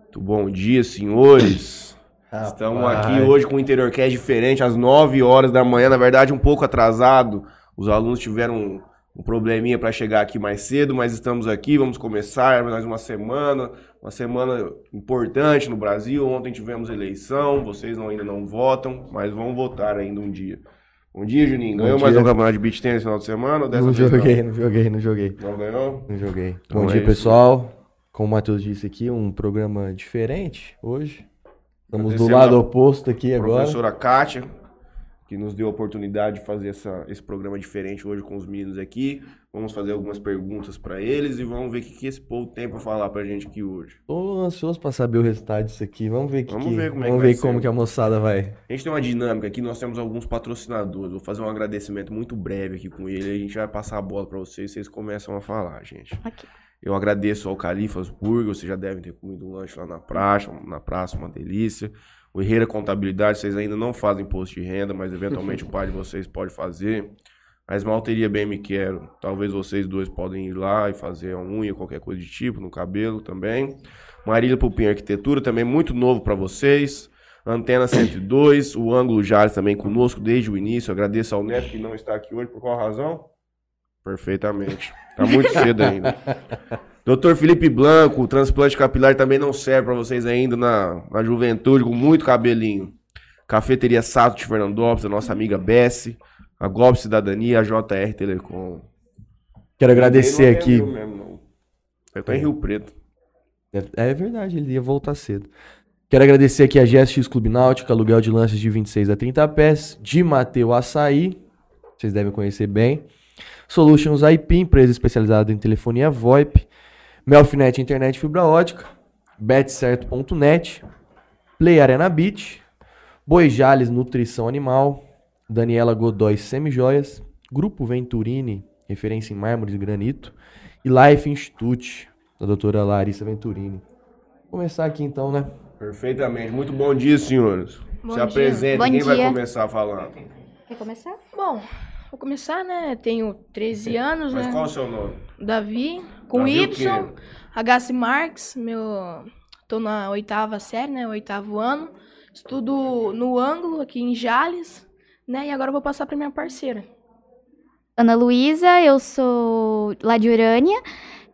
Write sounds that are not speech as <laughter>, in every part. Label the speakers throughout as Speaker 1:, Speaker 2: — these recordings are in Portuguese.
Speaker 1: Muito bom dia, senhores.
Speaker 2: Ah.
Speaker 1: Estamos aqui hoje com o Interiorcast diferente, às 9 horas da manhã, na verdade um pouco atrasado. Os alunos tiveram um, um probleminha para chegar aqui mais cedo, mas estamos aqui, vamos começar mais uma semana, uma semana importante no Brasil. Ontem tivemos eleição, vocês não- ainda não votam, mas vão votar ainda um dia. Bom dia, Juninho.
Speaker 2: Bom
Speaker 1: Ganhou mais
Speaker 2: dia.
Speaker 1: um campeonato de beach tennis no final de semana? Ou dessa
Speaker 2: Não
Speaker 1: vez
Speaker 2: joguei, não joguei, não joguei.
Speaker 1: Não, não ganhou?
Speaker 2: Não joguei.
Speaker 1: Então
Speaker 2: Bom
Speaker 1: é
Speaker 2: dia,
Speaker 1: isso.
Speaker 2: pessoal. Como o Matheus disse aqui, um programa diferente hoje. Estamos do
Speaker 1: Agradecer
Speaker 2: lado
Speaker 1: a-
Speaker 2: oposto aqui agora.
Speaker 1: é professora Kátia, que nos deu a oportunidade de fazer essa- esse programa diferente hoje com os meninos aqui. Vamos fazer algumas perguntas para eles e vamos ver o que, que esse povo tem para falar pra gente aqui hoje.
Speaker 2: Tô ansioso pra saber o resultado disso aqui. Vamos ver, que
Speaker 1: Vamos
Speaker 2: que-
Speaker 1: ver como é que
Speaker 2: vamos
Speaker 1: vai
Speaker 2: ver como
Speaker 1: ser.
Speaker 2: que a moçada vai.
Speaker 1: A gente tem uma dinâmica aqui, nós temos alguns patrocinadores. Vou fazer um agradecimento muito breve aqui com ele. A gente vai passar a bola para vocês e vocês começam a falar, gente.
Speaker 3: Ok.
Speaker 1: Eu agradeço ao Califas Burger, vocês já devem ter comido um lanche lá na praça, na praça, uma delícia. O Herreira Contabilidade, vocês ainda não fazem imposto de renda, mas
Speaker 2: <laughs>
Speaker 1: eventualmente o pai de vocês pode fazer. A esmalteria bem me quero. Talvez vocês dois podem ir lá e fazer a unha, qualquer coisa de tipo, no cabelo também. Marília Pupim Arquitetura, também muito novo para vocês. Antena 102, o Ângulo Jales também conosco desde o início. Agradeço ao Neto que não está aqui hoje, por qual razão? Perfeitamente. Tá muito cedo <laughs> ainda. Dr. Felipe Blanco, o transplante capilar também não serve para vocês ainda na, na juventude, com muito cabelinho. Cafeteria Sato de Fernandópolis, a nossa amiga Bessie, a Golpe Cidadania, a JR Telecom.
Speaker 2: Quero agradecer
Speaker 1: Ele não
Speaker 2: aqui.
Speaker 1: atendeu mesmo, não. Ele tá em Rio Preto.
Speaker 2: É verdade, ele ia voltar cedo. Quero agradecer aqui a GSX Clube Náutica, aluguel de lances de 26 a 30 pés, de Mateu Açaí, vocês devem conhecer bem, Solutions IP, empresa especializada em telefonia VoIP, Melfinet Internet Fibra Ótica, Betcerto.net, Play Arena Beach, Boijales Nutrição Animal, Daniela Godoy Semijoias, Grupo Venturini, referência em mármores e granito, e Life Institute, da doutora Larissa Venturini. Vou começar aqui então, né?
Speaker 1: Perfeitamente. Muito bom dia, senhores.
Speaker 3: Bom
Speaker 1: Se
Speaker 3: dia.
Speaker 1: apresentem,
Speaker 3: Bom
Speaker 1: quem vai
Speaker 3: dia.
Speaker 1: começar falando?
Speaker 3: Quer começar?
Speaker 4: Bom, vou começar, né? Tenho 13 anos,
Speaker 1: Mas
Speaker 4: né?
Speaker 1: qual é o seu nome?
Speaker 4: Davi, com
Speaker 1: Davi o quê?
Speaker 4: Y, H.C. Marx, meu... Tô na oitava série, né? Oitavo ano. Estudo no ângulo, aqui em Jales, né? E agora eu vou passar pra minha parceira.
Speaker 3: Ana Luísa, eu sou lá de Urânia.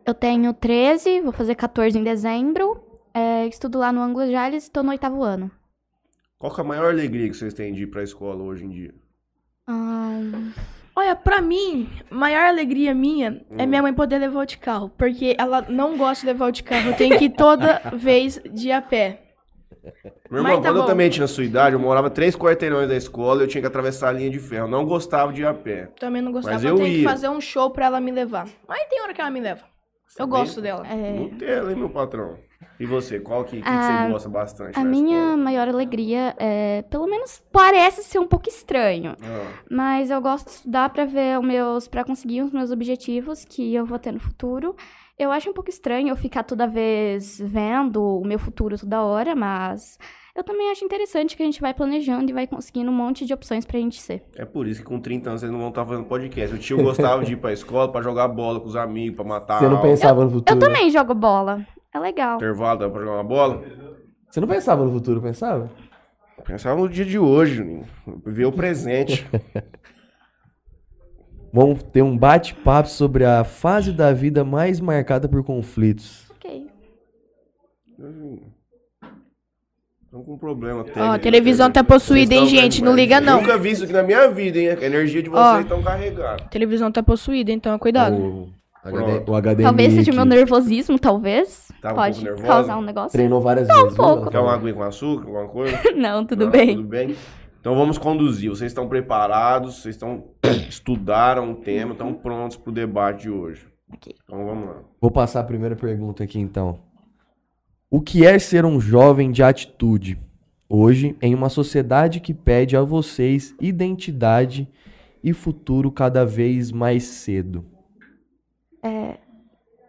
Speaker 3: Eu tenho 13, vou fazer 14 em dezembro. É, estudo lá no Anglo Jales e tô no oitavo ano.
Speaker 1: Qual que é a maior alegria que vocês têm de ir pra escola hoje em dia?
Speaker 3: Ahn,
Speaker 4: Olha, pra mim, maior alegria minha
Speaker 1: Hum.
Speaker 4: é minha mãe poder levar eu de carro. Porque ela não gosta de levar eu de carro. Eu tenho que ir
Speaker 1: <laughs>
Speaker 4: toda vez de a pé.
Speaker 1: Meu
Speaker 4: Mas
Speaker 1: irmão,
Speaker 4: tá
Speaker 1: quando eu
Speaker 4: bom.
Speaker 1: também tinha sua idade, eu morava três quarteirões da escola e eu tinha que atravessar a linha de ferro. Eu Não gostava de ir a pé.
Speaker 4: Também não gostava.
Speaker 1: Mas
Speaker 4: eu
Speaker 1: eu
Speaker 4: tenho que
Speaker 1: ia.
Speaker 4: fazer um show pra ela me levar. Mas tem hora que ela me leva. Eu gosto dela.
Speaker 3: é,
Speaker 1: Nutella, hein, meu patrão? E você, qual que, que, que
Speaker 3: Ah,
Speaker 1: você gosta bastante
Speaker 3: a
Speaker 1: na
Speaker 3: minha
Speaker 1: escola?
Speaker 3: maior alegria é, pelo menos parece ser um pouco estranho,
Speaker 1: Ah,
Speaker 3: mas eu gosto de estudar pra ver os meus, para conseguir os meus objetivos que eu vou ter no futuro. Eu acho um pouco estranho eu ficar toda vez vendo o meu futuro toda hora, mas eu também acho interessante que a gente vai planejando e vai conseguindo um monte de opções pra gente ser.
Speaker 1: é por isso que com 30 anos vocês não vão estar fazendo podcast. O tio gostava de ir pra escola pra jogar bola com os amigos, pra matar
Speaker 2: Você
Speaker 1: a
Speaker 2: não
Speaker 1: aula.
Speaker 2: pensava no futuro?
Speaker 3: Eu
Speaker 2: né?
Speaker 3: também jogo bola. É legal.
Speaker 1: Intervalo, dava pra jogar uma bola?
Speaker 2: Você não pensava no futuro, pensava?
Speaker 1: Eu Pensava no dia de hoje, Juninho. Ver o presente.
Speaker 2: Vamos ter um bate-papo sobre a fase da vida mais marcada por conflitos.
Speaker 3: Ok.
Speaker 1: Estamos com um problema né,
Speaker 4: Ó, a televisão tá possuída, hein,
Speaker 1: Vocês tão
Speaker 4: gente?
Speaker 1: vendo,
Speaker 4: Não
Speaker 1: mas
Speaker 4: liga, não.
Speaker 1: Nunca vi isso aqui na minha vida, hein? A energia de
Speaker 4: Ó.
Speaker 1: vocês estão carregada.
Speaker 4: A televisão tá possuída, então cuidado.
Speaker 2: O, HD,
Speaker 1: Pronto.
Speaker 2: o HDMI
Speaker 3: Talvez seja o meu
Speaker 2: que
Speaker 3: nervosismo, talvez.
Speaker 1: Tava um
Speaker 3: Pode
Speaker 1: pouco nervosa?
Speaker 3: causar um negócio.
Speaker 2: Treinou várias vezes. viu,
Speaker 3: pouco.
Speaker 1: Quer uma
Speaker 2: Rafael?
Speaker 1: aguinha com açúcar, alguma coisa?
Speaker 3: <laughs> Não, tudo
Speaker 1: Não,
Speaker 3: bem.
Speaker 1: Tudo bem? Então vamos conduzir. Vocês estão preparados? Vocês estão <coughs> estudaram o tema? Estão prontos para o debate de hoje?
Speaker 3: Uhum. Ok.
Speaker 1: Então vamos lá.
Speaker 2: Vou passar a primeira pergunta aqui então. O que é ser um jovem de atitude hoje em uma sociedade que pede a vocês identidade e futuro cada vez mais cedo?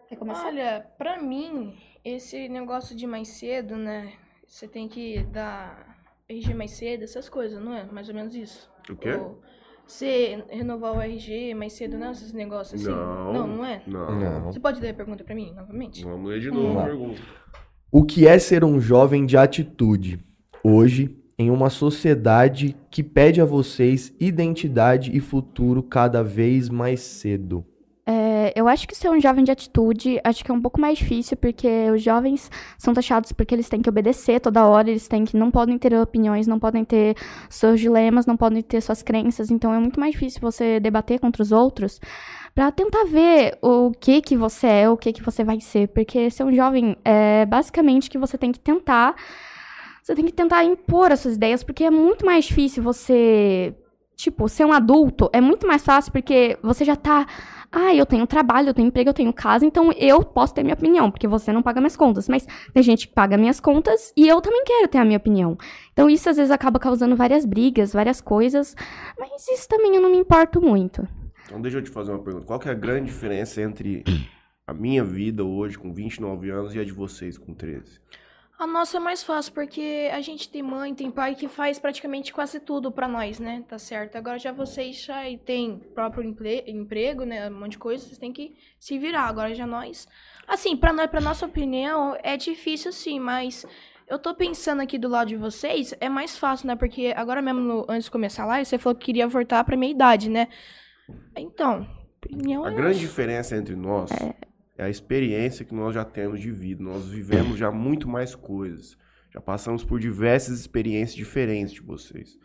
Speaker 3: Quer começar?
Speaker 4: Olha, pra mim, esse negócio de mais cedo, né? Você tem que dar RG mais cedo, essas coisas, não é? Mais ou menos isso.
Speaker 1: O quê?
Speaker 4: Ou você renovar o RG mais cedo, não? é Esses negócios assim.
Speaker 1: Não.
Speaker 4: Não, não é?
Speaker 1: Não.
Speaker 2: Não.
Speaker 4: Você pode ler a pergunta pra mim novamente?
Speaker 1: Vamos ler de novo
Speaker 2: Vamos
Speaker 1: a
Speaker 2: lá.
Speaker 1: pergunta.
Speaker 2: O que é ser um jovem de atitude hoje em uma sociedade que pede a vocês identidade e futuro cada vez mais cedo?
Speaker 3: É, eu acho que ser um jovem de atitude, acho que é um pouco mais difícil, porque os jovens são taxados porque eles têm que obedecer toda hora, eles têm que não podem ter opiniões, não podem ter seus dilemas, não podem ter suas crenças, então é muito mais difícil você debater contra os outros para tentar ver o que que você é, o que que você vai ser, porque ser um jovem é basicamente que você tem que tentar você tem que tentar impor as suas ideias, porque é muito mais difícil você, tipo, ser um adulto. É muito mais fácil porque você já tá. Ah, eu tenho trabalho, eu tenho emprego, eu tenho casa, então eu posso ter minha opinião, porque você não paga minhas contas. Mas tem gente que paga minhas contas e eu também quero ter a minha opinião. Então isso às vezes acaba causando várias brigas, várias coisas. Mas isso também eu não me importo muito.
Speaker 1: Então deixa eu te fazer uma pergunta. Qual que é a grande diferença entre a minha vida hoje com 29 anos e a de vocês com 13?
Speaker 4: A nossa é mais fácil, porque a gente tem mãe, tem pai que faz praticamente quase tudo pra nós, né? Tá certo. Agora já vocês já tem próprio emple- emprego, né? Um monte de coisa, vocês têm que se virar. Agora já nós. Assim, pra nós, pra nossa opinião, é difícil sim, mas eu tô pensando aqui do lado de vocês, é mais fácil, né? Porque agora mesmo, no- antes de começar a live, você falou que queria voltar pra minha idade, né? Então, opinião
Speaker 1: A
Speaker 4: é
Speaker 1: grande diferença entre nós é a experiência que nós já temos de vida. Nós vivemos já muito mais coisas. Já passamos por diversas experiências diferentes de vocês.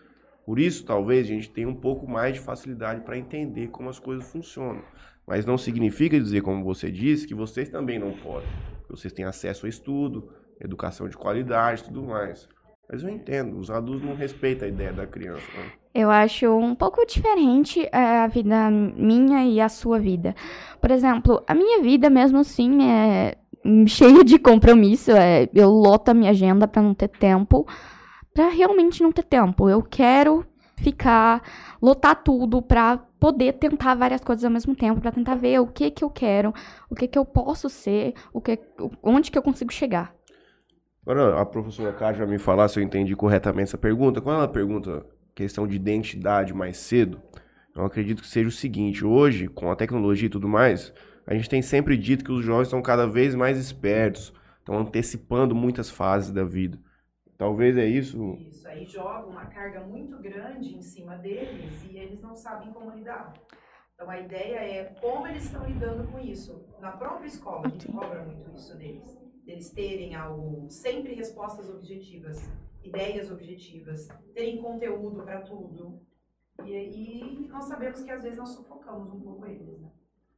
Speaker 1: Por isso, talvez, a gente tenha um pouco mais de facilidade para entender como as coisas funcionam. Mas não significa dizer, como você disse, que vocês também não podem. Vocês têm acesso a estudo, educação de qualidade e tudo mais. Mas eu entendo, os adultos não respeitam a ideia da criança. né?
Speaker 3: Eu acho um pouco diferente é, a vida minha e a sua vida. Por exemplo, a minha vida, mesmo assim, é <laughs> hum, cheia de compromisso. é, eu loto a minha agenda pra não ter tempo. Pra realmente não ter tempo. Eu quero ficar, lotar tudo pra poder tentar várias coisas ao mesmo tempo, pra tentar ver o que que eu quero, o que que eu posso ser, o que, onde que eu consigo chegar.
Speaker 1: Agora, a professora Kátia vai me falar se eu entendi corretamente essa pergunta. Quando ela pergunta questão de identidade mais cedo, eu acredito que seja o seguinte: hoje, com a tecnologia e tudo mais, a gente tem sempre dito que os jovens estão cada vez mais espertos, estão antecipando muitas fases da vida. Talvez é isso.
Speaker 5: Isso aí joga uma carga muito grande em cima deles e eles não sabem como lidar. Então a ideia é como eles estão lidando com isso. Na própria escola, a gente cobra muito isso deles. Deles terem algo, sempre respostas objetivas, ideias objetivas, terem conteúdo para tudo. E, aí nós sabemos que às vezes nós sufocamos um pouco eles, né?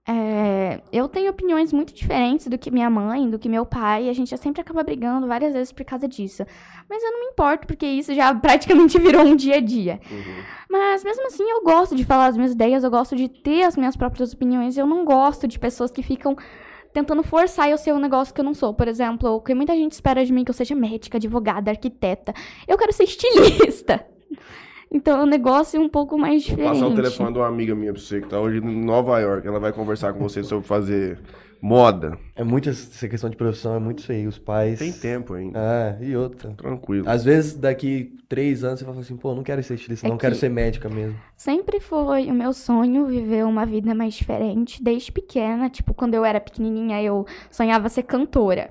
Speaker 3: É, eu tenho opiniões muito diferentes do que minha mãe, do que meu pai, e a gente já sempre acaba brigando várias vezes por causa disso. Mas eu não me importo, porque isso já <laughs> praticamente virou um dia a dia.
Speaker 1: Uhum.
Speaker 3: Mas mesmo assim, eu gosto de falar as minhas ideias, eu gosto de ter as minhas próprias opiniões, eu não gosto de pessoas que ficam tentando forçar eu ser um negócio que eu não sou. Por exemplo, o que muita gente espera de mim é que eu seja médica, advogada, arquiteta. Eu quero ser estilista. <laughs> Então é um negócio um pouco mais
Speaker 1: Vou
Speaker 3: diferente.
Speaker 1: passar o telefone de uma amiga minha pra você que tá hoje em Nova York. Ela vai conversar com você sobre fazer moda.
Speaker 2: É muito essa questão de profissão, é muito isso aí. Os pais.
Speaker 1: Tem tempo ainda.
Speaker 2: Ah, e outra.
Speaker 1: Tranquilo.
Speaker 2: Às vezes, daqui três anos, você fala assim, pô, não quero ser estilista,
Speaker 3: É
Speaker 2: não quero
Speaker 3: que-
Speaker 2: ser médica mesmo.
Speaker 3: Sempre foi o meu sonho viver uma vida mais diferente desde pequena. Tipo, quando eu era pequenininha, eu sonhava ser cantora.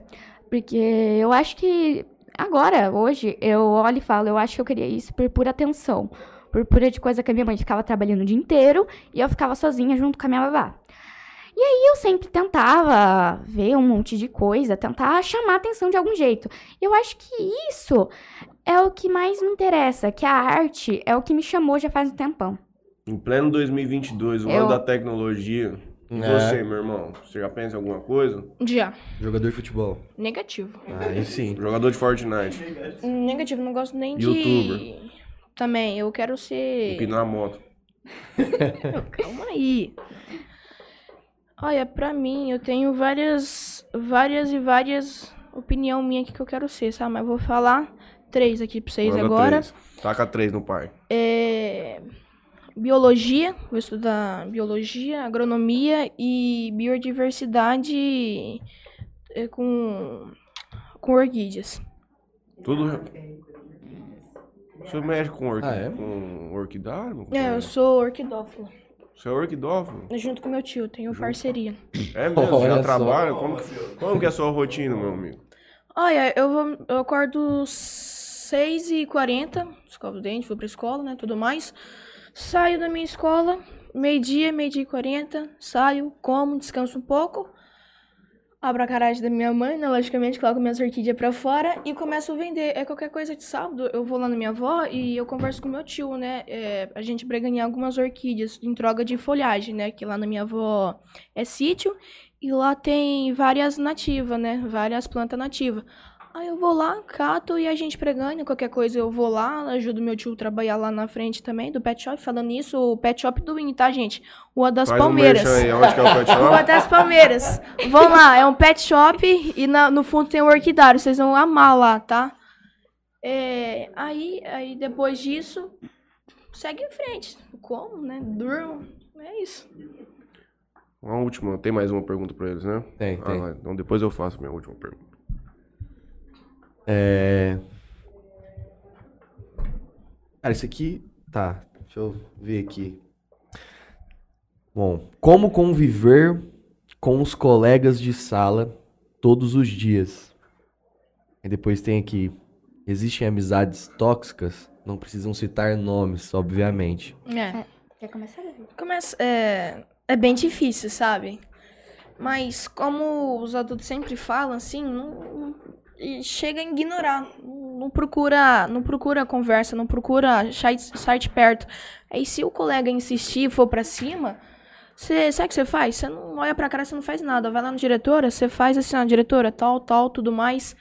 Speaker 3: Porque eu acho que agora, hoje, eu olho e falo, eu acho que eu queria isso por pura atenção. Por pura de coisa que a minha mãe ficava trabalhando o dia inteiro e eu ficava sozinha junto com a minha babá. E aí eu sempre tentava ver um monte de coisa, tentar chamar a atenção de algum jeito. Eu acho que isso é o que mais me interessa, que a arte é o que me chamou já faz um tempão.
Speaker 1: Em pleno 2022, o
Speaker 3: Eu-
Speaker 1: ano da tecnologia. E
Speaker 2: É.
Speaker 1: você, meu irmão? Você já pensa em alguma coisa?
Speaker 4: Já.
Speaker 2: Jogador de futebol.
Speaker 4: Negativo.
Speaker 1: Ah,
Speaker 2: Aí sim.
Speaker 1: Jogador de Fortnite.
Speaker 4: Negativo, não gosto nem
Speaker 1: Youtuber.
Speaker 4: de. Também, eu quero ser.
Speaker 1: Empinar a moto.
Speaker 4: Calma aí. Olha, pra mim, eu tenho várias, várias e várias opinião minha aqui que eu quero ser, sabe? Mas eu vou falar três aqui pra vocês
Speaker 1: Manda
Speaker 4: agora.
Speaker 1: Três. Taca três no pai.
Speaker 4: É... Biologia, vou estudar biologia, agronomia e biodiversidade é, com, com orquídeas.
Speaker 1: Tudo. Você mexe com, orqui...
Speaker 2: Ah, é?
Speaker 1: com orquidário?
Speaker 4: É, eu sou orquidófila,
Speaker 1: Você é orquidófilo?
Speaker 4: junto com meu tio, tenho parceria.
Speaker 2: <laughs>
Speaker 1: É mesmo? Você
Speaker 2: Olha
Speaker 1: já
Speaker 2: só.
Speaker 1: trabalha? Como que... Como que é a sua rotina, meu amigo?
Speaker 4: Olha, eu, vou, eu acordo 6h40, escovo o dente, vou pra escola, né, tudo mais. Saio da minha escola, meio-dia, meio-dia e 40, saio, como, descanso um pouco. Abro a garagem da minha mãe, né, logicamente, coloco minhas orquídeas pra fora e começo a vender. É qualquer coisa de sábado, eu vou lá na minha avó e eu converso com meu tio, né, é, a gente briga em algumas orquídeas em troca de folhagem, né, que lá na minha avó é sítio e lá tem várias nativas, né? Várias plantas nativas. Aí eu vou lá, cato e a gente pregando. Qualquer coisa eu vou lá, ajudo meu tio a trabalhar lá na frente também, do pet shop. Falando nisso, o pet shop do Win, tá, gente? Rua das
Speaker 1: Faz um
Speaker 4: Palmeiras.
Speaker 1: merchan aí, onde que é o
Speaker 4: <laughs>
Speaker 1: pet
Speaker 4: Rua
Speaker 1: shop?
Speaker 4: das Palmeiras. Vão lá, é um pet shop e na- no fundo tem um orquidário. Vocês vão amar lá, tá? É, aí, aí depois disso, segue em frente. Como, né? Durmo. É isso.
Speaker 1: Uma última, tem mais uma pergunta pra eles, né?
Speaker 2: Tem,
Speaker 1: Ah,
Speaker 2: tem.
Speaker 1: lá, então depois eu faço minha última pergunta.
Speaker 2: É... Cara, isso aqui. Tá, deixa eu ver aqui. Bom, como conviver com os colegas de sala todos os dias? E depois tem aqui. Existem amizades tóxicas? Não precisam citar nomes, obviamente.
Speaker 4: É.
Speaker 3: Quer começar? Davi?
Speaker 4: Começa, é, é bem difícil, sabe? Mas como os adultos sempre falam, assim, não- não- e chega a ignorar. Não não procura, não procura conversa, não procura site, site perto. Aí se o colega insistir e for pra cima, cê, sabe o que você faz? Você não olha pra cara, você não faz nada. Vai lá na diretora, você faz assim, ó, diretora, tal, tal, tudo mais.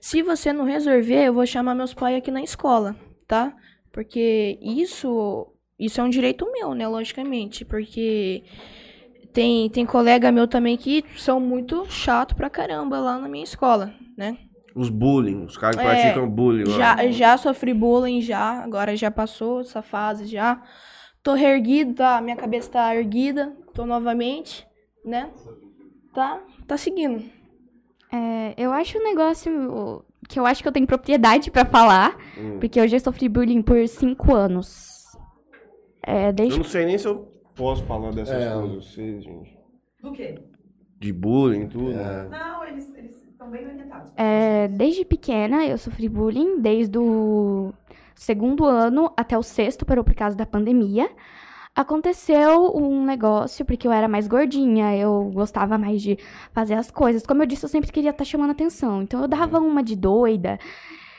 Speaker 4: Se você não resolver, eu vou chamar meus pais aqui na escola, tá? Porque isso isso é um direito meu, né, logicamente, porque tem, tem colega meu também que são muito chato pra caramba lá na minha escola, né?
Speaker 1: Os bullying, os caras que
Speaker 4: É,
Speaker 1: praticam bullying lá.
Speaker 4: Já, já sofri bullying, já, agora já passou essa fase, já. Tô reerguido, tá? Minha cabeça tá erguida, tô novamente, né? Tá, tá seguindo.
Speaker 3: É, eu acho um negócio que eu acho que eu tenho propriedade pra falar,
Speaker 1: Hum.
Speaker 3: porque eu já sofri bullying por cinco anos. É,
Speaker 1: Eu
Speaker 3: desde
Speaker 1: não sei nem se eu posso falar dessas
Speaker 2: É.
Speaker 1: coisas, vocês, gente.
Speaker 5: Do quê?
Speaker 1: De bullying, tudo.
Speaker 5: Não, eles eles estão bem orientados.
Speaker 3: É, desde pequena eu sofri bullying, desde o segundo ano até o sexto, parou por causa da pandemia. Aconteceu um negócio, porque eu era mais gordinha, eu gostava mais de fazer as coisas. Como eu disse, eu sempre queria estar chamando atenção. Então eu dava
Speaker 1: Uhum.
Speaker 3: uma de doida.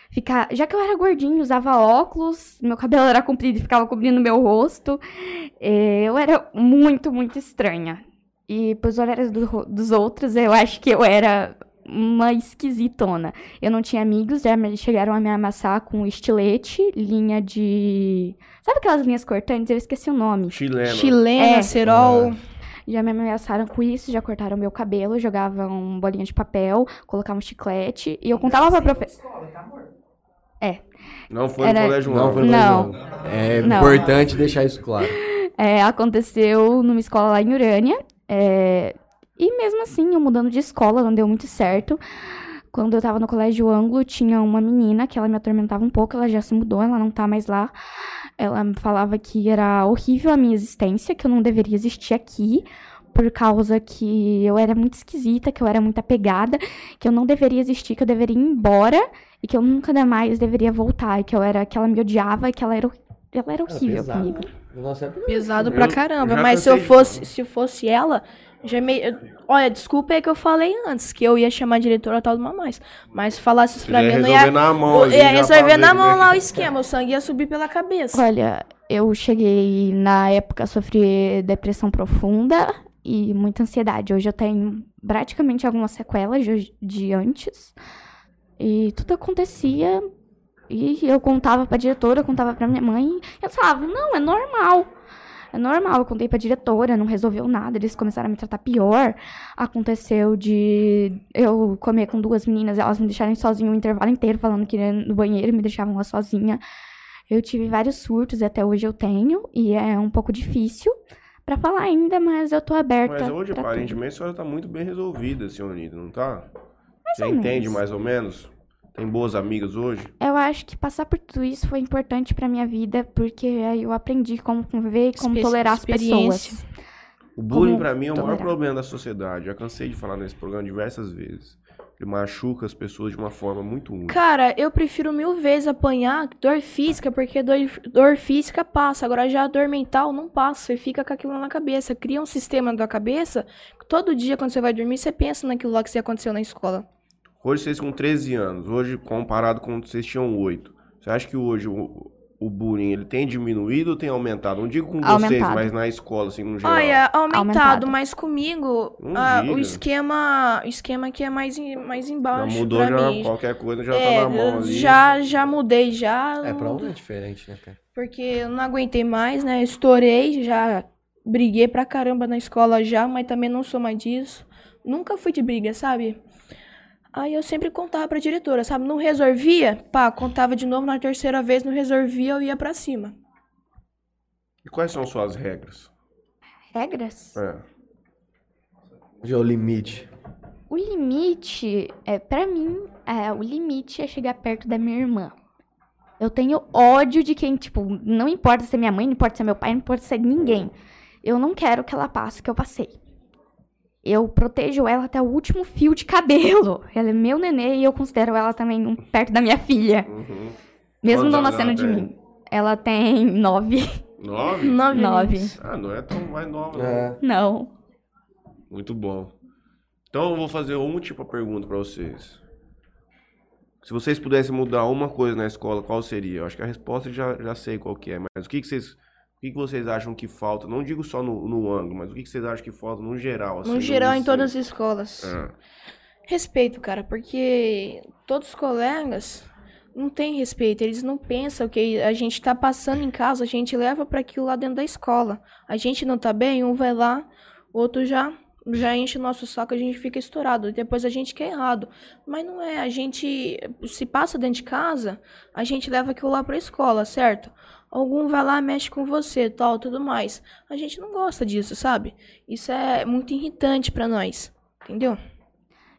Speaker 3: Ficar... Já que eu era gordinha, usava óculos, meu cabelo era comprido e ficava cobrindo meu rosto. É, Eu era muito, muito estranha. E pros horários do ro- dos outros, eu acho que eu era uma esquisitona. Eu não tinha amigos, já me- chegaram a me amassar com estilete, linha de. Sabe aquelas linhas cortantes? Eu esqueci o nome.
Speaker 1: Chileno.
Speaker 4: Chilena,
Speaker 3: É.
Speaker 4: cerol.
Speaker 3: Já me ameaçaram com isso, já cortaram meu cabelo, jogavam bolinha de papel, colocavam chiclete. E eu contava pra professora.
Speaker 5: Escola, tá, amor?
Speaker 1: Não foi
Speaker 3: Era-
Speaker 1: no colégio, não.
Speaker 2: Não, foi
Speaker 3: Não.
Speaker 2: É
Speaker 3: Não.
Speaker 2: importante deixar isso claro.
Speaker 3: É, aconteceu numa escola lá em Urânia. é, e mesmo assim, eu mudando de escola, não deu muito certo. Quando eu tava no colégio Anglo, tinha uma menina que ela me atormentava um pouco, ela já se mudou, ela não tá mais lá. Ela me falava que era horrível a minha existência, que eu não deveria existir aqui, por causa que eu era muito esquisita, que eu era muito apegada, que eu não deveria existir, que eu deveria ir embora e que eu nunca mais deveria voltar, e que eu era que ela me odiava, e que ela era, hor- ela era horrível
Speaker 2: É pesado.
Speaker 3: comigo.
Speaker 2: Nossa, é
Speaker 4: Pesado
Speaker 1: Eu
Speaker 4: pra
Speaker 1: já
Speaker 4: caramba, mas se eu
Speaker 1: cansei de
Speaker 4: fosse, se eu fosse ela, já me... eu- Olha, desculpa é que eu falei antes que eu ia chamar a diretora e tal do Mamães, mas se falasse isso
Speaker 1: Você
Speaker 4: pra
Speaker 1: já
Speaker 4: mim, eu não
Speaker 1: resolveu
Speaker 4: ia,
Speaker 1: na mão.
Speaker 4: eu
Speaker 1: ali,
Speaker 4: ia
Speaker 1: já
Speaker 4: resolver
Speaker 1: pra
Speaker 4: na
Speaker 1: ver como é
Speaker 4: mão
Speaker 1: que- <laughs>
Speaker 4: lá o esquema, o sangue ia subir pela cabeça.
Speaker 3: Olha, eu cheguei na época a sofrer depressão profunda e muita ansiedade. Hoje eu tenho praticamente algumas sequelas de, hoje- de antes. E tudo acontecia. E eu contava pra diretora, eu contava pra minha mãe. E eles falavam, não, é normal. É normal, eu contei pra diretora, não resolveu nada, eles começaram a me tratar pior. Aconteceu de eu comer com duas meninas, elas me deixarem sozinha o intervalo inteiro, falando que ia no banheiro, me deixavam lá sozinha. Eu tive vários surtos, e até hoje eu tenho, e é um pouco difícil pra falar ainda, mas eu tô aberta.
Speaker 1: Mas hoje,
Speaker 3: pra tudo.
Speaker 1: aparentemente, a senhora tá muito bem resolvida, senhorita, não tá? Já
Speaker 3: ou menos.
Speaker 1: entende mais ou menos? Tem boas amigas hoje?
Speaker 3: Eu acho que passar por tudo isso foi importante pra minha vida, porque aí eu aprendi como conviver e como
Speaker 4: Espe-
Speaker 3: tolerar as
Speaker 4: experiência.
Speaker 3: pessoas.
Speaker 1: O bullying
Speaker 3: Como
Speaker 1: pra mim é o maior
Speaker 3: tolerar?
Speaker 1: problema da sociedade. Já cansei de falar nesse programa diversas vezes. Ele machuca as pessoas de uma forma muito única.
Speaker 4: Cara, eu prefiro mil vezes apanhar dor física, porque dor, dor física passa. Agora já a dor mental não passa. Você fica com aquilo na cabeça. Cria um sistema na tua cabeça. que Todo dia, quando você vai dormir, você pensa naquilo lá que você aconteceu na escola.
Speaker 1: Hoje vocês com 13 anos, hoje comparado com quando vocês tinham 8. Você acha que hoje o, o bullying ele tem diminuído ou tem aumentado? Não digo com vocês,
Speaker 3: Aumentado.
Speaker 1: mas na escola, assim, no geral.
Speaker 4: Olha, aumentado,
Speaker 3: Aumentado.
Speaker 4: mas comigo
Speaker 1: Não
Speaker 4: ah, o
Speaker 1: diga.
Speaker 4: esquema o esquema aqui é mais, em- mais
Speaker 1: já
Speaker 4: embaixo
Speaker 1: mudou
Speaker 4: pra
Speaker 1: já,
Speaker 4: mim.
Speaker 1: qualquer coisa já
Speaker 4: É,
Speaker 1: tá na mão
Speaker 4: eu
Speaker 1: ali.
Speaker 4: já, já mudei já.
Speaker 2: É, pra um é diferente, né, cara?
Speaker 4: Porque eu não aguentei mais, né? Estourei, já briguei pra caramba na escola já, mas também não sou mais disso. Nunca fui de briga, sabe? Aí eu sempre contava pra diretora, sabe? Não resolvia, pá, contava de novo na terceira vez, não resolvia, eu ia pra cima.
Speaker 1: E quais são suas regras?
Speaker 3: Regras?
Speaker 1: É.
Speaker 2: Onde é o limite?
Speaker 3: O limite, é, para mim, é, o limite é chegar perto da minha irmã. Eu tenho ódio de quem, tipo, não importa se é minha mãe, não importa se é meu pai, não importa se é ninguém. Eu não quero que ela passe o que eu passei. Eu protejo ela até o último fio de cabelo. Ela é meu nenê e eu considero ela também um- perto da minha filha.
Speaker 1: Uhum.
Speaker 3: Mesmo
Speaker 1: Quantos
Speaker 3: não
Speaker 1: anos
Speaker 3: nascendo
Speaker 1: ela
Speaker 3: de
Speaker 1: tem?
Speaker 3: mim. Ela tem nove.
Speaker 1: Nove?
Speaker 4: Nove.
Speaker 3: Nove.
Speaker 1: Ah, não é tão mais nova, não.
Speaker 2: É.
Speaker 3: Não.
Speaker 1: Muito bom. Então eu vou fazer uma última pergunta pra vocês. Se vocês pudessem mudar uma coisa na escola, qual seria? Eu acho que a resposta eu já, já sei qual que é, mas o que, que vocês. O que, que vocês acham que falta? Não digo só no, no ângulo, mas o que, que vocês acham que falta no geral? assim,
Speaker 4: No geral, em
Speaker 1: ensino?
Speaker 4: todas as escolas.
Speaker 1: Ah,
Speaker 4: Respeito, cara, porque todos os colegas não têm respeito, eles não pensam que a gente tá passando em casa, a gente leva pra aquilo lá dentro da escola. A gente não tá bem, um vai lá, outro já já enche o nosso saco, a gente fica estourado, depois a gente quer errado. Mas não é, a gente se passa dentro de casa, a gente leva aquilo lá pra escola, certo? Algum vai lá, mexe com você, tal, tudo mais. A gente não gosta disso, sabe? Isso é muito irritante pra nós, entendeu?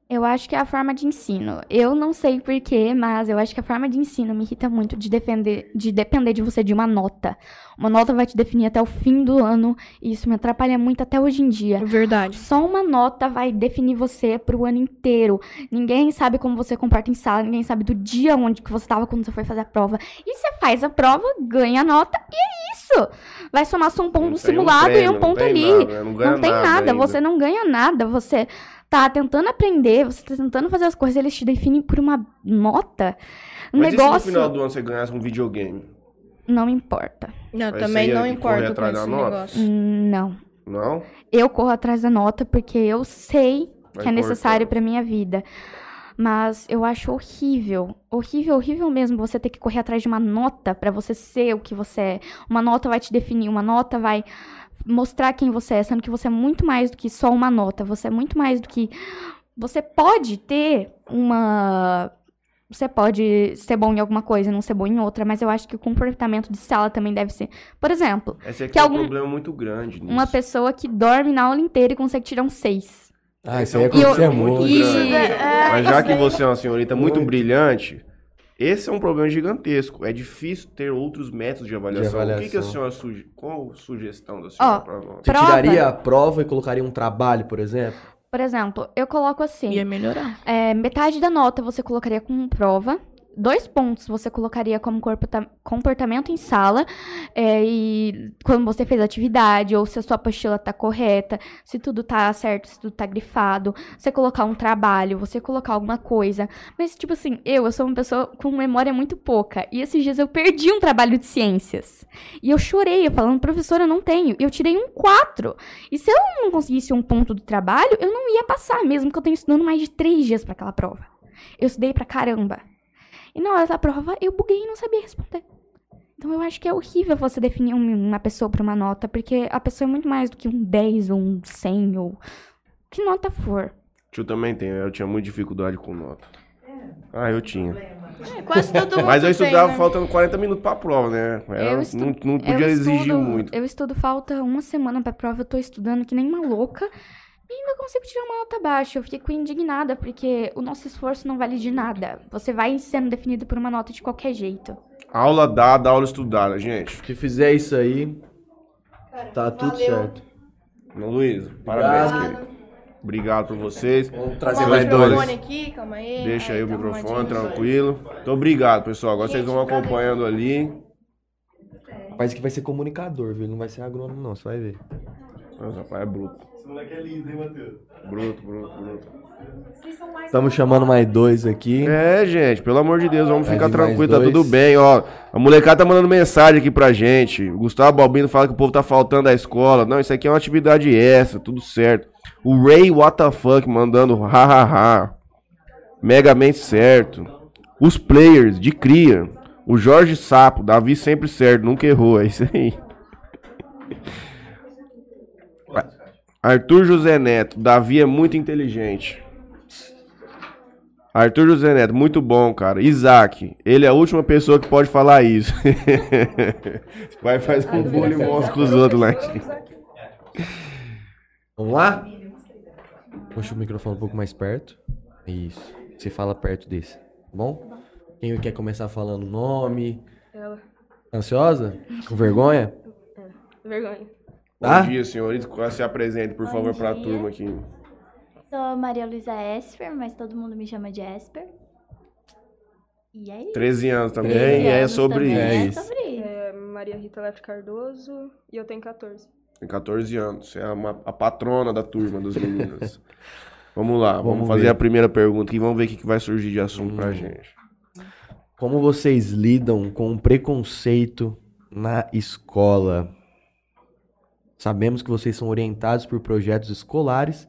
Speaker 3: Eu acho que é a forma de ensino. Eu não sei porquê, mas eu acho que a forma de ensino me irrita muito de, defender, de depender de você de uma nota. Uma nota vai te definir até o fim do ano e isso me atrapalha muito até hoje em dia.
Speaker 4: Verdade.
Speaker 3: Só uma nota vai definir você pro ano inteiro. Ninguém sabe como você comporta em sala, ninguém sabe do dia onde que você tava quando você foi fazer a prova. E você faz a prova, ganha a nota e é isso. Vai somar só um ponto
Speaker 1: não
Speaker 3: no
Speaker 1: tem um
Speaker 3: simulado e
Speaker 1: prêmio,
Speaker 3: um ponto
Speaker 1: não tem
Speaker 3: ali
Speaker 1: nada, né? não, ganha
Speaker 3: não tem nada,
Speaker 1: ainda.
Speaker 3: você não ganha nada, você tá tentando aprender, você tá tentando fazer as coisas, eles te definem por uma nota. Um
Speaker 1: Mas e se
Speaker 3: negócio
Speaker 1: no final do ano você ganhasse um videogame?
Speaker 3: não importa. Hum,
Speaker 4: Não,
Speaker 1: Mas
Speaker 4: também
Speaker 1: você ia
Speaker 4: não
Speaker 1: correr
Speaker 4: importa com
Speaker 1: atrás da
Speaker 4: esse
Speaker 1: nota?
Speaker 4: negócio.
Speaker 3: Não.
Speaker 1: Não?
Speaker 3: Eu corro atrás da nota porque eu sei
Speaker 1: Vai
Speaker 3: que é necessário
Speaker 1: cortar.
Speaker 3: pra minha vida. Mas eu acho horrível, horrível, horrível mesmo você ter que correr atrás de uma nota pra você ser o que você é. Uma nota vai te definir, uma nota vai mostrar quem você é, sendo que você é muito mais do que só uma nota, você é muito mais do que você pode ter uma você pode ser bom em alguma coisa, e não ser bom em outra, mas eu acho que o comportamento de sala também deve ser. Por exemplo,
Speaker 1: Esse aqui
Speaker 3: Que
Speaker 1: é um
Speaker 3: algum-
Speaker 1: problema muito grande. Nisso.
Speaker 3: uma pessoa que dorme na aula inteira e consegue tirar um 6.
Speaker 2: Ah, isso
Speaker 1: Esse
Speaker 2: aí
Speaker 1: é
Speaker 2: é
Speaker 1: um
Speaker 2: quando você é
Speaker 1: problema muito
Speaker 2: muito.
Speaker 1: grande.
Speaker 4: Isso, é,
Speaker 1: Mas
Speaker 4: é,
Speaker 1: já que você é uma senhorita muito
Speaker 2: Muito.
Speaker 1: brilhante, esse é um problema gigantesco. É difícil ter outros métodos de avaliação. O que, que a
Speaker 2: avaliação.
Speaker 1: senhora suge... Qual a sugestão da senhora
Speaker 3: Ó,
Speaker 1: para nós?
Speaker 2: Você
Speaker 3: Prova.
Speaker 2: tiraria a prova e colocaria um trabalho, por exemplo?
Speaker 3: Por exemplo, eu coloco assim.
Speaker 4: Ia melhorar.
Speaker 3: É, metade da nota você colocaria como prova. Dois pontos você colocaria como corpota- comportamento em sala. é, e quando você fez a atividade, ou se a sua apostila tá correta, se tudo tá certo, se tudo tá grifado. Você colocar um trabalho, você colocar alguma coisa. Mas, tipo assim, eu, eu sou uma pessoa com memória muito pouca. E esses dias eu perdi um trabalho de ciências. E eu chorei, eu falando, professora, eu não tenho. E eu tirei um 4. E se eu não conseguisse um ponto do trabalho, eu não ia passar, mesmo que eu tenha estudando mais de três dias pra aquela prova. Eu estudei pra caramba. E na hora da prova, eu buguei e não sabia responder. Então eu acho que é horrível você definir um- uma pessoa por uma nota, porque a pessoa é muito mais do que um 10 ou um 100 ou que nota for.
Speaker 1: Tio também tem, né? eu tinha muita dificuldade com nota. Ah, eu tinha.
Speaker 5: Problema.
Speaker 4: É.
Speaker 1: <laughs>
Speaker 4: quase todo mundo
Speaker 1: Mas eu
Speaker 4: tem,
Speaker 1: estudava
Speaker 4: né?
Speaker 1: faltando 40 minutos pra prova, né? Era-
Speaker 3: Eu estu-
Speaker 1: não, não
Speaker 3: Eu
Speaker 1: podia exigir
Speaker 3: estudo,
Speaker 1: muito.
Speaker 3: Eu estudo falta uma semana pra prova, eu tô estudando que nem uma louca. E ainda consigo tirar uma nota baixa. Eu fico indignada, porque o nosso esforço não vale de nada. Você vai sendo definido por uma nota de qualquer jeito.
Speaker 1: Aula dada, aula estudada, gente.
Speaker 2: Se fizer isso aí,
Speaker 4: Cara,
Speaker 2: tá tudo
Speaker 4: valeu.
Speaker 2: certo.
Speaker 1: Não, Luiz, parabéns,
Speaker 2: Obrigado.
Speaker 1: querido. Obrigado por vocês.
Speaker 2: Vamos
Speaker 4: Arrumar
Speaker 2: trazer
Speaker 4: o
Speaker 2: mais
Speaker 1: dois.
Speaker 4: microfone
Speaker 2: dois.
Speaker 4: aqui, calma aí.
Speaker 1: Deixa aí o
Speaker 4: tá
Speaker 1: microfone,
Speaker 4: arrumadinho.
Speaker 1: tranquilo. Muito obrigado, pessoal. Agora vocês
Speaker 4: Gente,
Speaker 1: vão acompanhando ali.
Speaker 2: Parece Um que vai ser comunicador, viu? Ele não vai ser agrônomo, não, você vai ver.
Speaker 1: Nossa, rapaz, é bruto.
Speaker 6: Esse moleque é lindo, hein, Matheus?
Speaker 1: Bruto, bruto, bruto.
Speaker 5: Vocês são mais
Speaker 2: Estamos chamando mais dois aqui.
Speaker 1: É, gente, pelo amor de Deus, vamos
Speaker 2: Vai
Speaker 1: ficar
Speaker 2: vir mais
Speaker 1: tranquilo, tá
Speaker 2: dois.
Speaker 1: tudo bem, ó. A molecada tá mandando mensagem aqui pra gente. O Gustavo Balbino fala que o povo tá faltando à escola. Não, isso aqui é uma atividade extra, tudo certo. O Ray what the fuck mandando hahaha. Megamente certo. Os players de cria. O Jorge Sapo, Davi sempre certo, nunca errou, é isso aí. <laughs> Arthur José Neto, Davi é muito inteligente. Arthur José Neto, muito bom, cara. Isaac, ele é a última pessoa que pode falar isso. <laughs> Esse Pai faz um bullying monstro com os outros
Speaker 2: né?
Speaker 1: lá.
Speaker 2: Vamos lá? Puxa o microfone um pouco mais perto. Isso. Você fala perto desse, tá bom? Quem quer começar falando o nome?
Speaker 4: Ela.
Speaker 2: Ansiosa? Com vergonha?
Speaker 4: Vergonha.
Speaker 2: Tá?
Speaker 1: Bom dia, senhorita. Se apresente, por
Speaker 7: Bom
Speaker 1: favor, pra
Speaker 7: dia.
Speaker 1: turma aqui.
Speaker 7: Sou Maria Luísa Esper, mas todo mundo me chama de Esper. E é isso.
Speaker 1: 13 anos também,
Speaker 7: 13
Speaker 1: e é
Speaker 7: anos
Speaker 1: sobre
Speaker 7: também,
Speaker 1: isso.
Speaker 7: É,
Speaker 2: É isso.
Speaker 7: sobre isso.
Speaker 4: É, Maria Rita Lef Cardoso e eu tenho 14.
Speaker 1: Tem 14 anos. Você é uma- a patrona da turma dos
Speaker 2: <laughs>
Speaker 1: meninos. vamos lá, vamos,
Speaker 2: Vamos
Speaker 1: fazer
Speaker 2: ver. Hum.
Speaker 1: a primeira pergunta e vamos ver o que, que vai surgir de assunto pra gente.
Speaker 2: Como vocês lidam com o preconceito na escola? Sabemos que vocês são orientados por projetos escolares,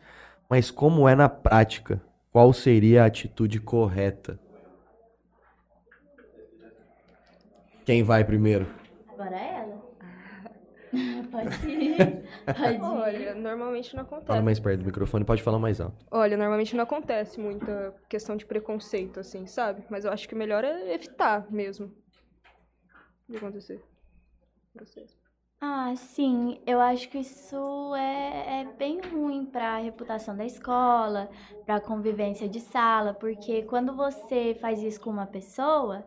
Speaker 2: mas como é na prática? Qual seria a atitude correta? Quem vai primeiro?
Speaker 7: Agora é
Speaker 4: <laughs>
Speaker 7: ela. <laughs> Pode ir. Pode ir.
Speaker 4: Olha, normalmente não
Speaker 2: Fala
Speaker 4: acontece.
Speaker 2: mais perto do microfone, pode falar mais alto.
Speaker 4: Olha, normalmente não acontece muita questão de preconceito, assim, sabe? Mas eu acho que o melhor é evitar mesmo de acontecer. Processo.
Speaker 7: Ah, sim. Eu acho que isso é, é bem ruim para a reputação da escola, para a convivência de sala, porque quando você faz isso com uma pessoa,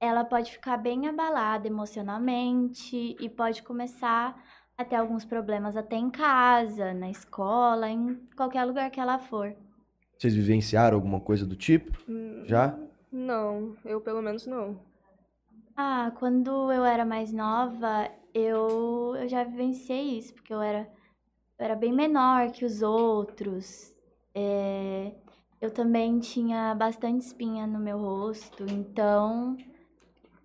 Speaker 7: ela pode ficar bem abalada emocionalmente e pode começar a ter alguns problemas até em casa, na escola, em qualquer lugar que ela for.
Speaker 2: Vocês vivenciaram alguma coisa do tipo?
Speaker 4: Hum,
Speaker 2: Já?
Speaker 4: Não, eu pelo menos não.
Speaker 7: Ah, quando eu era mais nova, eu, eu já vivenciei isso, porque eu era, eu era bem menor que os outros. É, eu também tinha bastante espinha no meu rosto, então.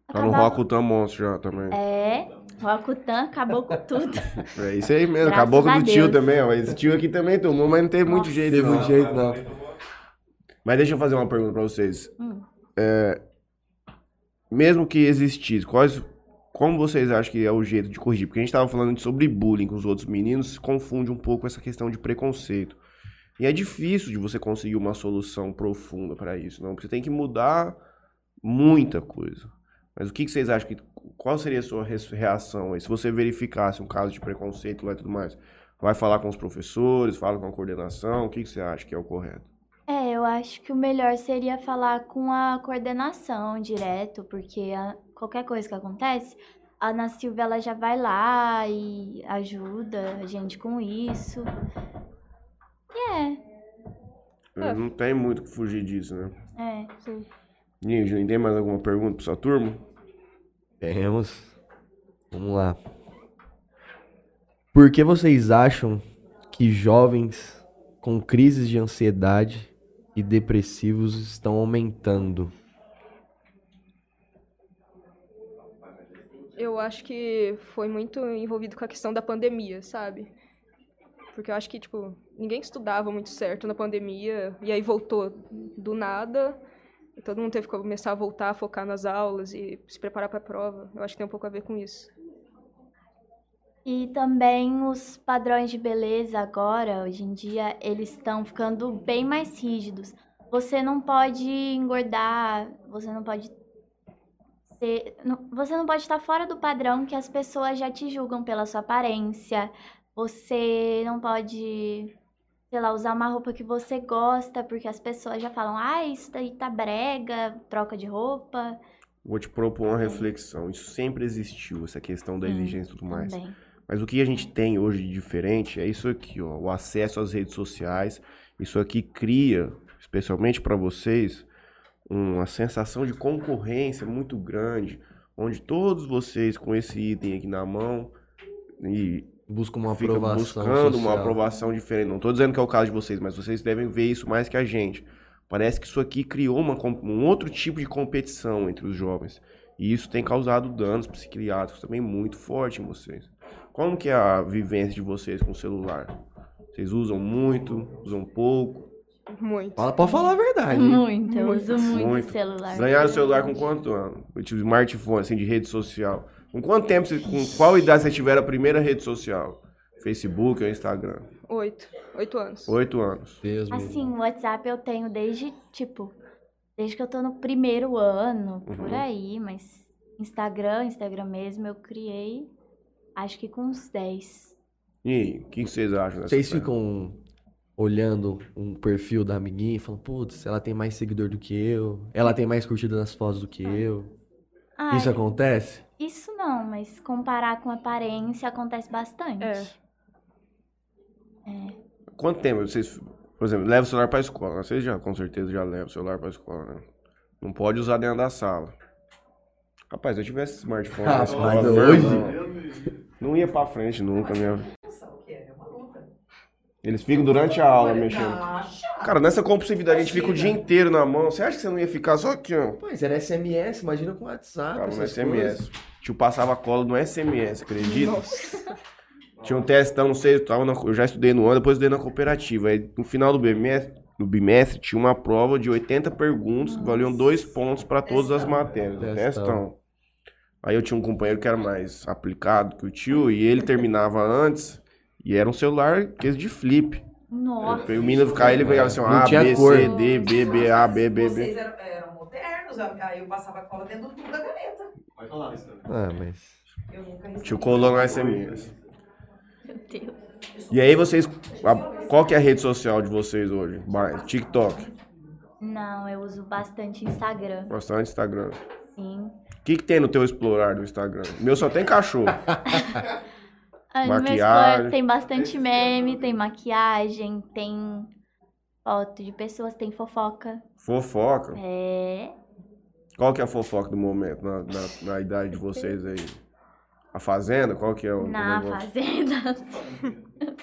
Speaker 1: Tá no
Speaker 7: acabava-
Speaker 1: Rocutan Monstro já também.
Speaker 7: É, Rocutan acabou com tudo.
Speaker 1: É isso aí mesmo,
Speaker 7: Graças
Speaker 1: acabou
Speaker 7: a
Speaker 1: do tio
Speaker 7: Deus.
Speaker 1: também, ó. Esse tio aqui também tomou, mas não teve muito
Speaker 7: Nossa.
Speaker 1: jeito. não.
Speaker 2: muito jeito, não.
Speaker 1: Mas deixa eu fazer uma pergunta pra vocês.
Speaker 7: Hum.
Speaker 1: É, mesmo que existisse, quais, como vocês acham que é o jeito de corrigir? Porque a gente tava falando sobre bullying com os outros meninos, se confunde um pouco essa questão de preconceito. E é difícil de você conseguir uma solução profunda pra isso, não? Porque você tem que mudar muita coisa. Mas o que, que vocês acham que. Qual seria a sua res- reação aí? Se você verificasse um caso de preconceito lá e tudo mais, vai falar com os professores, fala com a coordenação, o que, que você acha que é o correto?
Speaker 7: É, eu acho que o melhor seria falar com a coordenação direto, porque a- qualquer coisa que acontece, a Ana Silvia ela já vai lá e ajuda a gente com isso. E
Speaker 1: É, Não tem muito o que fugir disso, né?
Speaker 7: É, é.
Speaker 4: Sim.
Speaker 1: Ninho, tem mais alguma pergunta pra sua turma?
Speaker 2: Temos. Vamos lá. Por que vocês acham que jovens com crises de ansiedade e depressivos estão aumentando?
Speaker 4: Eu acho que foi muito envolvido com a questão da pandemia, sabe? Porque eu acho que, tipo, ninguém estudava muito certo na pandemia, e aí voltou do nada, e todo mundo teve que começar a voltar a focar nas aulas e se preparar para a prova. Eu acho que tem um pouco a ver com isso.
Speaker 7: E também os padrões de beleza agora, hoje em dia, eles estão ficando bem mais rígidos. Você não pode engordar, você não pode ser, não- você não pode estar fora do padrão que as pessoas já te julgam pela sua aparência. Você não pode, sei lá, usar uma roupa que você gosta, porque as pessoas já falam: "Ah, isso daí tá brega, troca de roupa".
Speaker 1: Vou te propor uma reflexão. Isso sempre existiu, essa questão da
Speaker 7: Hum,
Speaker 1: exigência e tudo mais.
Speaker 7: Também.
Speaker 1: Mas o que a gente tem hoje de diferente é isso aqui, ó, o acesso às redes sociais. Isso aqui cria, especialmente para vocês, uma sensação de concorrência muito grande, onde todos vocês com esse item aqui na mão e
Speaker 2: Busca uma
Speaker 1: fica
Speaker 2: aprovação.
Speaker 1: buscando uma
Speaker 2: social.
Speaker 1: aprovação diferente. Não estou dizendo que é o caso de vocês, mas vocês devem ver isso mais que a gente. Parece que isso aqui criou uma, com- um outro tipo de competição entre os jovens. E isso tem causado danos psiquiátricos também muito forte em vocês. Como que é a vivência de vocês com o celular? Vocês usam muito, usam pouco?
Speaker 4: Muito.
Speaker 2: Fala, pode falar a
Speaker 7: <laughs>
Speaker 2: verdade.
Speaker 7: Muito, eu
Speaker 4: Muito.
Speaker 7: uso muito,
Speaker 1: Muito.
Speaker 7: celular.
Speaker 1: Ganharam o celular com quanto ano? Eu tive smartphone, assim, de rede social. Com quanto tempo, vocês- com qual idade vocês tiveram a primeira rede social? Facebook ou Instagram?
Speaker 4: Oito. Oito anos.
Speaker 1: Oito anos.
Speaker 2: Deus me
Speaker 7: Assim, o WhatsApp eu tenho desde, tipo, desde que eu tô no primeiro ano, por
Speaker 1: Uhum.
Speaker 7: aí, mas Instagram, Instagram mesmo, eu criei, acho que com uns 10.
Speaker 1: E aí, o que que vocês acham dessa
Speaker 2: Vocês
Speaker 1: história?
Speaker 2: ficam olhando um perfil da amiguinha e falam, putz, ela tem mais seguidor do que eu, ela tem mais curtida nas fotos do que eu.
Speaker 7: Ah,
Speaker 2: Isso acontece?
Speaker 7: isso não, mas comparar com aparência acontece bastante. É.
Speaker 4: É.
Speaker 1: Quanto tempo vocês, por exemplo, levam o celular pra escola? né? Vocês já, com certeza, já levam o celular pra escola, né? Não pode usar dentro da sala. Rapaz, se eu tivesse smartphone na
Speaker 2: Rapaz,
Speaker 1: escola,
Speaker 2: hoje?
Speaker 1: meu irmão, Não ia pra frente nunca mesmo.
Speaker 5: Nossa, o que é? É uma luta.
Speaker 1: Eles ficam durante a aula
Speaker 5: Olha,
Speaker 1: mexendo.
Speaker 5: tá chato.
Speaker 1: Cara, nessa compulsividade a gente fica o dia inteiro na mão. Você acha é que você não ia ficar só aqui, ó?
Speaker 2: Pois era SMS, imagina com WhatsApp.
Speaker 1: Cara, no
Speaker 2: essas
Speaker 1: SMS.
Speaker 2: coisas.
Speaker 1: Tio passava a cola no SMS, acredita?
Speaker 4: Nossa.
Speaker 1: Tinha um testão, não sei, eu, tava na- eu já estudei no ano, depois estudei na cooperativa. Aí, no final do bimestre, do bimestre tinha uma prova de 80 perguntas que valiam dois pontos para todas as matérias.
Speaker 2: Testão.
Speaker 1: Testão. Aí eu tinha um companheiro que era mais aplicado que o tio, e ele terminava antes, e era um celular que de flip.
Speaker 7: Nossa.
Speaker 1: O menino ficar, ele pegava assim, ó,
Speaker 2: Não
Speaker 1: A,
Speaker 2: tinha
Speaker 1: B,
Speaker 2: cor.
Speaker 1: C, D, B, B, A, B, B, B.
Speaker 5: Vocês eram, eram modernos, aí eu passava a cola dentro do tubo da caneta.
Speaker 6: Pode falar isso também.
Speaker 2: Ah, mas...
Speaker 5: Eu nunca recebi.
Speaker 1: Tio colou no SMS.
Speaker 7: Meu Deus.
Speaker 1: E aí vocês, a- qual que é a rede social de vocês hoje? Mais, TikTok,
Speaker 7: Não, eu uso bastante Instagram,
Speaker 1: bastante Instagram.
Speaker 7: sim.
Speaker 1: O que, que tem no teu explorar do Instagram? Meu só tem
Speaker 2: <laughs>
Speaker 1: cachorro.
Speaker 7: Ah, no meu
Speaker 1: Maquiagem. é
Speaker 7: Explore tem bastante meme, tem maquiagem, tem foto de pessoas, tem fofoca.
Speaker 1: fofoca.
Speaker 7: É.
Speaker 1: Qual que é a fofoca do momento, na, na, na idade de vocês aí? A Fazenda? Qual que é o, o
Speaker 7: Na
Speaker 1: negócio?
Speaker 7: fazenda.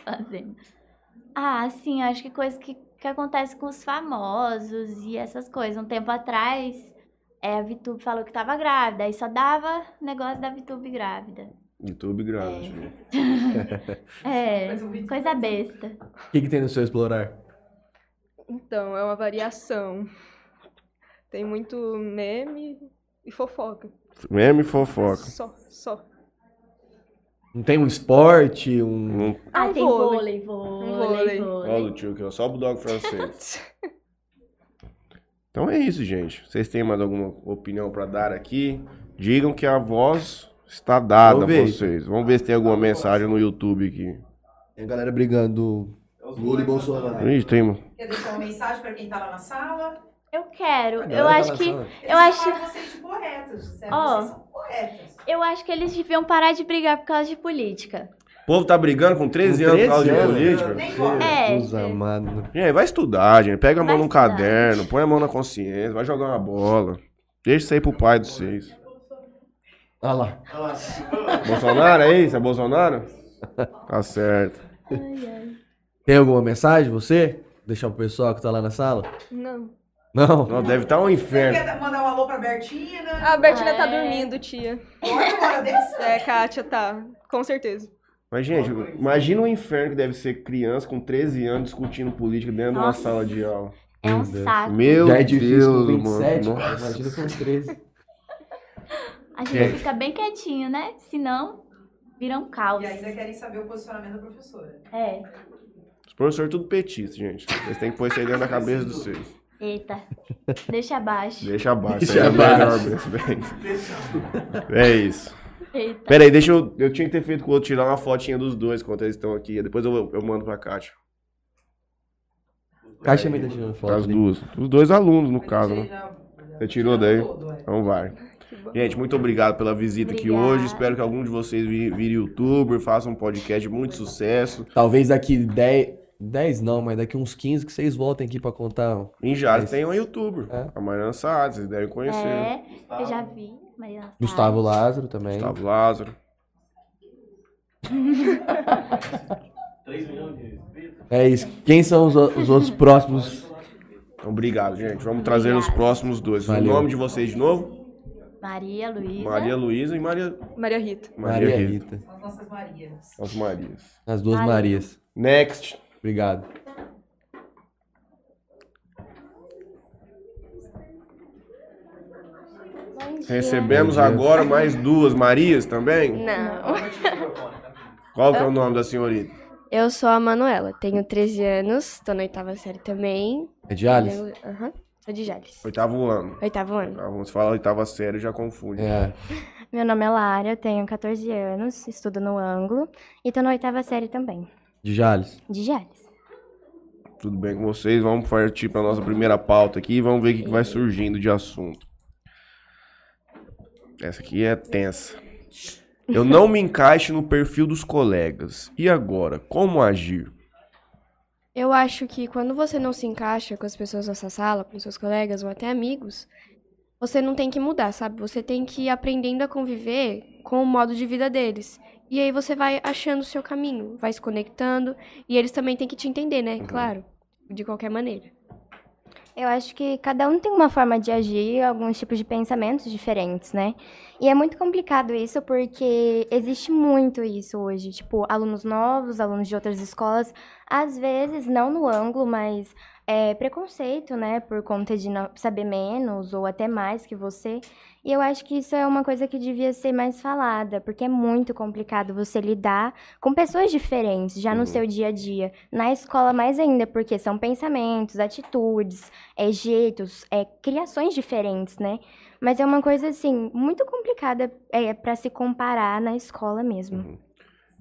Speaker 7: fazenda. <laughs> Ah, sim, acho que coisa que, que acontece com os famosos e essas coisas. Um tempo atrás, é, a VTube falou que tava grávida, aí só dava negócio da VTube grávida.
Speaker 1: YouTube grande.
Speaker 7: É,
Speaker 5: Mas o vídeo-
Speaker 7: coisa besta.
Speaker 2: O <laughs> que, que tem no seu explorar?
Speaker 4: Então, é uma variação. Tem muito meme e fofoca.
Speaker 1: Meme e fofoca.
Speaker 4: Só, só.
Speaker 2: Não tem um esporte, um...
Speaker 1: Não-
Speaker 7: Ah,
Speaker 4: um
Speaker 7: tem vôlei, vôlei,
Speaker 4: Um vôlei.
Speaker 1: Olha
Speaker 7: vôlei.
Speaker 1: o tio aqui, ó, só o dog francês. Então é isso, gente. Vocês têm mais alguma opinião pra dar aqui? Digam que a voz está dada a
Speaker 2: Aproveita.
Speaker 1: vocês. Vamos ver se tem alguma mensagem no YouTube aqui.
Speaker 2: Tem a galera brigando
Speaker 5: É
Speaker 2: do Lula e Bolsonaro.
Speaker 1: Ixi,
Speaker 5: <laughs>
Speaker 1: tem uma-
Speaker 5: Quer deixar uma mensagem pra quem tá lá na sala?
Speaker 7: Eu quero,
Speaker 2: A
Speaker 7: eu
Speaker 2: galera tá
Speaker 7: acho
Speaker 2: na
Speaker 7: que.
Speaker 2: sala.
Speaker 5: Eles
Speaker 7: acho-
Speaker 5: chamaram vocês de poetas, disseram
Speaker 7: Ó.
Speaker 5: vocês são poetas.
Speaker 7: Eu acho que eles deviam parar de brigar por causa de política.
Speaker 1: O povo tá brigando com 13
Speaker 2: Com
Speaker 1: anos por causa
Speaker 2: 13
Speaker 1: de
Speaker 2: anos.
Speaker 1: política.
Speaker 5: Nem gosta.
Speaker 7: É.
Speaker 2: Jesus amado.
Speaker 1: Gente, vai estudar, gente. Pega a mão
Speaker 7: Vai
Speaker 1: num
Speaker 7: estudar.
Speaker 1: caderno, põe a mão na consciência, vai jogar uma bola. Deixa isso aí pro pai de vocês.
Speaker 2: Olha lá.
Speaker 1: Bolsonaro, é isso? É Bolsonaro? Tá certo.
Speaker 2: Tem alguma mensagem, você? Deixar pro pessoal que tá lá na sala?
Speaker 4: Não.
Speaker 2: Não?
Speaker 1: Não, deve estar um
Speaker 5: Você
Speaker 1: inferno.
Speaker 5: quer mandar um alô pra Bertina?
Speaker 4: A Bertina tá
Speaker 8: Ah,
Speaker 7: É.
Speaker 4: dormindo, tia.
Speaker 5: Olha, hora dessa.
Speaker 4: É, Kátia tá. Com certeza.
Speaker 1: Mas, gente, imagina o inferno que deve ser criança com 13 anos discutindo política dentro de uma
Speaker 7: Nossa.
Speaker 1: sala de aula.
Speaker 7: É um
Speaker 2: Meu Deus.
Speaker 7: saco.
Speaker 1: Meu
Speaker 2: Já é difícil
Speaker 1: Deus,
Speaker 2: com 27,
Speaker 1: mano.
Speaker 2: cara,
Speaker 1: Nossa.
Speaker 2: imagina com 13.
Speaker 7: A gente
Speaker 1: Gente.
Speaker 7: fica bem quietinho, né? Senão, vira um caos.
Speaker 5: E ainda querem saber o posicionamento da professora.
Speaker 7: É.
Speaker 1: Os professores é tudo petista, gente. Vocês têm que pôr isso aí dentro da cabeça dos seus.
Speaker 7: Eita. Deixa abaixo.
Speaker 1: Deixa abaixo.
Speaker 2: Deixa
Speaker 1: é
Speaker 2: abaixo.
Speaker 1: melhor, bem. É isso.
Speaker 7: Eita.
Speaker 1: Pera aí, deixa eu. Eu tinha que ter feito com o outro tirar uma fotinha dos dois enquanto eles estão aqui. Depois eu, eu mando pra Kátia.
Speaker 2: Caixa também tá tirando foto.
Speaker 1: As
Speaker 2: né?
Speaker 1: duas. Os dois alunos, no caso,
Speaker 5: Mas
Speaker 1: né?
Speaker 5: já- já-
Speaker 1: Você tirou
Speaker 5: já
Speaker 1: daí?
Speaker 5: todo, é.
Speaker 1: Então vai.
Speaker 4: bom.
Speaker 1: Gente, muito obrigado pela visita aqui
Speaker 7: Obrigada.
Speaker 1: hoje. Espero que algum de vocês vi- vire youtuber, faça um podcast de muito sucesso.
Speaker 2: Talvez daqui 10. 10 não, mas daqui uns 15 que vocês voltem aqui pra contar.
Speaker 1: Em Jazz
Speaker 2: Mas-
Speaker 1: tem um uma youtuber,
Speaker 2: É.
Speaker 1: a Mariana Saad, vocês devem conhecer.
Speaker 7: É, eu já vi. Mariana
Speaker 2: Gustavo
Speaker 7: Salles.
Speaker 2: Lázaro também.
Speaker 1: Gustavo Lázaro.
Speaker 2: É isso. Quem são os, o- os outros próximos?
Speaker 1: Então, obrigado, gente. Vamos trazer os
Speaker 7: Obrigada.
Speaker 1: próximos dois.
Speaker 2: Valeu.
Speaker 1: O nome de vocês de novo?
Speaker 7: Maria Luísa.
Speaker 1: Maria Luísa e Maria...
Speaker 4: Maria Rita.
Speaker 2: Maria,
Speaker 1: Maria Rita.
Speaker 2: Rita.
Speaker 5: As nossas Marias.
Speaker 1: As Marias.
Speaker 2: As duas
Speaker 7: Maria.
Speaker 2: Marias.
Speaker 1: Next.
Speaker 2: Obrigado.
Speaker 1: Recebemos
Speaker 2: Bom dia.
Speaker 1: agora mais duas Marias também.
Speaker 6: Não.
Speaker 1: Qual que é o nome da senhorita?
Speaker 6: <laughs> Eu sou a Manuela, tenho 13 anos, tô na oitava série também.
Speaker 2: É de Alice?
Speaker 6: Eu- Aham, sou de Jales.
Speaker 1: Oitavo ano.
Speaker 6: Oitavo ano.
Speaker 1: Ah, Vamos falar oitava série, já confunde.
Speaker 2: É.
Speaker 9: Meu nome é Lara, eu tenho 14 anos, estudo no ângulo e tô na oitava série também,
Speaker 2: De Jales.
Speaker 9: de Jales.
Speaker 1: Tudo bem com vocês? Vamos partir para nossa primeira pauta aqui e vamos ver o que que vai surgindo de assunto. Essa aqui é tensa. Eu não me encaixo no perfil dos colegas. E agora, como agir?
Speaker 6: Eu acho que quando você não se encaixa com as pessoas da sua sala, com seus colegas ou até amigos, você não tem que mudar, sabe? Você tem que ir aprendendo a conviver com o modo de vida deles. E aí você vai achando o seu caminho, vai se conectando. E eles também têm que te entender, né?
Speaker 2: Uhum.
Speaker 6: Claro. De qualquer maneira.
Speaker 9: Eu acho que cada um tem uma forma de agir, alguns tipos de pensamentos diferentes, né? E é muito complicado isso porque existe muito isso hoje, tipo, alunos novos, alunos de outras escolas, às vezes não no ângulo, mas é preconceito, né, por conta de não saber menos ou até mais que você. E eu acho que isso é uma coisa que devia ser mais falada, porque é muito complicado você lidar com pessoas diferentes já
Speaker 1: Uhum.
Speaker 9: no seu dia a dia. Na escola, mais ainda, porque são pensamentos, atitudes, é, jeitos, é, criações diferentes, né? Mas é uma coisa, assim, muito complicada é, para se comparar na escola mesmo.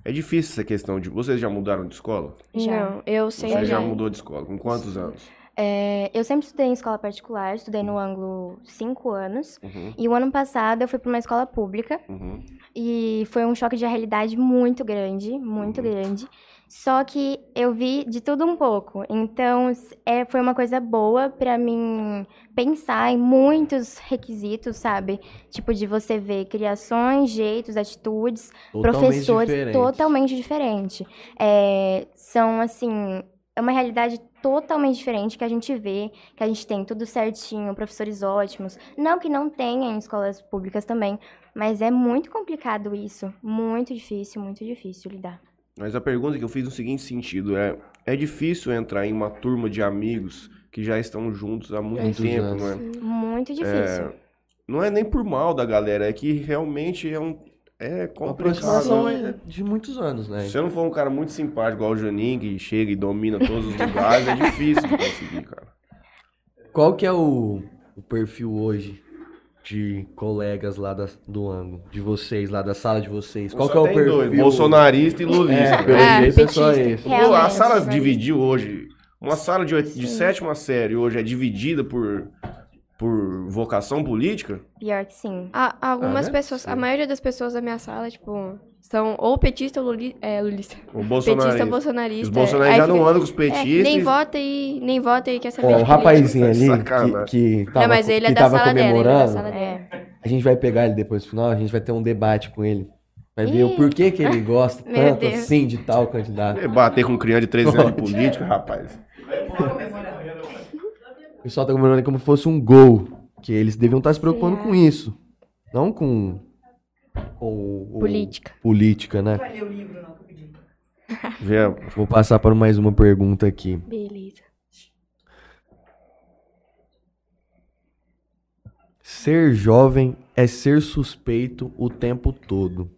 Speaker 1: É difícil essa questão de. Vocês já mudaram de escola?
Speaker 9: Já.
Speaker 6: Não, eu sempre.
Speaker 1: Você já mudou de escola. Com quantos anos?
Speaker 9: É, eu sempre estudei em escola particular, estudei no ângulo cinco anos.
Speaker 1: Uhum,
Speaker 9: E o ano passado eu fui para uma escola pública
Speaker 1: uhum.
Speaker 9: e foi um choque de realidade muito grande, muito
Speaker 1: Uhum.
Speaker 9: grande. Só que eu vi de tudo um pouco, então s- é, foi uma coisa boa pra mim pensar em muitos requisitos, sabe? Tipo de você ver criações, jeitos, atitudes, professores totalmente diferente. É, são assim, é uma realidade totalmente diferente que a gente vê, que a gente tem tudo certinho, professores ótimos. Não que não tenha em escolas públicas também, mas é muito complicado isso, muito difícil, muito difícil lidar.
Speaker 1: Mas a pergunta que eu fiz no seguinte sentido é: é difícil entrar em uma turma de amigos que já estão juntos há muito
Speaker 2: Muitos
Speaker 1: tempo,
Speaker 2: anos.
Speaker 1: não é?
Speaker 9: Muito difícil.
Speaker 1: Não é nem por mal da galera, é que realmente é um. É
Speaker 2: Uma
Speaker 1: complicado.
Speaker 2: aproximação é de muitos anos, né?
Speaker 1: Se eu não for um cara muito simpático, igual o Juninho, que chega e domina todos os lugares, é difícil de conseguir, cara.
Speaker 2: Qual que é o, o perfil hoje de colegas lá da- do ângulo? De vocês, lá da sala de vocês? Qual
Speaker 1: Só
Speaker 2: que é o
Speaker 1: tem
Speaker 2: perfil?
Speaker 1: dois, bolsonarista e lulista.
Speaker 2: É, pelo
Speaker 1: né?
Speaker 6: É,
Speaker 2: jeito é só
Speaker 6: petista.
Speaker 2: esse.
Speaker 1: Pô, a
Speaker 9: Realmente,
Speaker 1: sala
Speaker 6: mas-
Speaker 1: dividiu hoje. Uma sala de, oit- de sétima série hoje é dividida por, por vocação política?
Speaker 9: Pior que sim.
Speaker 6: A- algumas
Speaker 2: Ah, né?
Speaker 6: pessoas, a
Speaker 2: Sim.
Speaker 6: maioria das pessoas da minha sala, tipo, são ou petista ou luli, é, lulista.
Speaker 1: O
Speaker 6: Petista,
Speaker 1: bolsonarista.
Speaker 6: bolsonarista.
Speaker 1: Os
Speaker 6: Aí
Speaker 1: bolsonaristas já não
Speaker 6: fica-
Speaker 1: andam com os
Speaker 6: é,
Speaker 1: petistas.
Speaker 6: nem vota e nem vota e quer saber.
Speaker 2: Ó,
Speaker 6: de
Speaker 2: o
Speaker 6: política.
Speaker 2: rapazinho ali
Speaker 1: Sacanagem.
Speaker 2: que, que tava,
Speaker 6: Não, mas ele
Speaker 2: que
Speaker 6: é da
Speaker 2: tava
Speaker 6: sala dela, ele é da
Speaker 2: comemorando,
Speaker 6: sala dela.
Speaker 2: a gente vai pegar ele depois do final, a gente vai ter um debate com ele. Vai ver o porquê que ele gosta
Speaker 6: <laughs> Meu
Speaker 2: tanto
Speaker 6: Deus.
Speaker 2: assim de tal candidato.
Speaker 1: É, Bater com criança de 13 anos de política, rapaz.
Speaker 2: O pessoal tá comemorando como se fosse um gol. Que eles deviam estar se preocupando
Speaker 6: é.
Speaker 2: com isso. Não com. Com o-
Speaker 6: Política.
Speaker 2: política, né?
Speaker 5: Não vai ler o livro, não, que eu pedi.
Speaker 1: Vê,
Speaker 2: Vou passar para mais uma pergunta aqui.
Speaker 6: Beleza.
Speaker 2: Ser jovem é ser suspeito o tempo todo.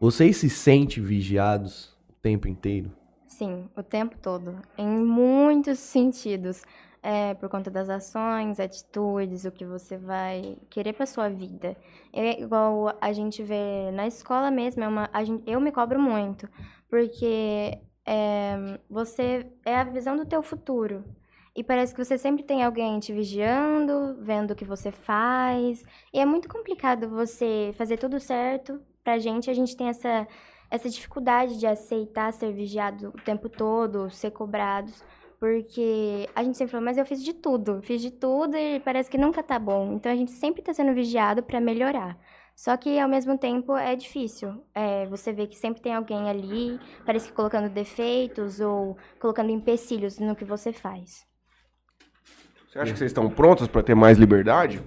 Speaker 2: Vocês se sentem vigiados o tempo inteiro?
Speaker 9: Sim, o tempo todo. Em muitos sentidos. É, por conta das ações, atitudes, o que você vai querer pra sua vida. É igual a gente vê na escola mesmo, é uma, a gente, eu me cobro eh, muito. Porque é, você é a visão do teu futuro. E parece que você sempre tem alguém te vigiando, vendo o que você faz. E é muito complicado você fazer tudo certo. Pra gente, a gente tem essa, essa dificuldade de aceitar ser vigiado o tempo todo, ser cobrados. Porque a gente sempre fala, mas eu fiz de tudo, fiz de tudo e parece que nunca tá bom. Então a gente sempre tá sendo vigiado pra melhorar. Só que ao mesmo tempo é difícil. É, você vê que sempre tem alguém ali, parece que colocando defeitos ou colocando empecilhos no que você faz.
Speaker 1: Você acha que
Speaker 2: É.
Speaker 1: vocês estão prontos para ter mais liberdade?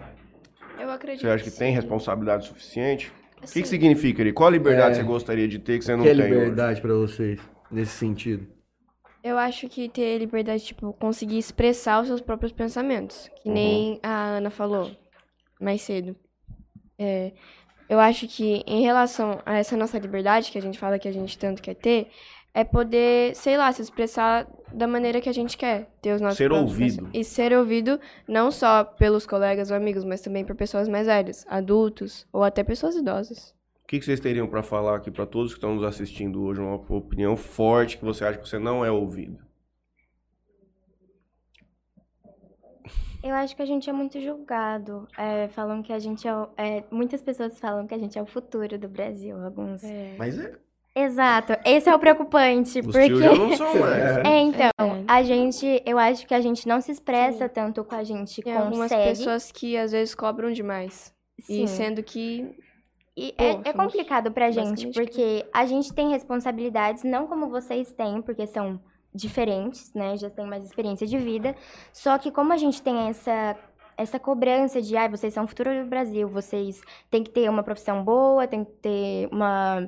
Speaker 4: Eu acredito.
Speaker 1: Você acha que tem responsabilidade suficiente? O que,
Speaker 4: Assim,
Speaker 1: que significa, Eri? Qual a liberdade
Speaker 2: É.
Speaker 1: você gostaria de ter que você não
Speaker 2: Que é
Speaker 1: tem
Speaker 2: liberdade pra vocês nesse sentido?
Speaker 10: Eu acho que ter liberdade, tipo, conseguir expressar os seus próprios pensamentos. Que
Speaker 1: Uhum.
Speaker 10: nem a Ana falou mais cedo. É, eu acho que em relação a essa nossa liberdade, que a gente fala que a gente tanto quer ter, é poder, sei lá, se expressar da maneira que a gente quer. Ter os nossos
Speaker 1: Ser
Speaker 10: próprios
Speaker 1: ouvido.
Speaker 10: pensa- E ser ouvido não só pelos colegas ou amigos, mas também por pessoas mais velhas, adultos ou até pessoas idosas.
Speaker 1: O que, que vocês teriam para falar aqui para todos que estão nos assistindo hoje? Uma opinião forte que você acha que você não é ouvido?
Speaker 9: Eu acho que a gente é muito julgado. É, falam que a gente é, o- é, Muitas pessoas falam que a gente é o futuro do Brasil, alguns.
Speaker 2: Mas é.
Speaker 9: Exato, esse é o preocupante,
Speaker 1: Os tios já
Speaker 9: porque. <laughs>
Speaker 1: não são mais.
Speaker 9: É, então,
Speaker 10: É.
Speaker 9: a gente, eu acho que a gente não se expressa tanto com a gente
Speaker 10: Tem
Speaker 9: consegue.
Speaker 10: algumas pessoas que às vezes cobram demais.
Speaker 9: Sim.
Speaker 10: E sendo que
Speaker 9: E é,
Speaker 10: Pô,
Speaker 9: é
Speaker 10: somos
Speaker 9: complicado pra gente,
Speaker 10: basicamente
Speaker 9: porque a gente tem responsabilidades, não como vocês têm, porque são diferentes, né? Já tem mais experiência de vida. Só que como a gente tem essa essa cobrança de, ai, vocês são o futuro do Brasil, vocês têm que ter uma profissão boa, tem que ter uma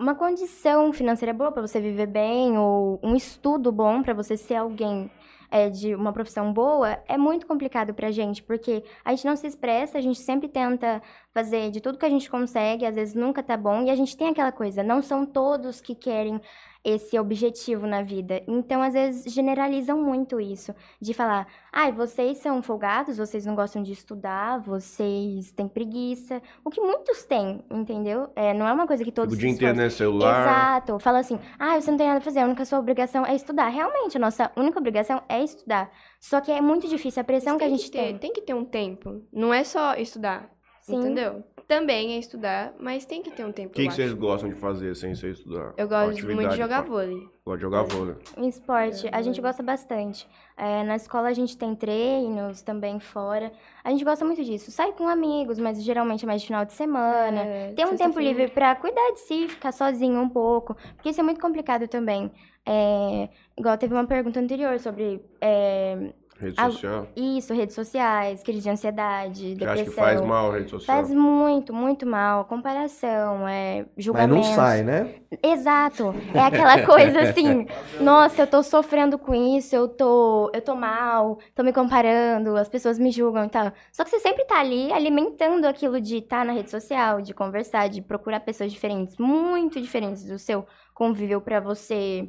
Speaker 9: uma condição financeira boa pra você viver bem ou um estudo bom pra você ser alguém é, de uma profissão boa, é muito complicado pra gente, porque a gente não se expressa, a gente sempre tenta fazer de tudo que a gente consegue, às vezes nunca tá bom, e a gente tem aquela coisa, não são todos que querem esse objetivo na vida. Então, às vezes, generalizam muito isso, de falar, ai, vocês são folgados, vocês não gostam de estudar, vocês têm preguiça, o que muitos têm, entendeu? É, não é uma coisa que todos
Speaker 1: O dia
Speaker 9: se
Speaker 1: inteiro
Speaker 9: esforçam.
Speaker 1: né? celular.
Speaker 9: Exato. Fala assim, ah, você não tem nada a fazer, a única sua obrigação é estudar. Realmente, a nossa única obrigação é estudar. Só que é muito difícil a pressão
Speaker 10: Mas
Speaker 9: que a
Speaker 10: tem
Speaker 9: gente
Speaker 10: ter-
Speaker 9: tem.
Speaker 10: Tem que ter um tempo. Não é só estudar,
Speaker 9: Sim.
Speaker 10: entendeu? Também é estudar, mas tem que ter um tempo.
Speaker 1: O que,
Speaker 10: eu
Speaker 1: que vocês
Speaker 10: acho.
Speaker 1: gostam de fazer sem ser estudar?
Speaker 10: Eu
Speaker 1: Uma
Speaker 10: gosto muito
Speaker 1: atividade,
Speaker 10: de jogar
Speaker 1: pá.
Speaker 10: vôlei.
Speaker 1: Gosto de jogar vôlei.
Speaker 9: Em esporte, a gente gosta bastante. É, na escola a gente tem treinos também fora. A gente gosta muito disso. Sai com amigos, mas geralmente é mais de final de semana.
Speaker 10: É,
Speaker 9: Ter um tempo
Speaker 10: sexta-feira.
Speaker 9: livre pra cuidar de si, ficar sozinho um pouco. Porque isso é muito complicado também. É, igual teve uma pergunta anterior sobre é,
Speaker 1: Rede
Speaker 9: Ah,
Speaker 1: social.
Speaker 9: isso, redes sociais, crise de ansiedade,
Speaker 1: Você acha
Speaker 9: depressão.
Speaker 1: que faz mal a rede social?
Speaker 9: Faz muito, muito mal. Comparação, é,
Speaker 2: Mas não
Speaker 9: julgamento.
Speaker 2: sai, né?
Speaker 9: Exato. É aquela coisa assim, nossa, eu tô sofrendo com isso, eu tô, eu tô mal, tô me comparando, as pessoas me julgam e tal. Só que você sempre tá ali alimentando aquilo de estar na rede social, de conversar, de procurar pessoas diferentes, muito diferentes do seu convívio pra você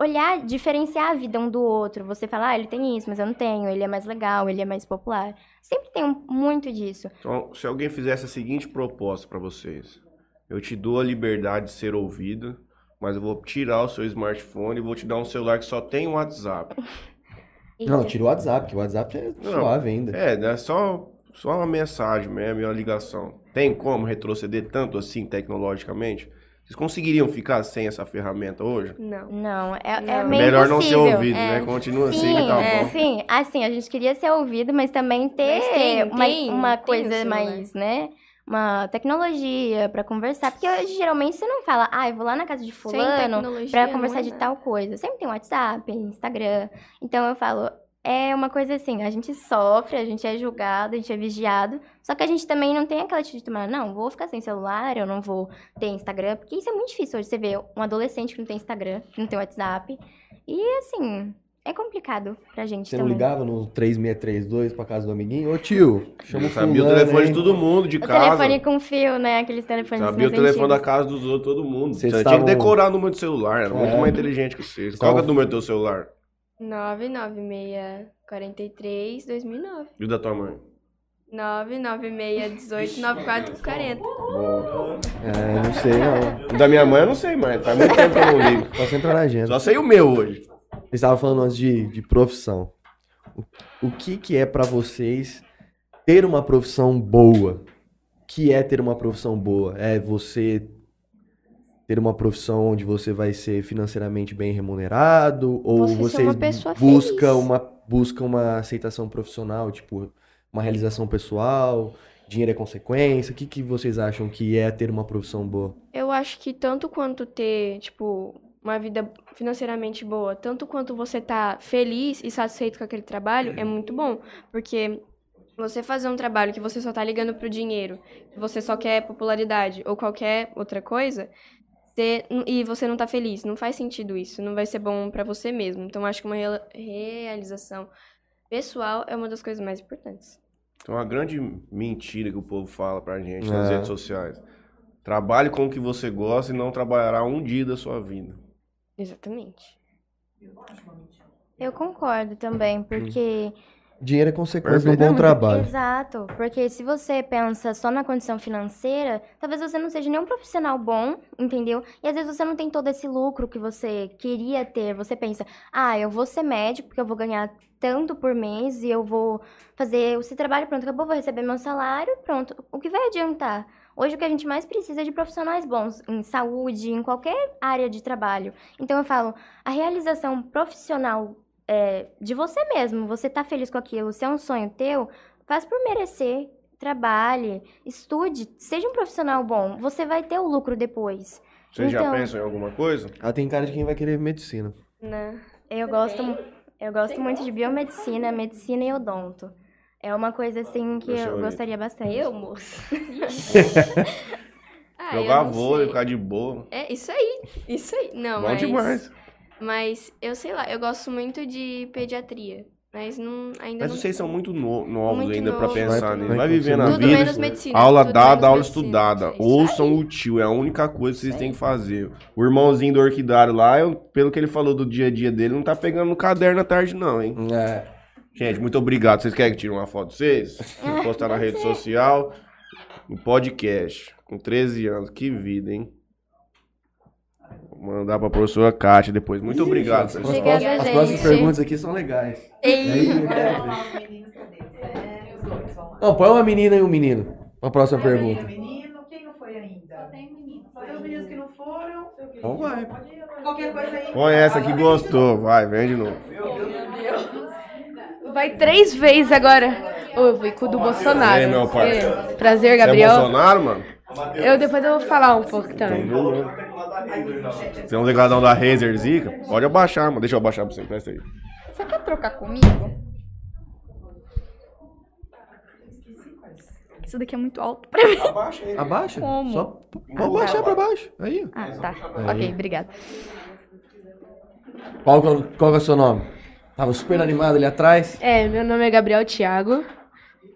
Speaker 9: olhar, diferenciar a vida um do outro. Você falar, ah, ele tem isso, mas eu não tenho, ele é mais legal, ele é mais popular. Sempre tem um- muito disso.
Speaker 1: Então, se alguém fizesse a seguinte proposta pra vocês: eu te dou a liberdade de ser ouvido, mas eu vou tirar o seu smartphone e vou te dar um celular que só tem o
Speaker 10: <laughs>
Speaker 1: WhatsApp.
Speaker 2: Não, tira o WhatsApp, que o WhatsApp é suave ainda.
Speaker 1: É, né? Só, só uma mensagem mesmo e uma ligação. Tem como retroceder tanto assim tecnologicamente? Vocês conseguiriam ficar sem essa ferramenta hoje?
Speaker 10: Não.
Speaker 9: Não, é, é
Speaker 10: Não.
Speaker 1: É
Speaker 9: meio
Speaker 1: melhor não ser
Speaker 9: impossível.
Speaker 1: ouvido,
Speaker 9: é.
Speaker 1: né? Continua
Speaker 9: Sim,
Speaker 1: assim, tá
Speaker 9: é,
Speaker 1: bom.
Speaker 9: sim. Assim, a gente queria ser ouvido, mas também ter
Speaker 10: Mas tem,
Speaker 9: uma,
Speaker 10: tem,
Speaker 9: uma
Speaker 10: tem o
Speaker 9: coisa
Speaker 10: celular.
Speaker 9: mais, né? Uma tecnologia pra conversar. Porque hoje, geralmente você não fala, ah, eu vou lá na casa de fulano
Speaker 10: tecnologia,
Speaker 9: pra
Speaker 10: não
Speaker 9: conversar
Speaker 10: é
Speaker 9: de
Speaker 10: nada.
Speaker 9: tal coisa. Sempre tem WhatsApp, Instagram. Então eu falo, é uma coisa assim, a gente sofre, a gente é julgado, a gente é vigiado. Só que a gente também não tem aquela atitude de tomar, não, vou ficar sem celular, eu não vou ter Instagram. Porque isso é muito difícil hoje. Você vê um adolescente que não tem Instagram, que não tem WhatsApp. E assim, é complicado pra gente
Speaker 2: Você não
Speaker 9: também.
Speaker 2: ligava no 3632 pra casa do amiguinho? Ô tio, chama o
Speaker 1: Eu sabia o
Speaker 2: fulano,
Speaker 1: telefone
Speaker 2: hein?
Speaker 1: de todo mundo, de
Speaker 9: O
Speaker 1: casa.
Speaker 9: telefone com fio, né? Aqueles telefones
Speaker 1: Sabia o
Speaker 9: mais
Speaker 1: telefone da
Speaker 9: antigos.
Speaker 1: casa dos outros, todo mundo.
Speaker 2: Vocês
Speaker 1: você tinha
Speaker 2: estavam-
Speaker 1: que decorar o número do celular, era muito
Speaker 2: É.
Speaker 1: mais inteligente que vocês. Qual que é o
Speaker 2: Estavam-
Speaker 1: número do teu celular?
Speaker 10: 996 43 2009.
Speaker 1: E o da tua mãe?
Speaker 10: 996 18 94 40.
Speaker 2: É, não sei não.
Speaker 1: O da minha mãe eu não sei mais, faz muito Tá tempo que eu não ligo.
Speaker 2: Tá sempre na agenda.
Speaker 1: Só sei o meu hoje.
Speaker 2: Vocês estavam falando antes de, de profissão. O, o que, que é pra vocês ter uma profissão boa? O que é ter uma profissão boa? É você ter uma profissão onde você vai ser financeiramente bem remunerado? Ou
Speaker 6: Você ser
Speaker 2: vocês
Speaker 6: uma pessoa
Speaker 2: busca
Speaker 6: feliz.
Speaker 2: uma busca uma aceitação profissional, tipo, uma realização pessoal? Dinheiro é consequência? O que, que vocês acham que é ter uma profissão boa?
Speaker 10: Eu acho que tanto quanto ter, tipo, uma vida financeiramente boa, tanto quanto você tá feliz e satisfeito com aquele trabalho, é muito bom. Porque você fazer um trabalho que você só tá ligando pro dinheiro, que você só quer popularidade ou qualquer outra coisa, você- e você não tá feliz, não faz sentido isso, não vai ser bom pra você mesmo. Então, acho que uma rela- realização pessoal é uma das coisas mais importantes.
Speaker 1: Então, uma grande mentira que o povo fala pra gente
Speaker 2: É.
Speaker 1: nas redes sociais. Trabalhe com o que você gosta e não trabalhará um dia da sua vida.
Speaker 10: Exatamente.
Speaker 9: Eu concordo também, porque.
Speaker 2: Dinheiro é consequência de Hum. um
Speaker 1: Perfeito.
Speaker 2: bom trabalho.
Speaker 9: Exato. Porque se você pensa só na condição financeira, talvez você não seja nenhum profissional bom, entendeu? E às vezes você não tem todo esse lucro que você queria ter. Você pensa, ah, eu vou ser médico, porque eu vou ganhar tanto por mês e eu vou fazer esse trabalho, pronto, acabou, vou receber meu salário, pronto. O que vai adiantar? Hoje o que a gente mais precisa é de profissionais bons em saúde, em qualquer área de trabalho. Então eu falo, a realização profissional é, de você mesmo, você tá feliz com aquilo, se é um sonho teu, faz por merecer, trabalhe, estude, seja um profissional bom, você vai ter o lucro depois.
Speaker 1: Vocês já
Speaker 9: Então-
Speaker 1: pensam em alguma coisa?
Speaker 2: Ela Ah, tem cara de quem vai
Speaker 10: <laughs>
Speaker 2: querer medicina.
Speaker 10: Né?
Speaker 9: Eu gosto, mu- eu gosto muito de biomedicina, medicina e odonto. É uma coisa assim que
Speaker 1: Deixa eu
Speaker 9: eu
Speaker 1: ir.
Speaker 9: gostaria bastante.
Speaker 7: Eu,
Speaker 9: <laughs>
Speaker 7: moço.
Speaker 10: Ah, eu
Speaker 1: Jogar
Speaker 10: não
Speaker 1: vôlei,
Speaker 10: sei.
Speaker 1: ficar de boa.
Speaker 10: É, isso aí. Isso aí. Não,
Speaker 1: Bom
Speaker 10: mas...
Speaker 1: demais.
Speaker 10: Mas eu sei lá, eu gosto muito de pediatria. Mas não, ainda
Speaker 1: Mas
Speaker 10: não.
Speaker 1: vocês são muito no- novos
Speaker 10: Muito
Speaker 1: ainda pra
Speaker 10: novo.
Speaker 1: pensar
Speaker 2: Vai-
Speaker 1: nisso.
Speaker 2: vai
Speaker 1: Vai vivendo a
Speaker 10: Tudo
Speaker 1: vida.
Speaker 10: menos medicina.
Speaker 1: Aula
Speaker 10: tudo menos
Speaker 1: dada, aula
Speaker 10: medicina.
Speaker 1: estudada.
Speaker 10: Isso aí.
Speaker 1: Ouçam o tio, é a única coisa que vocês têm que fazer. O irmãozinho do orquidário lá, eu- pelo que ele falou do dia a dia dele, não tá pegando no caderno à tarde, não, hein?
Speaker 2: É.
Speaker 1: Gente, muito obrigado. Vocês querem que tire uma foto de
Speaker 10: <laughs>
Speaker 1: vocês?
Speaker 10: Ah,
Speaker 1: Vou postar na rede social, no podcast. Com 13 anos. Que vida, hein? Vou mandar pra professora Kátia depois. Muito obrigado,
Speaker 2: As,
Speaker 1: pessoal.
Speaker 2: próximas-
Speaker 10: né,
Speaker 6: Obrigada,
Speaker 2: as próximas
Speaker 6: gente.
Speaker 2: perguntas aqui são legais.
Speaker 1: É
Speaker 2: É
Speaker 1: né?
Speaker 5: Vamos lá, os meninos, cadê? É, os dois, vamos lá.
Speaker 2: Não, põe uma menina e um menino. Uma próxima
Speaker 5: Menino,
Speaker 2: pergunta.
Speaker 5: menino, quem não foi ainda? Só tem menino. Só tem os meninos que não foram.
Speaker 2: Então vai.
Speaker 5: Qualquer coisa aí. Ah,
Speaker 1: Põe essa que gostou. Vai, vem de novo.
Speaker 11: Vai três vezes agora. Ô, eu vou com o do Bolsonaro.
Speaker 1: E aí, meu pai?
Speaker 11: É. Prazer,
Speaker 1: Você é
Speaker 11: Gabriel.
Speaker 1: Bolsonaro, mano? Então,
Speaker 11: Eu depois eu vou falar um pouco também.
Speaker 1: Você é um degradão da Razer Zica? Pode abaixar, mano. Deixa eu abaixar pra você. Presta aí.
Speaker 11: Você quer trocar comigo?
Speaker 3: Isso daqui é muito alto.
Speaker 1: Abaixa aí.
Speaker 2: Abaixa.
Speaker 11: Como?
Speaker 2: Só
Speaker 3: Ah,
Speaker 2: pode
Speaker 3: tá.
Speaker 2: baixar pra baixo. Aí. ó.
Speaker 11: Ah, tá. Ok, obrigada.
Speaker 2: Qual, que é o- qual que é o seu nome? Tava super animado ali atrás.
Speaker 11: É, meu nome é Gabriel Thiago.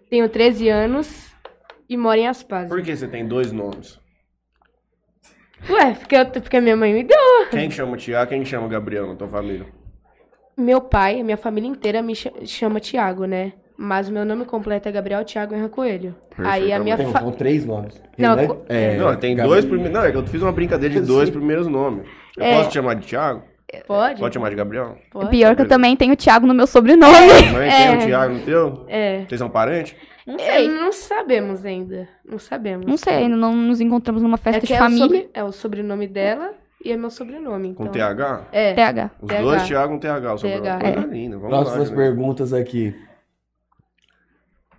Speaker 11: Tenho 13 anos e moro em Aspas.
Speaker 1: Por que você tem dois nomes?
Speaker 11: Ué, porque, eu- porque minha mãe me deu.
Speaker 1: Quem que chama Tiago? Quem que chama Gabriel na tua família?
Speaker 11: Meu pai, minha família inteira me cha- chama Thiago, né? Mas o meu nome completo é Gabriel Thiago Henra Coelho. Aí
Speaker 1: tá
Speaker 11: a minha
Speaker 2: Tem,
Speaker 11: fa...
Speaker 2: são três nomes.
Speaker 11: Não,
Speaker 2: Né?
Speaker 11: co-
Speaker 2: é,
Speaker 1: não, tem
Speaker 2: Gabriel.
Speaker 1: dois primeiros. Não, é que eu fiz uma brincadeira de dois primeiros nomes. Eu
Speaker 11: É.
Speaker 1: posso te chamar de Tiago?
Speaker 11: Pode?
Speaker 1: Pode chamar de
Speaker 11: <laughs>
Speaker 1: Gabriel?
Speaker 11: Pode.
Speaker 3: Pior que eu também tenho Thiago no meu sobrenome. <laughs>
Speaker 1: Mãe,
Speaker 11: É.
Speaker 1: tem o Tiago no teu?
Speaker 11: É.
Speaker 1: Vocês são parentes?
Speaker 3: Não
Speaker 11: é.
Speaker 3: sei.
Speaker 11: Não sabemos ainda. Não sabemos.
Speaker 3: Não sei, ainda não nos encontramos numa
Speaker 11: É
Speaker 3: festa
Speaker 11: que
Speaker 3: de
Speaker 11: é o,
Speaker 3: família.
Speaker 11: sobre- é o sobrenome dela e é meu sobrenome.
Speaker 1: Com
Speaker 11: então.
Speaker 1: TH?
Speaker 11: É.
Speaker 3: TH.
Speaker 1: Os
Speaker 11: TH.
Speaker 1: dois Tiago com TH. O sobrenome.
Speaker 11: TH.
Speaker 1: Coisa linda. Tá Vamos
Speaker 2: Próximas
Speaker 1: lá. né? Juliana.
Speaker 2: perguntas aqui.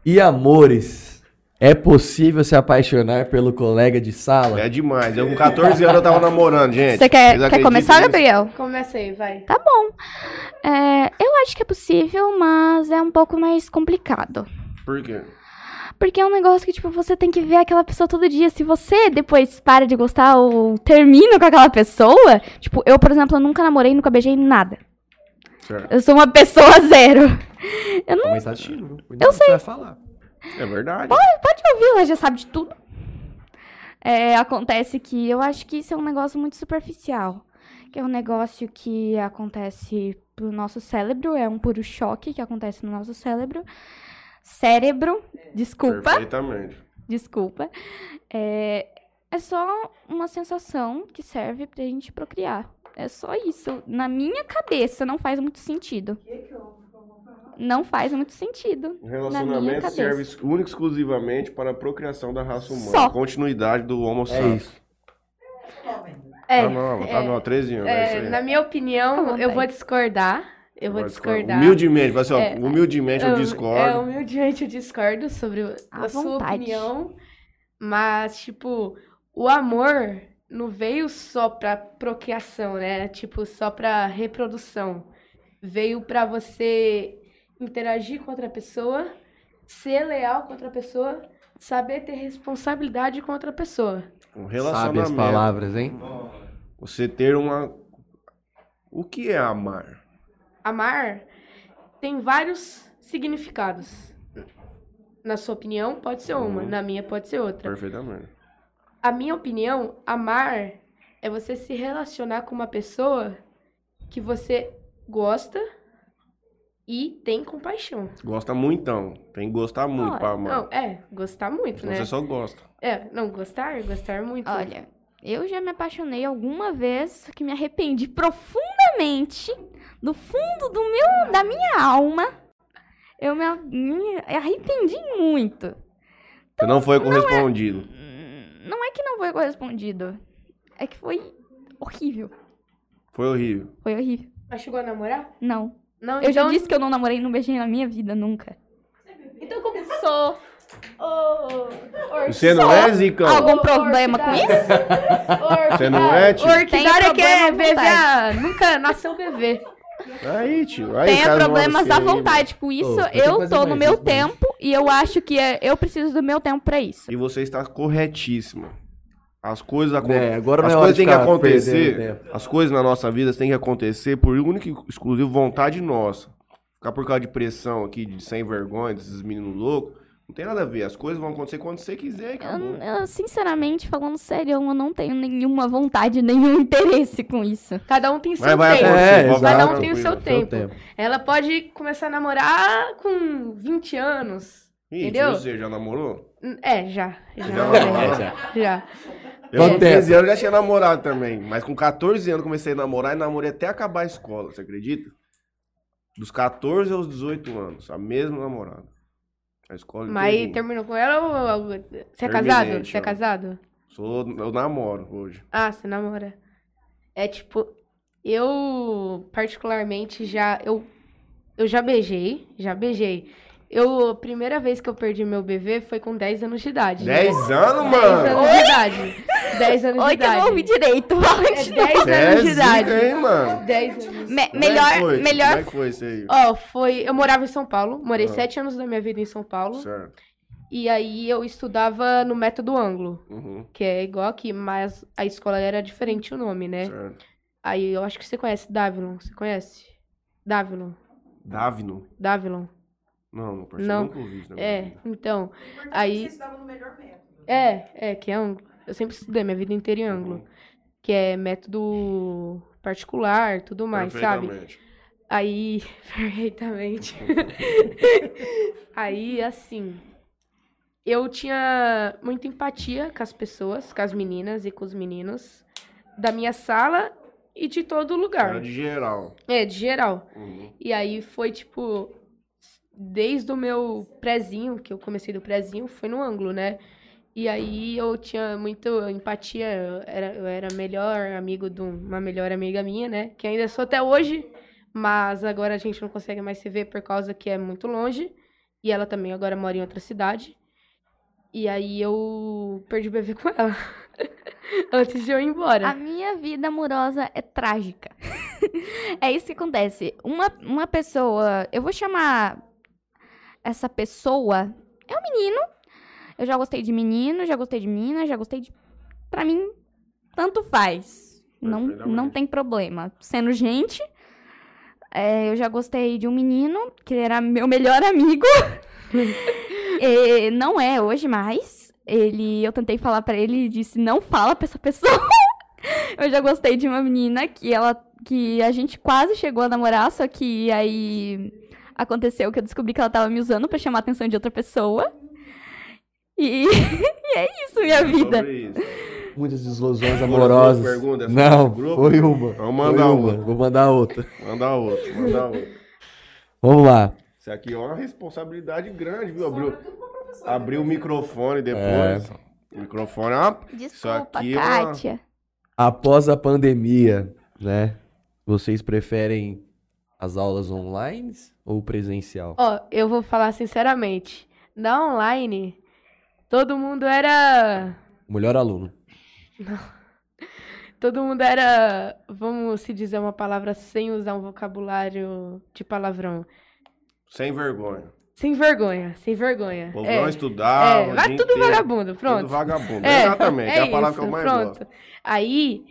Speaker 2: E amores? É possível se apaixonar pelo colega de sala?
Speaker 1: É demais. Eu com 14 anos eu tava namorando, gente.
Speaker 3: Você quer,
Speaker 1: Vocês
Speaker 3: quer
Speaker 1: acreditam
Speaker 3: começar,
Speaker 1: nisso?
Speaker 3: Gabriel?
Speaker 11: Começa aí, vai.
Speaker 3: Tá bom. É, eu acho que é possível, mas é um pouco mais complicado.
Speaker 1: Por quê?
Speaker 3: Porque é um negócio que, tipo, você tem que ver aquela pessoa todo dia. Se você depois para de gostar ou termina com aquela pessoa, tipo, eu, por exemplo, eu nunca namorei, nunca beijei nada.
Speaker 1: Certo.
Speaker 3: Eu sou uma pessoa <laughs> zero.
Speaker 2: É um Começativo. Eu sei. Vai falar.
Speaker 1: É verdade.
Speaker 3: Pode ouvir, ela já sabe de tudo. É, acontece que eu acho que isso é um negócio muito superficial. Que é um negócio que acontece pro nosso cérebro, é um puro choque que acontece no nosso cérebro. Cérebro, desculpa.
Speaker 1: Perfeitamente.
Speaker 3: desculpa. É, é só uma sensação que serve pra gente procriar. É só isso. Na minha cabeça não faz muito sentido. Não faz muito sentido.
Speaker 1: O
Speaker 3: na minha
Speaker 1: Um relacionamento
Speaker 3: cabeça.
Speaker 1: serve ex- único e exclusivamente para a procriação da raça humana.
Speaker 3: Só.
Speaker 1: Continuidade do Homo
Speaker 2: É
Speaker 1: sapiens.
Speaker 11: É,
Speaker 1: tá nova, tá
Speaker 11: é.
Speaker 1: nova, 13 anos.
Speaker 11: É,
Speaker 1: é isso aí.
Speaker 11: na minha opinião,
Speaker 3: Tá bom,
Speaker 11: eu
Speaker 3: vai.
Speaker 11: vou discordar. Eu vou
Speaker 1: Vai discordar.
Speaker 11: discordar.
Speaker 1: Humildemente, vai ser, ó,
Speaker 11: É.
Speaker 1: humildemente eu,
Speaker 11: É,
Speaker 1: discordo.
Speaker 11: humildemente eu discordo sobre o-
Speaker 3: À
Speaker 11: a sua
Speaker 3: vontade.
Speaker 11: opinião. Mas, tipo, o amor não veio só pra procriação, né? Tipo, só pra reprodução. Veio pra você interagir com outra pessoa, ser leal com outra pessoa, saber ter responsabilidade com outra pessoa.
Speaker 1: Um
Speaker 2: Sabe as
Speaker 1: relacionamento.
Speaker 2: palavras, hein?
Speaker 1: Você ter uma. O que é amar?
Speaker 11: Amar tem vários significados. Na sua opinião, pode ser uma,
Speaker 1: Uhum.
Speaker 11: na minha pode ser outra.
Speaker 1: Perfeitamente.
Speaker 11: A minha opinião, amar é você se relacionar com uma pessoa que você gosta e tem compaixão.
Speaker 1: Gosta muito, então. Tem que gostar muito
Speaker 3: Olha,
Speaker 1: pra amar.
Speaker 11: Não, é, gostar muito,
Speaker 1: Senão
Speaker 11: né?
Speaker 1: você só gosta.
Speaker 11: É, não, gostar, gostar muito.
Speaker 3: Olha, eu já me apaixonei alguma vez que me arrependi profundamente do fundo do meu, da minha alma. Eu me, a- me arrependi muito.
Speaker 1: Você
Speaker 2: Então
Speaker 1: não
Speaker 3: é.
Speaker 1: foi correspondido.
Speaker 3: Hum, Não é que não foi correspondido. É que foi horrível.
Speaker 1: Foi horrível.
Speaker 3: Foi horrível.
Speaker 11: Mas chegou a namorar?
Speaker 3: Não.
Speaker 11: Não,
Speaker 3: Eu já
Speaker 11: então...
Speaker 3: disse que eu não namorei e não beijei na minha vida nunca.
Speaker 11: Então como sou?
Speaker 1: Você não é, Zicão?
Speaker 3: Algum problema com isso?
Speaker 1: Você não é, tio?
Speaker 11: Orquidária que
Speaker 3: problema
Speaker 11: é
Speaker 3: à
Speaker 11: bebê,
Speaker 3: vontade.
Speaker 11: nunca nasceu bebê.
Speaker 1: Aí, tio. Aí,
Speaker 3: Tenha
Speaker 1: cara,
Speaker 3: é problemas
Speaker 1: mora
Speaker 3: à
Speaker 1: assim,
Speaker 3: vontade com
Speaker 2: Ô,
Speaker 3: isso.
Speaker 2: eu tenho que
Speaker 3: eu
Speaker 2: fazer
Speaker 3: tô no
Speaker 2: mais
Speaker 3: meu
Speaker 2: isso, né? mas-
Speaker 3: tempo e eu acho que é- eu preciso do meu tempo pra isso.
Speaker 1: E você está corretíssima. As coisas
Speaker 2: É,
Speaker 1: acontecem.
Speaker 2: agora não
Speaker 1: As
Speaker 2: é hora
Speaker 1: coisas
Speaker 2: de
Speaker 1: têm que
Speaker 2: ficar
Speaker 1: acontecer.
Speaker 2: perdendo tempo.
Speaker 1: As coisas na nossa vida têm que acontecer por única e exclusiva vontade nossa. Ficar por causa de pressão aqui, de sem vergonha, desses meninos loucos. Não tem nada a ver. As coisas vão acontecer quando você quiser. acabou.
Speaker 3: Eu, eu, sinceramente, falando sério, eu não tenho nenhuma vontade, nenhum <laughs> interesse com isso.
Speaker 11: Cada um tem seu
Speaker 1: Mas vai
Speaker 11: tempo.
Speaker 1: acontecer.
Speaker 2: É,
Speaker 1: vai
Speaker 11: Cada
Speaker 1: acontecer.
Speaker 11: um tem o seu
Speaker 2: Seu
Speaker 11: tempo. Ela pode começar a namorar com 20 anos.
Speaker 1: Ih,
Speaker 11: Entendeu?
Speaker 1: Você já namorou?
Speaker 11: Hum, É, já. Já.
Speaker 1: <laughs> Já
Speaker 11: Já.
Speaker 1: namorou?
Speaker 11: já.
Speaker 1: Eu
Speaker 2: Quanto
Speaker 1: com 13 anos já tinha namorado também, mas com 14 anos comecei a namorar e namorei até acabar a escola, você acredita? Dos 14 aos 18 anos, a mesma namorada. A escola é
Speaker 11: Mas
Speaker 1: inteirinha.
Speaker 11: terminou com ela ou. ou- Você é
Speaker 1: Terminei,
Speaker 11: casado? Você é
Speaker 1: tchau.
Speaker 11: casado?
Speaker 1: Sou, eu namoro hoje.
Speaker 11: Ah, você namora. É tipo. Eu, particularmente, já. Eu, eu já beijei. Já beijei. Eu, a primeira vez que eu perdi meu bebê foi com 10 anos de idade.
Speaker 1: 10 anos,
Speaker 11: 10
Speaker 1: mano!
Speaker 11: anos de idade. 10 anos de
Speaker 3: Oi, que eu
Speaker 11: idade.
Speaker 3: não ouvi direito.
Speaker 11: É 10 anos de
Speaker 1: Dez
Speaker 11: idade.
Speaker 1: hein, mano?
Speaker 11: 10 anos.
Speaker 1: Como é
Speaker 3: Me-
Speaker 1: que
Speaker 3: melhor,
Speaker 1: foi? Como
Speaker 3: melhor.
Speaker 1: é que foi isso aí?
Speaker 11: Ó, foi. Eu morava em São Paulo, morei
Speaker 1: Ah.
Speaker 11: sete anos da minha vida em São Paulo.
Speaker 1: Certo.
Speaker 11: E aí eu estudava no método anglo,
Speaker 1: Uhum,
Speaker 11: que é igual aqui, mas a escola era diferente o nome, né?
Speaker 1: certo.
Speaker 11: Aí eu acho que você conhece Davilon, você conhece? Davilon,
Speaker 1: Davino?
Speaker 11: Davilon.
Speaker 1: Não, meu parceiro,
Speaker 11: Não.
Speaker 1: nunca ouvi isso na minha
Speaker 11: É,
Speaker 1: vida.
Speaker 11: então.
Speaker 5: O importante é
Speaker 11: Aí-
Speaker 5: que você estava no melhor método.
Speaker 11: É, é, que é ângulo. Eu sempre estudei minha vida inteira em ângulo,
Speaker 1: Uhum,
Speaker 11: que é método particular, tudo mais, sabe?
Speaker 1: perfeitamente.
Speaker 11: Aí, <laughs> perfeitamente. Aí, assim, eu tinha muita empatia com as pessoas, com as meninas e com os meninos da minha sala e de todo
Speaker 1: Era
Speaker 11: lugar.
Speaker 1: de geral.
Speaker 11: É, de geral.
Speaker 1: Uhum.
Speaker 11: E aí foi tipo desde o meu prezinho, que eu comecei do prezinho, foi no ângulo, né? E aí eu tinha muita empatia, eu era, eu era melhor amigo de um, uma melhor amiga minha, né? Que ainda sou até hoje, mas agora a gente não consegue mais se ver por causa que é muito longe. E ela também agora mora em outra cidade. E aí eu perdi o bebê com ela. <laughs> Antes de eu ir embora.
Speaker 3: A minha vida amorosa é trágica. <laughs> é isso que acontece. Uma, uma pessoa. Eu vou chamar essa pessoa. É um menino. Eu já gostei de menino, já gostei de menina, já gostei de. Pra mim, tanto faz. Não, não
Speaker 1: Perfeitamente.
Speaker 3: tem problema. Sendo gente. é, eu já gostei de um menino, que ele era meu melhor amigo. É, não é hoje mais. Ele, eu tentei falar pra ele e disse: não fala pra essa pessoa. Eu já gostei de uma menina que ela que a gente quase chegou a namorar, só que aí aconteceu que eu descobri que ela tava me usando pra chamar a atenção de outra pessoa. <laughs> E, e é isso, minha vida.
Speaker 1: Sobre isso.
Speaker 2: muitas desilusões
Speaker 1: Foram
Speaker 2: amorosas.
Speaker 1: duas perguntas dessa
Speaker 2: Não,
Speaker 1: do grupo?
Speaker 2: foi uma.
Speaker 1: Vou
Speaker 2: Foi
Speaker 1: mandar
Speaker 2: uma.
Speaker 1: uma.
Speaker 2: Vou mandar outra.
Speaker 1: Manda outro, manda outro.
Speaker 2: Vamos lá.
Speaker 1: Isso aqui é uma responsabilidade grande, viu? Abriu, abriu o microfone depois. O microfone é uma... Isso
Speaker 3: Desculpa,
Speaker 1: aqui é uma-
Speaker 3: Kátia.
Speaker 2: Após a pandemia, né? Vocês preferem as aulas online ou presencial?
Speaker 11: Ó, eu vou falar sinceramente. Na online, todo mundo era. <laughs>
Speaker 2: Melhor aluno.
Speaker 11: Todo mundo era. Vamos se dizer uma palavra sem usar um vocabulário de palavrão.
Speaker 1: Sem vergonha.
Speaker 11: Sem vergonha, sem vergonha.
Speaker 1: O povo
Speaker 11: É,
Speaker 1: não estudava.
Speaker 11: é,
Speaker 1: o
Speaker 11: vai
Speaker 1: dia
Speaker 11: tudo
Speaker 1: inteiro.
Speaker 11: vagabundo, pronto.
Speaker 1: Tudo vagabundo.
Speaker 11: É,
Speaker 1: Exatamente. É, a palavra que eu
Speaker 11: isso,
Speaker 1: mais gosto.
Speaker 11: Aí,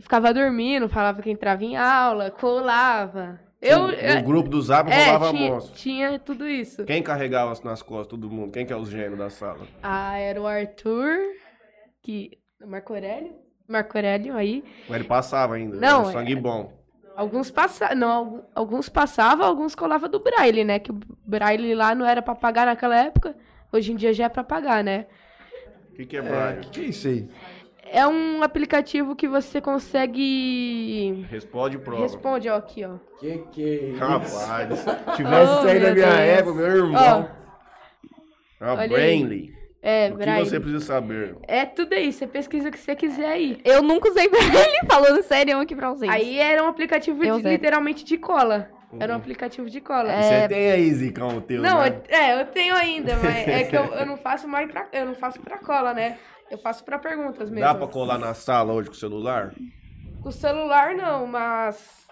Speaker 11: ficava dormindo, falava que entrava em aula, colava. Eu,
Speaker 1: O grupo do Zap
Speaker 11: é,
Speaker 1: rolava
Speaker 11: tinha,
Speaker 1: monstro.
Speaker 11: tinha tudo isso.
Speaker 1: Quem carregava nas costas todo mundo? Quem que é os gênios da sala?
Speaker 11: Ah, era o Arthur, que... Marco Aurélio? Marco Aurélio, aí.
Speaker 1: Mas Ele passava ainda.
Speaker 11: Não, é,
Speaker 1: era sangue bom.
Speaker 11: Alguns passavam, não, algu- alguns passavam, alguns colavam do Braille, né? Que o Braille lá não era pra pagar naquela época. Hoje em dia já é pra pagar, né?
Speaker 1: O que, que é Brian?
Speaker 2: que, que é isso aí?
Speaker 11: É um aplicativo que você consegue.
Speaker 1: Responde prova.
Speaker 11: Responde, ó, aqui, ó.
Speaker 2: Que que é isso?
Speaker 1: Rapaz,
Speaker 11: <laughs>
Speaker 1: se tivesse
Speaker 11: Oh,
Speaker 1: isso aí na
Speaker 11: meu
Speaker 1: minha
Speaker 11: Deus.
Speaker 1: época, meu irmão. a
Speaker 11: olha aí.
Speaker 1: Brainly.
Speaker 11: É,
Speaker 1: O que
Speaker 11: Braille.
Speaker 1: você precisa saber?
Speaker 11: É tudo aí, você pesquisa o que você quiser aí.
Speaker 3: Eu nunca usei <laughs> Braille, falando sério aqui pra vocês.
Speaker 11: Aí era um aplicativo
Speaker 3: Eu
Speaker 11: de-
Speaker 3: zero.
Speaker 11: literalmente de cola. Era um aplicativo de cola.
Speaker 3: É.
Speaker 1: Você tem Uhum. aí, Zicão, o teu,
Speaker 11: Não,
Speaker 1: né?
Speaker 11: eu- é, eu tenho ainda, mas é que eu,
Speaker 1: <laughs>
Speaker 11: eu não faço mais pra. Eu não faço pra cola, né? Eu faço pra perguntas mesmo.
Speaker 1: Dá pra colar na sala hoje com o celular?
Speaker 11: Com o celular não, mas.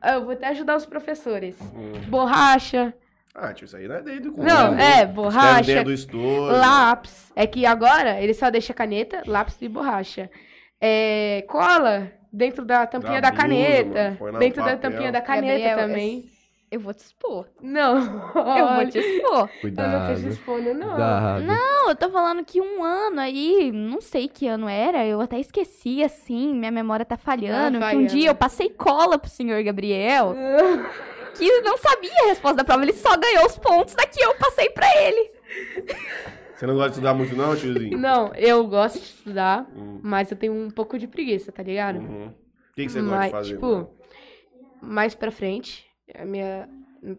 Speaker 11: Ah, Eu vou até ajudar os professores.
Speaker 1: Hum.
Speaker 11: Borracha.
Speaker 1: Ah, tio, isso aí não é desde o
Speaker 11: Não,
Speaker 1: começo.
Speaker 11: é,
Speaker 1: Escreve
Speaker 11: borracha,
Speaker 1: dentro do estouro.
Speaker 11: Lápis. É que agora ele só deixa caneta, lápis e borracha. É, cola dentro da tampinha
Speaker 1: Da
Speaker 11: da,
Speaker 1: blusa, mano,
Speaker 11: caneta.
Speaker 1: põe lá no
Speaker 11: Dentro da
Speaker 1: papel.
Speaker 3: É
Speaker 11: tampinha da caneta
Speaker 3: Gabriel,
Speaker 11: também.
Speaker 3: Eu vou te expor.
Speaker 11: Não.
Speaker 3: Eu vou te
Speaker 1: <laughs>
Speaker 3: expor.
Speaker 11: Eu não tô te
Speaker 2: Cuidado.
Speaker 11: expondo, não.
Speaker 2: Cuidado.
Speaker 3: Ah. Não, eu tô falando que um ano aí, não sei que ano era, eu até esqueci assim, minha memória tá falhando.
Speaker 11: Ah,
Speaker 3: que um
Speaker 11: falhando.
Speaker 3: dia eu passei cola pro
Speaker 10: <laughs>
Speaker 3: senhor Gabriel, que não sabia a resposta da prova, ele só ganhou os pontos daqui, eu passei pra ele.
Speaker 1: Você não gosta de estudar muito, não, tiozinho?
Speaker 11: Não, eu gosto de estudar,
Speaker 1: Hum,
Speaker 11: mas eu tenho um pouco de preguiça, tá ligado?
Speaker 1: uhum. O que, que você gosta
Speaker 11: Mas,
Speaker 1: de fazer?
Speaker 11: tipo,
Speaker 1: mano?
Speaker 11: mais pra frente, a minha,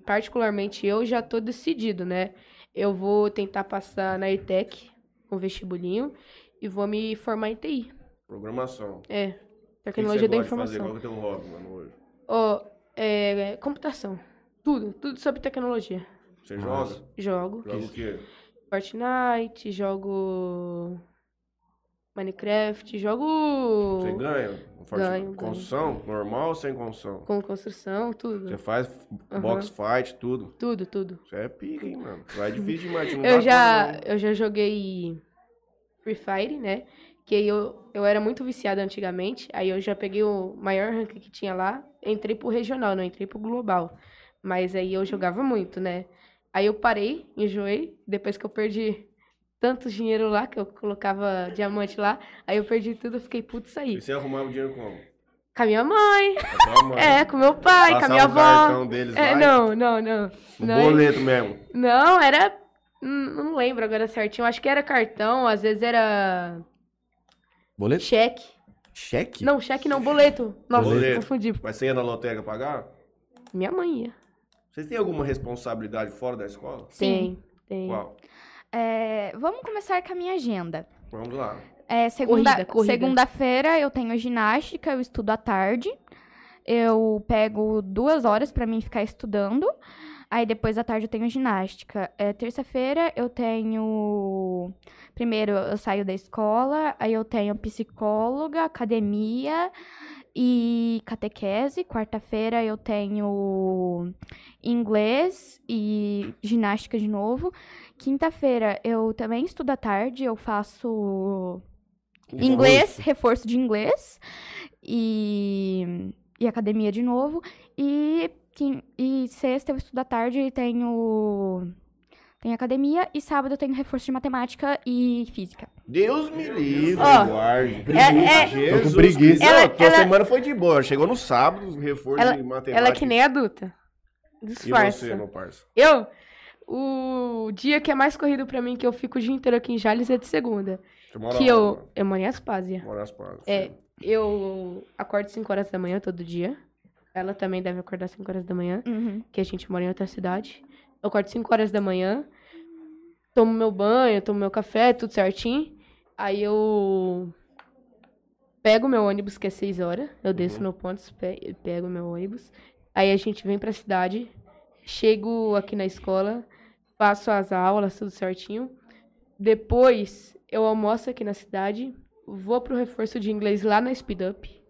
Speaker 11: particularmente eu já tô decidido, né? Eu vou tentar passar na ETEC com vestibulinho e vou me formar em TI.
Speaker 1: Programação. O que
Speaker 11: É,
Speaker 1: que
Speaker 11: tecnologia da
Speaker 1: você gosta de fazer?
Speaker 11: informação.
Speaker 1: Qual que é o teu hobby, mano, hoje?
Speaker 11: Ó, é, é, computação. Tudo, tudo sobre tecnologia.
Speaker 1: Você
Speaker 2: Nossa.
Speaker 1: joga?
Speaker 11: Jogo
Speaker 1: Joga o quê?
Speaker 11: Fortnite, jogo Minecraft, jogo
Speaker 1: Você ganha? Um forte-
Speaker 11: Ganho, ganho.
Speaker 1: Construção? Normal ou sem construção?
Speaker 11: com construção, tudo.
Speaker 1: Você faz box fight, tudo.
Speaker 11: Uhum. Tudo, tudo.
Speaker 1: Você é pica, hein, mano? Vai difícil demais. Não
Speaker 11: Eu
Speaker 1: dá
Speaker 11: já,
Speaker 1: conta,
Speaker 11: eu já joguei Free Fire, né? Que eu, eu era muito viciada antigamente. Aí eu já peguei o maior rank que tinha lá. Entrei pro regional, não entrei pro global. Mas aí eu jogava muito, né? Aí eu parei, enjoei. Depois que eu perdi tanto dinheiro lá, que eu colocava diamante lá. Aí eu perdi tudo, eu fiquei puto
Speaker 1: não. E
Speaker 11: saí.
Speaker 1: você arrumava o dinheiro como?
Speaker 11: Com a minha mãe,
Speaker 1: Com a tua mãe.
Speaker 11: é, com meu pai,
Speaker 1: Passava
Speaker 11: com a minha
Speaker 1: o
Speaker 11: avó.
Speaker 1: cartão deles lá
Speaker 11: É,
Speaker 1: e-
Speaker 11: não, não, não.
Speaker 1: No
Speaker 11: não,
Speaker 1: boleto mesmo.
Speaker 11: Não, era. hum, Não lembro agora certinho. Acho que era cartão, às vezes era
Speaker 2: Boleto?
Speaker 11: cheque.
Speaker 2: Cheque?
Speaker 11: Não, cheque não, boleto. Nossa,
Speaker 1: Boleto.
Speaker 11: confundi.
Speaker 1: Mas você ia na loteca pagar?
Speaker 11: Minha mãe ia.
Speaker 1: Vocês têm alguma responsabilidade fora da escola?
Speaker 11: Tem, tem.
Speaker 1: Qual?
Speaker 3: É, vamos começar com a minha agenda.
Speaker 1: Vamos lá.
Speaker 3: É, segunda,
Speaker 11: Corrida, corrida.
Speaker 3: Segunda-feira eu tenho ginástica, eu estudo à tarde. Eu pego duas horas pra mim ficar estudando. Aí depois da tarde eu tenho ginástica. É, Terça-feira eu tenho. Primeiro eu saio da escola, aí eu tenho psicóloga, academia e catequese. Quarta-feira eu tenho inglês e ginástica de novo. Quinta-feira eu também estudo à tarde, eu faço inglês, reforço de inglês e, e academia de novo. E, quin- e sexta eu estudo à tarde e tenho, tenho academia. E sábado eu tenho reforço de matemática e física.
Speaker 1: Deus me livre,
Speaker 11: Ó,
Speaker 1: guarde.
Speaker 11: é- é-
Speaker 1: Jesus
Speaker 2: Tô com preguiça.
Speaker 1: Cristo.
Speaker 11: Ela-
Speaker 1: Não, tua
Speaker 11: ela-
Speaker 1: semana foi de boa. Chegou no sábado, reforço
Speaker 11: Ela-
Speaker 1: de matemática.
Speaker 11: Ela é que nem adulta.
Speaker 1: E você,
Speaker 11: Disfarça.
Speaker 1: meu parça?
Speaker 11: Eu? O dia que é mais corrido pra mim, que eu fico o dia inteiro aqui em Jales, é de segunda.
Speaker 1: Você mora
Speaker 11: que
Speaker 1: lá,
Speaker 11: eu.
Speaker 1: né?
Speaker 11: Eu moro em Aspásia.
Speaker 1: Mora as pazes.
Speaker 11: É, eu acordo 5 horas da manhã todo dia. Ela também deve acordar 5 horas da manhã,
Speaker 3: Uhum.
Speaker 11: que a gente mora em outra cidade. Eu acordo 5 horas da manhã, tomo meu banho, tomo meu café, tudo certinho. Aí eu pego meu ônibus, que é 6 horas. Eu
Speaker 1: Uhum.
Speaker 11: desço no Pontes, pe- pego meu ônibus. Aí a gente vem pra cidade, chego aqui na escola, faço as aulas, tudo certinho. Depois eu almoço aqui na cidade, vou pro reforço de inglês lá na Speed Up.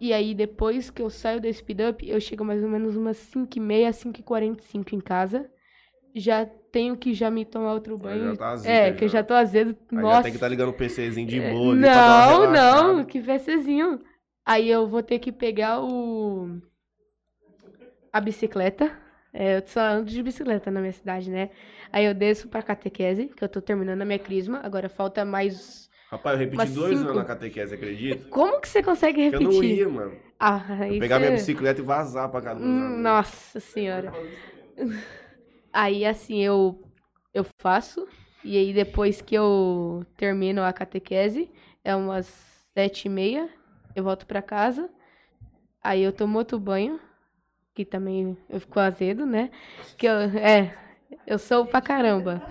Speaker 11: E aí depois que eu saio da Speed Up, eu chego mais ou menos umas 5h30, 5h45 em casa. Já tenho que já me tomar outro banho.
Speaker 1: já tá azedo,
Speaker 11: é, que eu
Speaker 1: já.
Speaker 11: já tô azedo.
Speaker 1: Aí
Speaker 11: Nossa.
Speaker 1: já tem que estar ligando o PCzinho de
Speaker 11: É,
Speaker 1: boa ali pra dar uma
Speaker 11: Não,
Speaker 1: relaxada.
Speaker 11: não, que VCzinho. Aí eu vou ter que pegar o. A bicicleta. É, eu só ando de bicicleta na minha cidade, né? Aí eu desço pra catequese, que eu tô terminando a minha crisma. Agora falta mais.
Speaker 1: Rapaz, eu repeti
Speaker 11: Umas
Speaker 1: dois
Speaker 11: cinco.
Speaker 1: anos na catequese,
Speaker 11: <laughs>
Speaker 1: acredita?
Speaker 11: Como que você consegue
Speaker 1: Porque eu
Speaker 11: repetir?
Speaker 1: não ia, mano.
Speaker 11: Ah, <laughs> aí
Speaker 1: Eu pegava
Speaker 11: você-
Speaker 1: minha bicicleta e vazar pra cada um dos
Speaker 11: Hum,
Speaker 1: amigos.
Speaker 11: Nossa senhora. <laughs> Aí assim, eu eu faço e aí depois que eu termino a catequese, é umas sete e meia, eu volto pra casa, aí eu tomo outro banho, que também eu fico azedo, né? Que eu, é, eu sou pra caramba.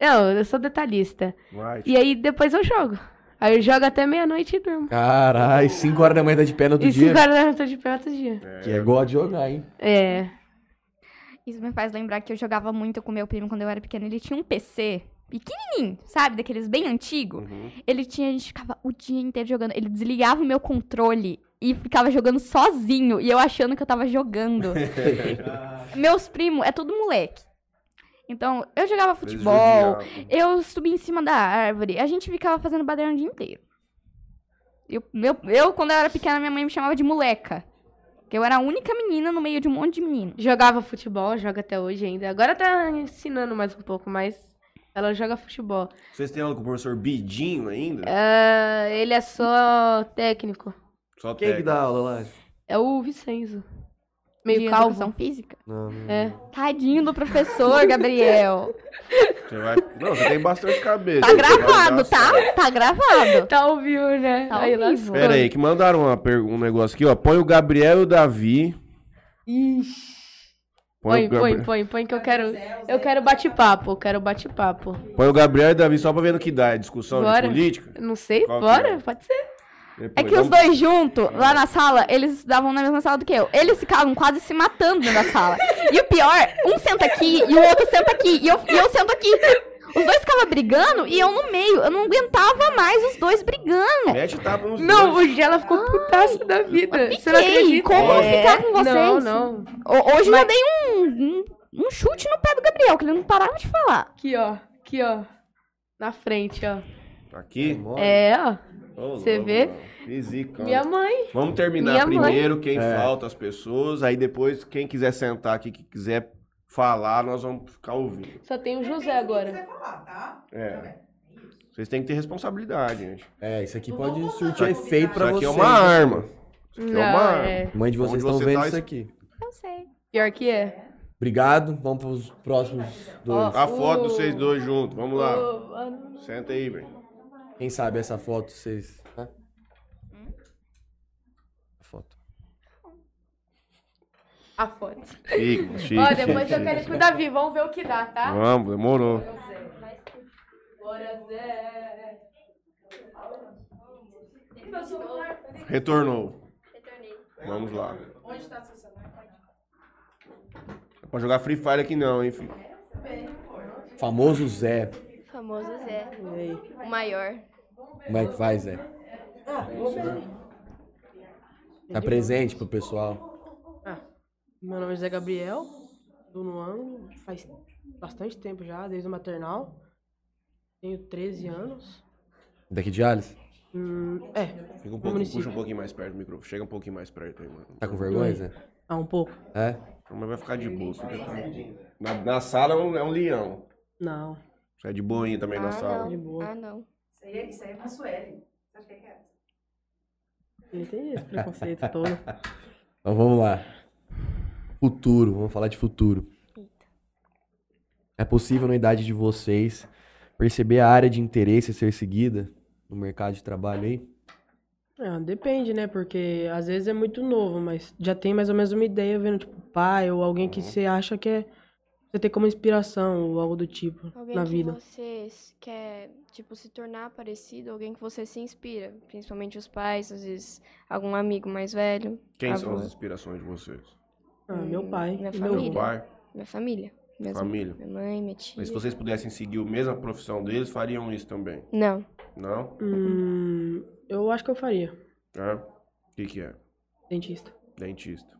Speaker 11: Não, eu sou detalhista.
Speaker 1: Vai.
Speaker 11: Oh. E aí depois eu jogo. Aí eu jogo até meia-noite e durmo.
Speaker 2: Caralho, 5 horas da manhã tá de pé no outro
Speaker 11: E
Speaker 2: dia.
Speaker 11: cinco horas da manhã eu tô de pé outro dia.
Speaker 2: Que é igual de jogar, hein?
Speaker 11: É.
Speaker 3: Isso me faz lembrar que eu jogava muito com meu primo quando eu era pequena. Ele tinha um PC pequenininho, sabe? Daqueles bem antigo. Ele tinha, a gente ficava o dia inteiro jogando. Ele desligava o meu controle e ficava jogando sozinho. E eu achando que eu
Speaker 12: <laughs>
Speaker 3: tava jogando. Meus primos, é tudo moleque. Então, eu jogava futebol,
Speaker 1: judiavam.
Speaker 3: eu subia em cima da árvore, a gente ficava fazendo baderna o dia inteiro. Eu, meu- eu, quando eu era pequena, minha mãe me chamava de moleca. Porque eu era a única menina no meio de um monte de menino.
Speaker 11: Jogava futebol, joga até hoje ainda. Agora tá ensinando mais um pouco, mas ela joga futebol.
Speaker 1: Vocês têm aula com o professor Bidinho ainda?
Speaker 11: Ah, ele é só técnico.
Speaker 1: Só
Speaker 2: Quem que dá aula lá?
Speaker 11: É o Vicenzo. Meio
Speaker 3: de
Speaker 11: calvo.
Speaker 3: educação física.
Speaker 2: Não, não.
Speaker 11: É.
Speaker 3: Tadinho do professor,
Speaker 11: <laughs>
Speaker 3: Gabriel.
Speaker 1: técnica. É. Você vai... Não, você tem bastante cabeça.
Speaker 3: Tá
Speaker 1: você vai
Speaker 3: gravado,
Speaker 1: dar
Speaker 3: tá? Tá gravado.
Speaker 11: Tá ouvindo, né?
Speaker 3: Tá
Speaker 11: Aí
Speaker 3: ao
Speaker 11: lá-
Speaker 3: vivo.
Speaker 1: Pera aí, que mandaram uma per- um negócio aqui, ó. Põe o Gabriel e o Davi.
Speaker 11: Põe,
Speaker 1: o Gabri-
Speaker 11: põe, põe, põe que eu quero. Eu quero bate-papo, eu quero bate-papo.
Speaker 1: põe o Gabriel e o Davi só pra ver no que dá. É discussão
Speaker 11: Bora.
Speaker 1: de política.
Speaker 11: Não sei,
Speaker 1: Qual que
Speaker 11: bora,
Speaker 1: é?
Speaker 11: pode ser.
Speaker 3: É
Speaker 1: Depois,
Speaker 3: que os
Speaker 1: vamos-
Speaker 3: dois juntos, lá na sala, eles estudavam na mesma sala do que eu. Eles ficavam quase se matando dentro da sala. E o pior, um senta aqui e o outro senta aqui. E eu, e eu sento aqui. Os dois ficavam brigando e eu no meio. Eu não aguentava mais os dois brigando.
Speaker 1: Mete tapa nos
Speaker 11: Não,
Speaker 1: dois.
Speaker 11: hoje ela ficou putaça da vida. Você não
Speaker 3: Fiquei,
Speaker 11: acredita?
Speaker 3: como
Speaker 11: É.
Speaker 3: ficar com vocês?
Speaker 11: Não, não.
Speaker 3: Ho- Hoje eu dei um, um, um chute no pé do Gabriel, que ele não parava de falar.
Speaker 11: Aqui, ó. Aqui, ó. Na frente, ó.
Speaker 1: Aqui?
Speaker 11: É, ó.
Speaker 1: Ô,
Speaker 11: Você
Speaker 1: louco,
Speaker 11: vê?
Speaker 1: mano. Fisicão.
Speaker 11: Minha mãe.
Speaker 1: né? Vamos terminar
Speaker 11: Minha mãe.
Speaker 1: primeiro quem
Speaker 2: É.
Speaker 1: falta, as pessoas. Aí depois, quem quiser sentar aqui, que quiser falar, nós vamos ficar ouvindo.
Speaker 11: Só tem o José agora.
Speaker 5: Você falar, tá?
Speaker 1: É. Vocês têm que ter responsabilidade, gente.
Speaker 2: É, isso aqui
Speaker 5: Não
Speaker 2: pode
Speaker 5: vou botar
Speaker 2: surtir
Speaker 5: no
Speaker 2: efeito pra né?
Speaker 1: Isso aqui
Speaker 2: vocês.
Speaker 1: é uma arma. Isso aqui é uma
Speaker 11: Não,
Speaker 1: arma.
Speaker 11: é.
Speaker 2: Mãe de vocês
Speaker 1: Onde
Speaker 2: estão
Speaker 1: você
Speaker 2: vendo
Speaker 1: tá,
Speaker 2: isso
Speaker 1: isso-
Speaker 2: aqui.
Speaker 3: Eu sei.
Speaker 11: Pior que é.
Speaker 2: Obrigado, vamos pros próximos dois.
Speaker 1: A foto dos vocês dois juntos. Vamos lá.
Speaker 11: Ô, mano.
Speaker 1: Senta aí, velho.
Speaker 2: Quem sabe essa foto vocês. né?
Speaker 11: Hum?
Speaker 2: A foto.
Speaker 11: A foto.
Speaker 1: Fica, chique.
Speaker 11: Ó, depois eu quero ir pro Davi. Vamos ver o que dá, tá?
Speaker 1: Vamos, demorou.
Speaker 11: Bora, Zé.
Speaker 1: Retornou. Vamos lá. Onde tá seu celular? Não pode jogar Free Fire aqui não, hein, filho.
Speaker 2: Famoso Zé.
Speaker 6: Famoso Zé. O maior.
Speaker 2: Como é que vai, Zé? Tá presente pro pessoal.
Speaker 12: <laughs> Meu nome é José Gabriel, do Nuango, faz bastante tempo já, desde o maternal. Tenho 13 anos.
Speaker 2: Daqui de Alice?
Speaker 12: Hum, é,
Speaker 1: Fica um
Speaker 12: No
Speaker 1: pouquinho,
Speaker 12: município.
Speaker 1: puxa um pouquinho mais perto do microfone. Chega um pouquinho mais perto aí, mano.
Speaker 2: Tá com vergonha, Zé?
Speaker 12: ah, um pouco.
Speaker 2: É?
Speaker 1: Então, Mas vai ficar de boa, fica tranquilo. Na, na sala é um, é um leão.
Speaker 12: Não,
Speaker 1: Você é de boinha também na sala.
Speaker 12: de boa.
Speaker 6: Ah, não.
Speaker 5: Isso aí, é- isso aí é uma Sueli. Sabe o que que é?
Speaker 12: Não tem esse preconceito todo.
Speaker 2: <laughs> Então vamos lá. Futuro, vamos falar de futuro. É possível na idade de vocês perceber a área de interesse a ser seguida no mercado de trabalho aí?
Speaker 12: Ah, depende, né? Porque às vezes é muito novo, mas já tem mais ou menos uma ideia vendo, tipo, pai ou alguém
Speaker 1: Uhum.
Speaker 12: que você acha que é. Você tem como inspiração ou algo do tipo
Speaker 10: Alguém
Speaker 12: na
Speaker 10: que
Speaker 12: vida.
Speaker 10: você quer, tipo, se tornar parecido, alguém que você se inspira. Principalmente os pais, às vezes algum amigo mais velho.
Speaker 1: Quem são
Speaker 10: avô.
Speaker 1: as inspirações de vocês?
Speaker 12: Ah, meu pai.
Speaker 10: Minha
Speaker 12: Meu
Speaker 10: família.
Speaker 1: Seu pai?
Speaker 10: Minha família. mesmo. é
Speaker 1: Família?
Speaker 10: Minha mãe, minha tia.
Speaker 1: Mas se vocês pudessem seguir a mesma profissão deles, fariam isso também?
Speaker 10: Não.
Speaker 1: Não?
Speaker 12: Hum, eu acho que eu faria.
Speaker 1: É? O que, que é?
Speaker 12: Dentista.
Speaker 1: Dentista.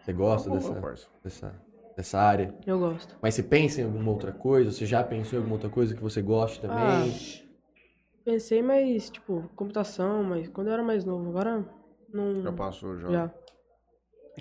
Speaker 2: Você gosta
Speaker 1: Boa,
Speaker 2: dessa,
Speaker 1: parça.
Speaker 2: dessa, dessa área?
Speaker 12: Eu gosto.
Speaker 2: Mas você pensa em alguma outra coisa? Você já pensou em alguma outra coisa que você goste também?
Speaker 12: Ah, pensei, mas, tipo, computação, mas quando eu era mais novo, agora não.
Speaker 1: Já passou, já.
Speaker 12: Já.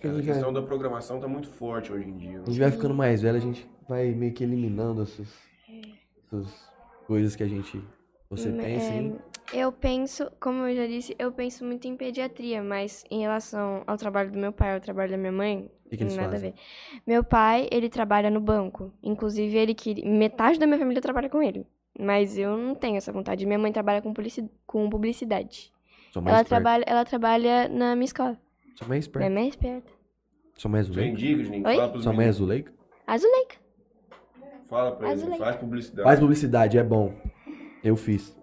Speaker 1: Cara, a questão da programação tá muito forte hoje em dia. né?
Speaker 2: é? A gente vai ficando mais velho, a gente vai meio que eliminando essas,
Speaker 12: É.
Speaker 2: essas coisas que a gente. Você
Speaker 10: Hum,
Speaker 2: pensa
Speaker 10: é,
Speaker 2: em.
Speaker 10: Eu penso, como eu já disse, eu penso muito em pediatria, mas em relação ao trabalho do meu pai, ao trabalho da minha mãe,
Speaker 2: O que que eles
Speaker 10: nada
Speaker 2: fazem?
Speaker 10: a ver. Meu pai, ele trabalha no banco. Inclusive, ele queria, metade da minha família trabalha com ele. Mas eu não tenho essa vontade. Minha mãe trabalha com, publici- com publicidade.
Speaker 2: Sou mais
Speaker 10: Ela
Speaker 2: esperto.
Speaker 10: trabalha, ela trabalha na minha escola.
Speaker 2: é Sua mãe é
Speaker 10: Minha
Speaker 2: esperta.
Speaker 10: mãe é esperta.
Speaker 2: Sua mãe é
Speaker 1: Tem
Speaker 2: azuleica?
Speaker 1: dicas, nem
Speaker 10: Oi?
Speaker 1: fala pros
Speaker 2: Sua mãe é
Speaker 1: meninos.
Speaker 2: azuleica?
Speaker 10: Azuleica.
Speaker 1: Fala pra eles,
Speaker 10: Azuleica.
Speaker 1: faz publicidade.
Speaker 2: Faz publicidade, é bom. Eu fiz.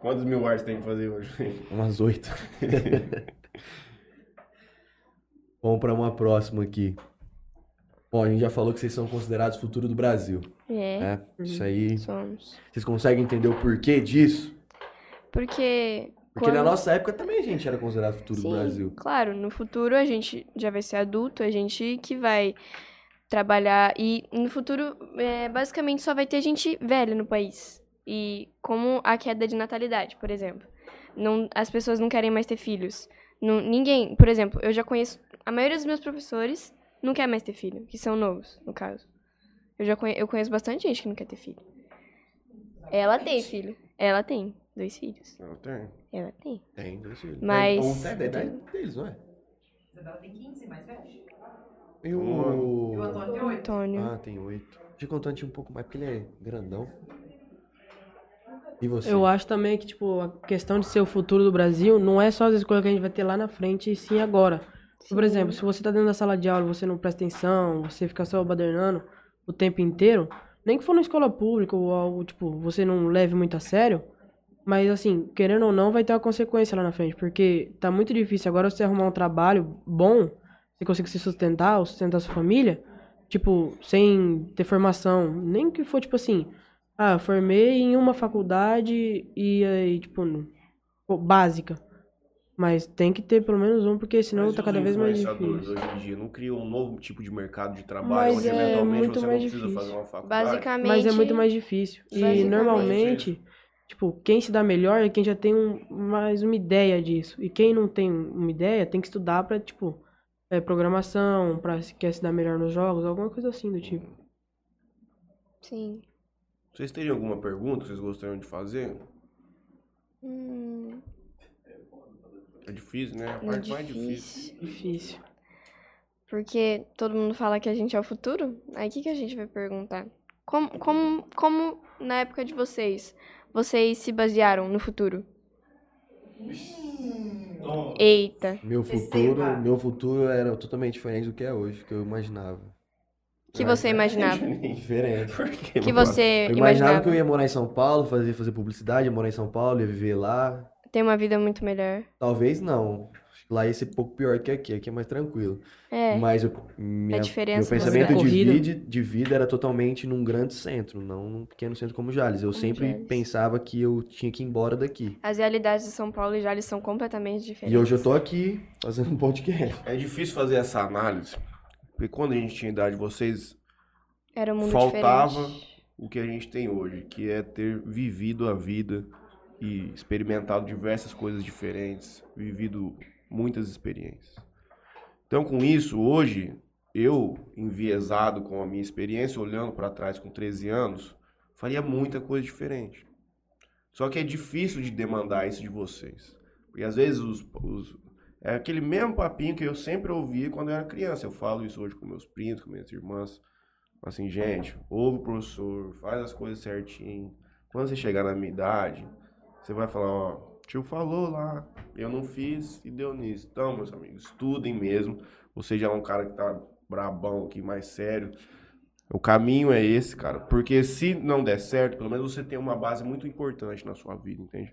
Speaker 1: Quantos mil watts tem que fazer hoje? <laughs>
Speaker 2: Umas oito. Vamos pra uma próxima aqui. Bom, a gente já falou que vocês são considerados o futuro do Brasil.
Speaker 10: É,
Speaker 2: Né? Isso aí.
Speaker 10: somos.
Speaker 2: Vocês conseguem entender o porquê disso?
Speaker 10: Porque...
Speaker 2: Porque na
Speaker 10: quando-
Speaker 2: nossa época também a gente era considerado o futuro
Speaker 10: Sim,
Speaker 2: do Brasil.
Speaker 10: claro, no futuro a gente já vai ser adulto, a gente que vai trabalhar e no futuro é, basicamente só vai ter gente velha no país. E como a queda de natalidade, por exemplo. Não, as pessoas não querem mais ter filhos. Não, ninguém, por exemplo, eu já conheço a maioria dos meus professores não quer mais ter filho, que são novos, no caso. Eu já conhe, eu conheço bastante gente que não quer ter filho. Ela tem filho. Ela tem dois filhos.
Speaker 1: Não tem.
Speaker 10: Ela tem.
Speaker 2: Tem, dois filhos.
Speaker 10: Mas-
Speaker 2: Um é da idade deles, não é?
Speaker 5: Isabela tem 15, mais velho.
Speaker 2: E o.
Speaker 5: E o Antônio tem 8.
Speaker 10: Antônio.
Speaker 2: Ah, tem oito. Achei que o Antônio tinha um pouco mais, porque ele é grandão. E você?
Speaker 12: Eu acho também que, tipo, a questão de ser o futuro do Brasil não é só as escolhas que a gente vai ter lá na frente, e sim agora. Por exemplo, se você tá dentro da sala de aula, você não presta atenção, você fica só badernando o tempo inteiro, nem que for na escola pública ou algo, tipo, você não leve muito a sério, mas assim, querendo ou não, vai ter uma consequência lá na frente, porque tá muito difícil agora você arrumar um trabalho bom, você conseguir se sustentar ou sustentar sua família, tipo, sem ter formação, nem que for, tipo assim, ah, eu formei em uma faculdade e aí, tipo, no- pô, básica. Mas tem que ter pelo menos um, porque senão
Speaker 1: Mas
Speaker 12: tá
Speaker 1: e
Speaker 12: cada
Speaker 1: os
Speaker 12: vez mais
Speaker 1: influenciadores
Speaker 12: difícil.
Speaker 1: Hoje em dia não criam um novo tipo de mercado de trabalho
Speaker 12: Mas
Speaker 1: onde
Speaker 12: é
Speaker 1: eventualmente
Speaker 12: muito
Speaker 1: você não
Speaker 12: mais
Speaker 1: precisa
Speaker 12: difícil.
Speaker 1: fazer uma faculdade.
Speaker 10: Basicamente.
Speaker 12: Mas é muito mais difícil. E
Speaker 10: basicamente-
Speaker 12: normalmente, tipo, quem se dá melhor é quem já tem um- mais uma ideia disso. E quem não tem uma ideia tem que estudar pra, tipo, é, programação, pra se quer se dar melhor nos jogos, alguma coisa assim do tipo.
Speaker 10: Sim.
Speaker 1: Vocês teriam alguma pergunta que vocês gostariam de fazer? É difícil, né? A parte mais difícil.
Speaker 12: Difícil.
Speaker 10: Porque todo mundo fala que a gente é o futuro. Aí o que, que a gente vai perguntar? Como, como, como na época de vocês, vocês se basearam no futuro? Eita,
Speaker 2: Meu
Speaker 5: Receba.
Speaker 2: futuro, meu futuro era totalmente diferente do que é hoje, que eu imaginava.
Speaker 10: que você imaginava?
Speaker 2: Diferente.
Speaker 10: Que você
Speaker 2: Eu imaginava que eu
Speaker 10: imaginava
Speaker 2: ia morar em São Paulo, fazer, fazer publicidade, ia morar em São Paulo, ia viver lá.
Speaker 10: ter uma vida muito melhor.
Speaker 2: Talvez não. Acho que Lá ia ser um pouco pior que aqui, aqui é mais tranquilo.
Speaker 10: É,
Speaker 2: Mas eu, minha,
Speaker 10: a diferença
Speaker 2: meu
Speaker 10: da
Speaker 2: pensamento de
Speaker 12: cidade.
Speaker 2: vida, de vida era totalmente num grande centro, não num pequeno centro como Jales. Eu sempre
Speaker 10: Jales.
Speaker 2: pensava que eu tinha que ir embora daqui.
Speaker 10: as realidades de São Paulo e Jales são completamente diferentes.
Speaker 2: E hoje eu tô aqui fazendo
Speaker 10: <laughs>
Speaker 2: um podcast.
Speaker 1: É difícil fazer essa análise, porque quando a gente tinha idade, vocês
Speaker 10: Era um mundo
Speaker 1: faltava
Speaker 10: diferente.
Speaker 1: o que a gente tem hoje, que é ter vivido a vida e experimentado diversas coisas diferentes, vivido muitas experiências. Então, com isso, hoje, eu, enviesado com a minha experiência, olhando para trás com 13 anos, faria muita coisa diferente. Só que é difícil de demandar isso de vocês. E às vezes os, os- é aquele mesmo papinho que eu sempre ouvia quando eu era criança. Eu falo isso hoje com meus primos, com minhas irmãs. Fala assim, gente, ouve o professor, faz as coisas certinho. Quando você chegar na minha idade, você vai falar, ó, tio falou lá, eu não fiz e deu nisso. Então, meus amigos, estudem mesmo. Você já é um cara que tá brabão aqui, mais sério. O caminho é esse, cara. Porque se não der certo, pelo menos você tem uma base muito importante na sua vida, entende?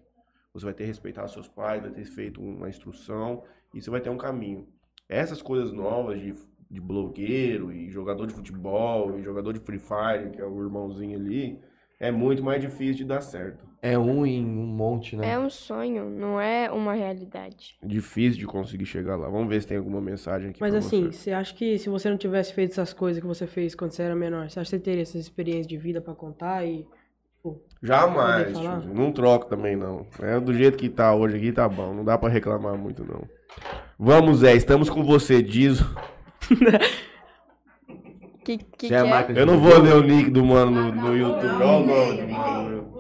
Speaker 1: Você vai ter respeitado seus pais, vai ter feito uma instrução e você vai ter um caminho. Essas coisas novas de, de blogueiro e jogador de futebol e jogador de Free Fire, que é o irmãozinho ali, é muito mais difícil de dar certo.
Speaker 2: É um em um monte, né?
Speaker 10: É um sonho, não é uma realidade.
Speaker 1: Difícil de conseguir chegar lá. Vamos ver se tem alguma mensagem aqui
Speaker 12: Mas
Speaker 1: pra
Speaker 12: assim,
Speaker 1: você.
Speaker 12: você acha que se você não tivesse feito essas coisas que você fez quando você era menor, você acha que você teria essas experiências de vida pra contar e. tipo,
Speaker 1: Jamais, tipo,
Speaker 12: poder falar?
Speaker 1: tiozinho. não troco também não. É do jeito que tá hoje aqui tá bom, não dá pra reclamar muito não. Vamos, Zé, estamos com você,
Speaker 10: <laughs>
Speaker 1: diz.
Speaker 10: Que, que,
Speaker 2: Você é a
Speaker 10: que
Speaker 2: marca de
Speaker 1: Eu não vou
Speaker 2: produto?
Speaker 1: ler o nick do mano no, no YouTube. Olha o nome do mano. meu.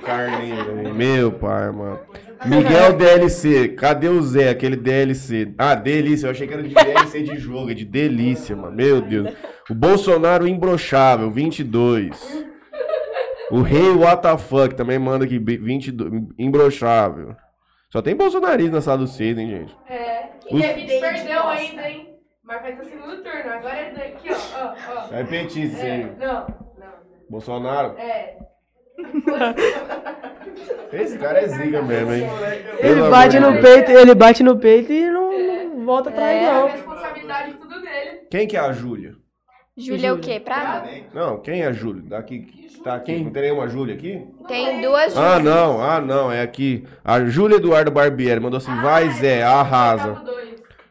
Speaker 1: Carlinhos, velho. Meu pai, mano. Miguel DLC, cadê o Zé? Aquele DLC. Ah, delícia, eu achei que era de DLC de jogo, é de delícia, mano. Meu Deus. O Bolsonaro imbrochável, 22. O Rei WTF também manda aqui, 22, imbrochável. Só tem bolsonarista na sala do Cis, hein, gente?
Speaker 8: É.
Speaker 1: Os-
Speaker 8: E a gente perdeu ainda, hein? Mas vai ter segundo turno. Agora é daqui, ó. ó, ó.
Speaker 1: É petista,
Speaker 8: É,
Speaker 1: sim.
Speaker 8: Não, não.
Speaker 1: Bolsonaro?
Speaker 10: <laughs>
Speaker 8: É.
Speaker 1: Esse cara é zica mesmo, hein?
Speaker 12: Ele é
Speaker 1: Pelo
Speaker 12: bate
Speaker 1: amor
Speaker 12: no
Speaker 1: de Deus.
Speaker 12: peito, ele bate no peito e não, não volta atrás,
Speaker 8: É. A
Speaker 12: não.
Speaker 8: responsabilidade tudo dele.
Speaker 1: Quem que é a Júlia?
Speaker 10: Júlia é o quê? Pra mim?
Speaker 1: Não, quem é a Júlia? Daqui, tá aqui. Não tem nenhuma Júlia aqui?
Speaker 10: Tem duas
Speaker 1: Ah, não, ah, não, é aqui. A Júlia Eduardo Barbieri mandou assim, vai Zé, arrasa.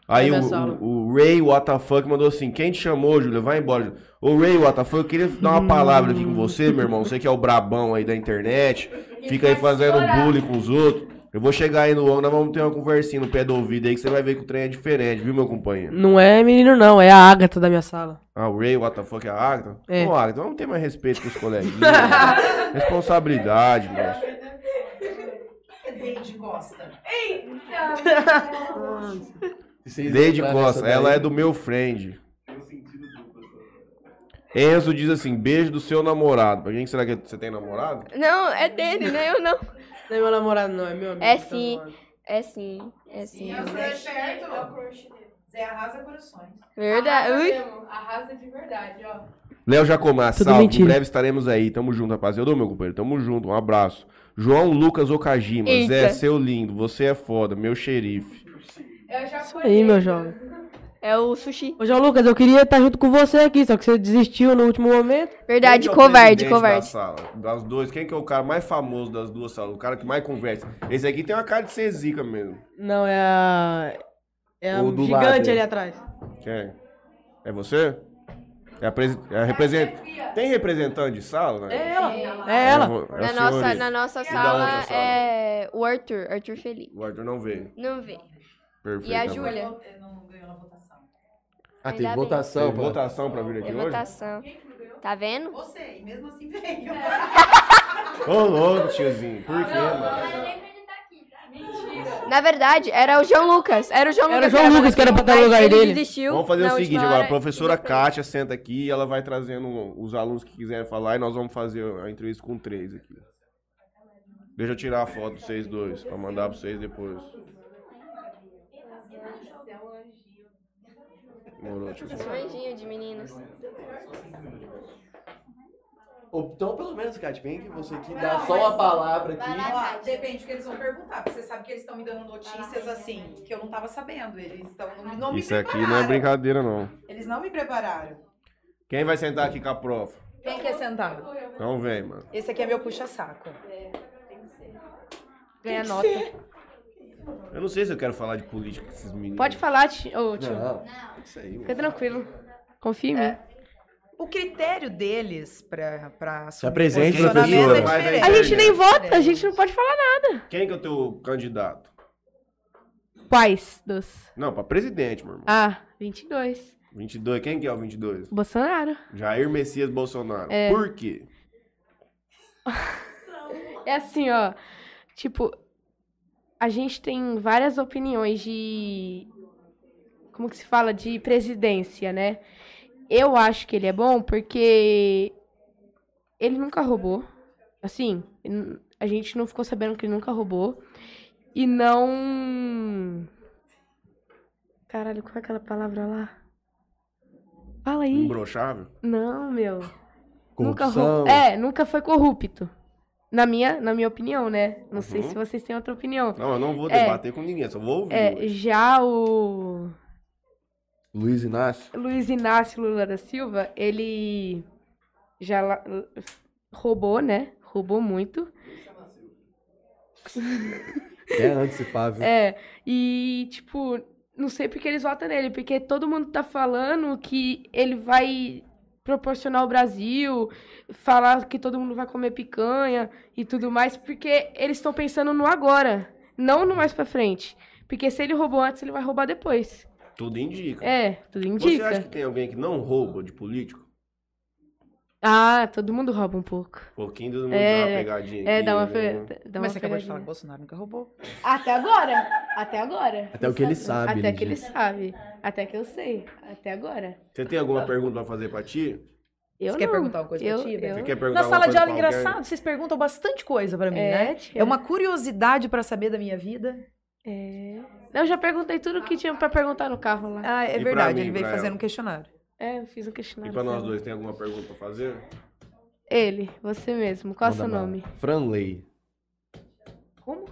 Speaker 1: Aí
Speaker 12: É
Speaker 1: o,
Speaker 12: minha sala.
Speaker 1: o, o Ray WTF mandou assim, quem te chamou, Júlia? Vai embora, Júlia. Ô, Ray WTF, eu queria dar
Speaker 2: Hum.
Speaker 1: uma palavra aqui com você, meu irmão. Você que é o brabão aí da internet, fica
Speaker 10: tá
Speaker 1: aí fazendo bullying com os outros. Eu vou chegar aí no ano, nós vamos ter uma conversinha no pé do ouvido aí que você vai ver que o trem é diferente, viu, meu companheiro?
Speaker 12: Não é menino, não, é a Agatha da minha sala.
Speaker 1: Ah, o Ray, what the fuck, a Agatha?
Speaker 12: É.
Speaker 1: Ô, Agatha, vamos ter mais respeito com os coleguinhas. né? Responsabilidade, moço.
Speaker 5: Deide Costa.
Speaker 1: Deide Costa, ela é do meu friend. Enzo diz assim, beijo do seu namorado. Pra quem que será que é- você tem namorado?
Speaker 10: Não, é dele, né? Eu não.
Speaker 12: Não é meu namorado, não, é meu amigo.
Speaker 10: É
Speaker 12: tá
Speaker 10: sim.
Speaker 12: zoando.
Speaker 10: É sim, é sim.
Speaker 5: É o Zé Certo. É o crush dele. Zé arrasa corações.
Speaker 10: Verdade.
Speaker 8: Arrasa,
Speaker 10: Ui.
Speaker 8: mesmo, arrasa de verdade, ó.
Speaker 1: Léo Jacomar,
Speaker 12: Tudo
Speaker 1: salve. Em
Speaker 12: mentira.
Speaker 1: breve estaremos aí. Tamo junto, rapaziada. Eu dou meu companheiro. Tamo junto. Um abraço. João Lucas Okajima.
Speaker 10: Eita.
Speaker 1: Zé, seu lindo. Você é foda. Meu xerife.
Speaker 8: Eu já
Speaker 12: Isso aí, meu jovem.
Speaker 10: É o sushi.
Speaker 12: Ô, João Lucas, eu queria estar junto com você aqui, só que você desistiu no último momento.
Speaker 10: Verdade,
Speaker 1: Quem que é o
Speaker 10: covarde,
Speaker 1: presidente Da
Speaker 10: covarde.
Speaker 1: sala? Das duas, quem que é o cara mais famoso das duas salas? O cara que mais conversa. Esse aqui tem uma cara de ser zica mesmo.
Speaker 12: Não, é a. É a
Speaker 2: O do
Speaker 12: gigante
Speaker 2: lado.
Speaker 12: ali atrás.
Speaker 1: Quem? É você? É a, presi- é a represent... Tem representante de sala? Né?
Speaker 12: É ela. É ela.
Speaker 10: Na nossa, na nossa
Speaker 1: da
Speaker 10: sala
Speaker 1: outra sala?
Speaker 10: é o Arthur, Arthur Felipe.
Speaker 1: O Arthur não veio.
Speaker 10: Não vê.
Speaker 1: Perfeito.
Speaker 10: E a
Speaker 1: tá bom.
Speaker 10: Júlia?
Speaker 5: Não ganhou na votação.
Speaker 2: Ah, teve
Speaker 10: Ainda bem.
Speaker 2: votação.
Speaker 1: Teve
Speaker 2: pô.
Speaker 1: votação pra vir
Speaker 10: É
Speaker 1: aqui hoje?
Speaker 10: votação. Tá vendo?
Speaker 5: Você, e mesmo assim veio.
Speaker 1: Ô, louco, tiozinho. Por quê, mano?
Speaker 10: <laughs> Na verdade, era o João Lucas. Era o João
Speaker 12: Era o
Speaker 10: Lucas.
Speaker 12: João Lucas que era pra estar no
Speaker 10: mas
Speaker 12: lugar
Speaker 10: ele
Speaker 12: dele.
Speaker 10: desistiu
Speaker 1: Vamos fazer
Speaker 10: na
Speaker 1: o seguinte
Speaker 10: última
Speaker 1: agora. A
Speaker 10: hora.
Speaker 1: professora Kátia senta aqui e ela vai trazendo os alunos que quiserem falar e nós vamos fazer a entrevista com três aqui. Deixa eu tirar a foto de vocês dois pra mandar pra vocês depois. Demorou, tiozão.
Speaker 10: Um anjinho de meninos.
Speaker 2: Ou Então, pelo menos, Kátia, vem que você
Speaker 5: Ah,
Speaker 2: aqui dá só uma palavra aqui.
Speaker 5: Ó, Depende do que eles vão perguntar, porque você sabe que eles estão me dando notícias assim, que eu não tava sabendo. Eles estão não me
Speaker 1: Isso aqui não é
Speaker 5: prepararam.
Speaker 1: brincadeira, não.
Speaker 5: Eles não me prepararam.
Speaker 1: Quem vai sentar aqui com a prof?
Speaker 5: Quem quer sentar? É,
Speaker 1: Então vem, mano.
Speaker 5: Esse aqui é meu puxa-saco.
Speaker 11: Ganha nota.
Speaker 1: Eu não sei se eu quero falar de política com esses meninos.
Speaker 11: Pode falar, ti- ô, tio.
Speaker 2: Não, isso aí.
Speaker 11: Fica tranquilo. Confia em mim.
Speaker 13: É,
Speaker 5: O critério deles pra, pra
Speaker 13: Tá
Speaker 2: Se apresente,
Speaker 5: posicionamento
Speaker 2: professora.
Speaker 5: É diferente.
Speaker 11: A gente nem vota, a
Speaker 5: É.
Speaker 11: gente não pode falar nada.
Speaker 1: Quem que é o teu candidato?
Speaker 11: Quais dos?
Speaker 1: Não, pra presidente, meu irmão.
Speaker 11: Ah, 22.
Speaker 1: 22, quem que é o 22?
Speaker 11: Bolsonaro.
Speaker 1: Jair Messias Bolsonaro. Por quê?
Speaker 11: É assim, ó. Tipo, a gente tem várias opiniões de. Como que se fala? De presidência, né? Eu acho que ele é bom porque ele nunca roubou. Assim, n- a gente não ficou sabendo que ele nunca roubou. E não. Caralho, qual é aquela palavra lá? Fala aí.
Speaker 1: Imbrochável?
Speaker 11: Não, meu. Nunca
Speaker 1: Corrupção.
Speaker 11: rou- É, nunca foi corrupto. Na minha, na minha opinião, né? Não sei
Speaker 1: Uhum.
Speaker 11: se vocês têm outra opinião.
Speaker 1: Não, eu não vou
Speaker 11: É,
Speaker 1: debater com ninguém, só vou ouvir.
Speaker 11: É, já o
Speaker 2: Luiz Inácio.
Speaker 11: Luiz Inácio Lula da Silva, ele já la- roubou, né? Roubou muito. <laughs>
Speaker 2: É antecipável.
Speaker 11: É, e tipo, não sei porque eles votam nele, porque todo mundo tá falando que ele vai proporcionar o Brasil, falar que todo mundo vai comer picanha e tudo mais, porque eles estão pensando no agora, não no mais pra frente. Porque se ele roubou antes, ele vai roubar depois.
Speaker 1: Tudo indica.
Speaker 11: É, tudo
Speaker 1: Você
Speaker 11: indica.
Speaker 1: acha que tem alguém que não rouba de político?
Speaker 11: Ah, todo mundo rouba um pouco.
Speaker 1: Um pouquinho todo mundo dá
Speaker 11: É,
Speaker 1: uma pegadinha
Speaker 11: é,
Speaker 1: aqui,
Speaker 11: dá uma
Speaker 1: né?
Speaker 11: fe- dá uma
Speaker 13: Mas você acabou de
Speaker 11: pegadinha.
Speaker 13: falar que o Bolsonaro nunca roubou.
Speaker 11: Até agora. Até agora.
Speaker 1: Até o que ele sabe, né,
Speaker 11: Até
Speaker 1: ele
Speaker 11: que ele
Speaker 1: diz.
Speaker 11: sabe. Até que eu sei. Até agora.
Speaker 1: Você tem alguma pergunta pra fazer pra ti?
Speaker 11: Eu
Speaker 13: Você quer
Speaker 11: não.
Speaker 13: perguntar alguma coisa
Speaker 11: Eu-
Speaker 13: pra ti, Bia?
Speaker 11: eu-
Speaker 1: Você quer perguntar
Speaker 13: Na sala
Speaker 1: alguma
Speaker 13: de aula,
Speaker 1: coisa pra alguém?
Speaker 13: engraçado, vocês perguntam bastante coisa pra mim,
Speaker 11: É,
Speaker 13: né?
Speaker 11: tia.
Speaker 13: É uma curiosidade pra saber da minha vida.
Speaker 11: É. Eu já perguntei tudo que tinha pra perguntar no carro lá.
Speaker 13: Ah,
Speaker 1: E
Speaker 13: é
Speaker 1: pra
Speaker 13: verdade,
Speaker 1: mim,
Speaker 13: ele veio
Speaker 1: pra
Speaker 13: fazendo
Speaker 1: ela?
Speaker 13: um questionário.
Speaker 11: É, eu fiz um
Speaker 1: E
Speaker 11: questionário.
Speaker 1: pra nós
Speaker 11: sabe?
Speaker 1: dois, tem alguma pergunta pra fazer?
Speaker 11: Ele, você mesmo. Qual é o seu nome?
Speaker 2: Franley.
Speaker 11: Como?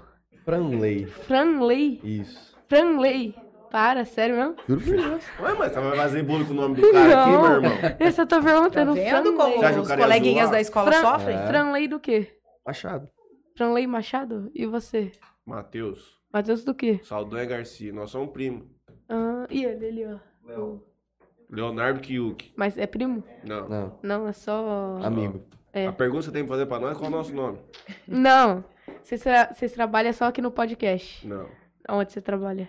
Speaker 2: Franley.
Speaker 11: Franley.
Speaker 2: Isso.
Speaker 11: Franley. Para, sério
Speaker 1: <laughs>
Speaker 11: mesmo?
Speaker 2: Juro por Deus.
Speaker 1: Ué, mas você vai fazer bullying com o nome do cara aqui, meu irmão?
Speaker 11: Eu só tô perguntando.
Speaker 13: Tá vendo
Speaker 11: Franley.
Speaker 13: como Você acha que o os cara ia coleguinhas zoar? da escola
Speaker 11: Fran-
Speaker 13: sofrem?
Speaker 2: É.
Speaker 11: Franley do quê?
Speaker 2: Machado.
Speaker 11: Franley Machado? E você?
Speaker 1: Matheus.
Speaker 11: Matheus do quê?
Speaker 1: Saldanha Garcia. Nós somos primo.
Speaker 11: Ah, e ele, ele, ó.
Speaker 1: Leonardo Kiuk.
Speaker 11: Mas é primo?
Speaker 1: Não.
Speaker 2: Não.
Speaker 11: Não, é só. É.
Speaker 1: A pergunta que você tem pra fazer pra nós é qual é o nosso nome?
Speaker 11: Não. Vocês tra vocês trabalham só aqui no podcast.
Speaker 1: Não.
Speaker 11: Onde você trabalha?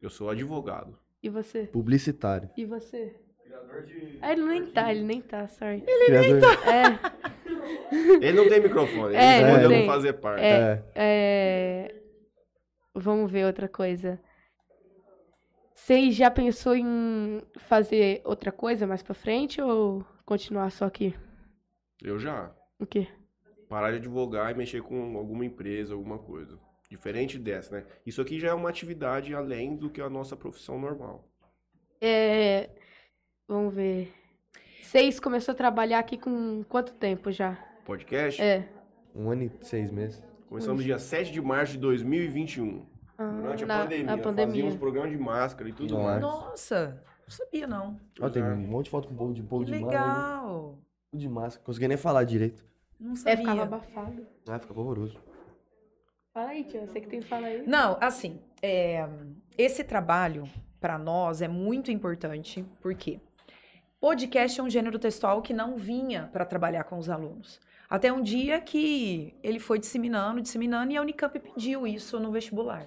Speaker 1: Eu sou advogado.
Speaker 11: E você?
Speaker 2: Publicitário.
Speaker 11: E você? Ah, ele nem tá, ele nem tá, sorry.
Speaker 2: Ele nem tá. Criador de-
Speaker 11: É.
Speaker 1: Ele não tem microfone. Ele
Speaker 11: É,
Speaker 1: não
Speaker 11: não
Speaker 1: podemos
Speaker 11: tem.
Speaker 1: fazer parte.
Speaker 11: É, é. Vamos ver outra coisa. Vocês já pensou em fazer outra coisa mais pra frente ou continuar só aqui?
Speaker 1: Eu já.
Speaker 11: O quê?
Speaker 1: Parar de advogar e mexer com alguma empresa, alguma coisa. Diferente dessa, né? Isso aqui já é uma atividade além do que a nossa profissão normal.
Speaker 11: É. Vamos ver. Vocês começou a trabalhar aqui com quanto tempo já?
Speaker 1: Podcast?
Speaker 11: É.
Speaker 2: Um ano e seis meses.
Speaker 1: Começamos dia 7 de março de 2021.
Speaker 11: Ah,
Speaker 1: durante a
Speaker 11: na-
Speaker 1: pandemia.
Speaker 11: na pandemia.
Speaker 1: Fazíamos programa de máscara e tudo
Speaker 2: Nossa.
Speaker 1: mais.
Speaker 13: Nossa, não sabia não.
Speaker 2: Ó, tem um monte de foto com povo de povo
Speaker 13: Que
Speaker 2: de máscara.
Speaker 13: legal.
Speaker 2: De máscara. Consegui nem falar direito.
Speaker 13: Não
Speaker 11: É,
Speaker 13: sabia.
Speaker 11: ficava abafado.
Speaker 2: Ah, fica pavoroso.
Speaker 11: Fala aí, tia. Você que tem que falar aí.
Speaker 13: Não, assim, é, esse trabalho para nós é muito importante, porque podcast é um gênero textual que não vinha para trabalhar com os alunos. Até um dia que ele foi disseminando, disseminando, e a Unicamp pediu isso no vestibular.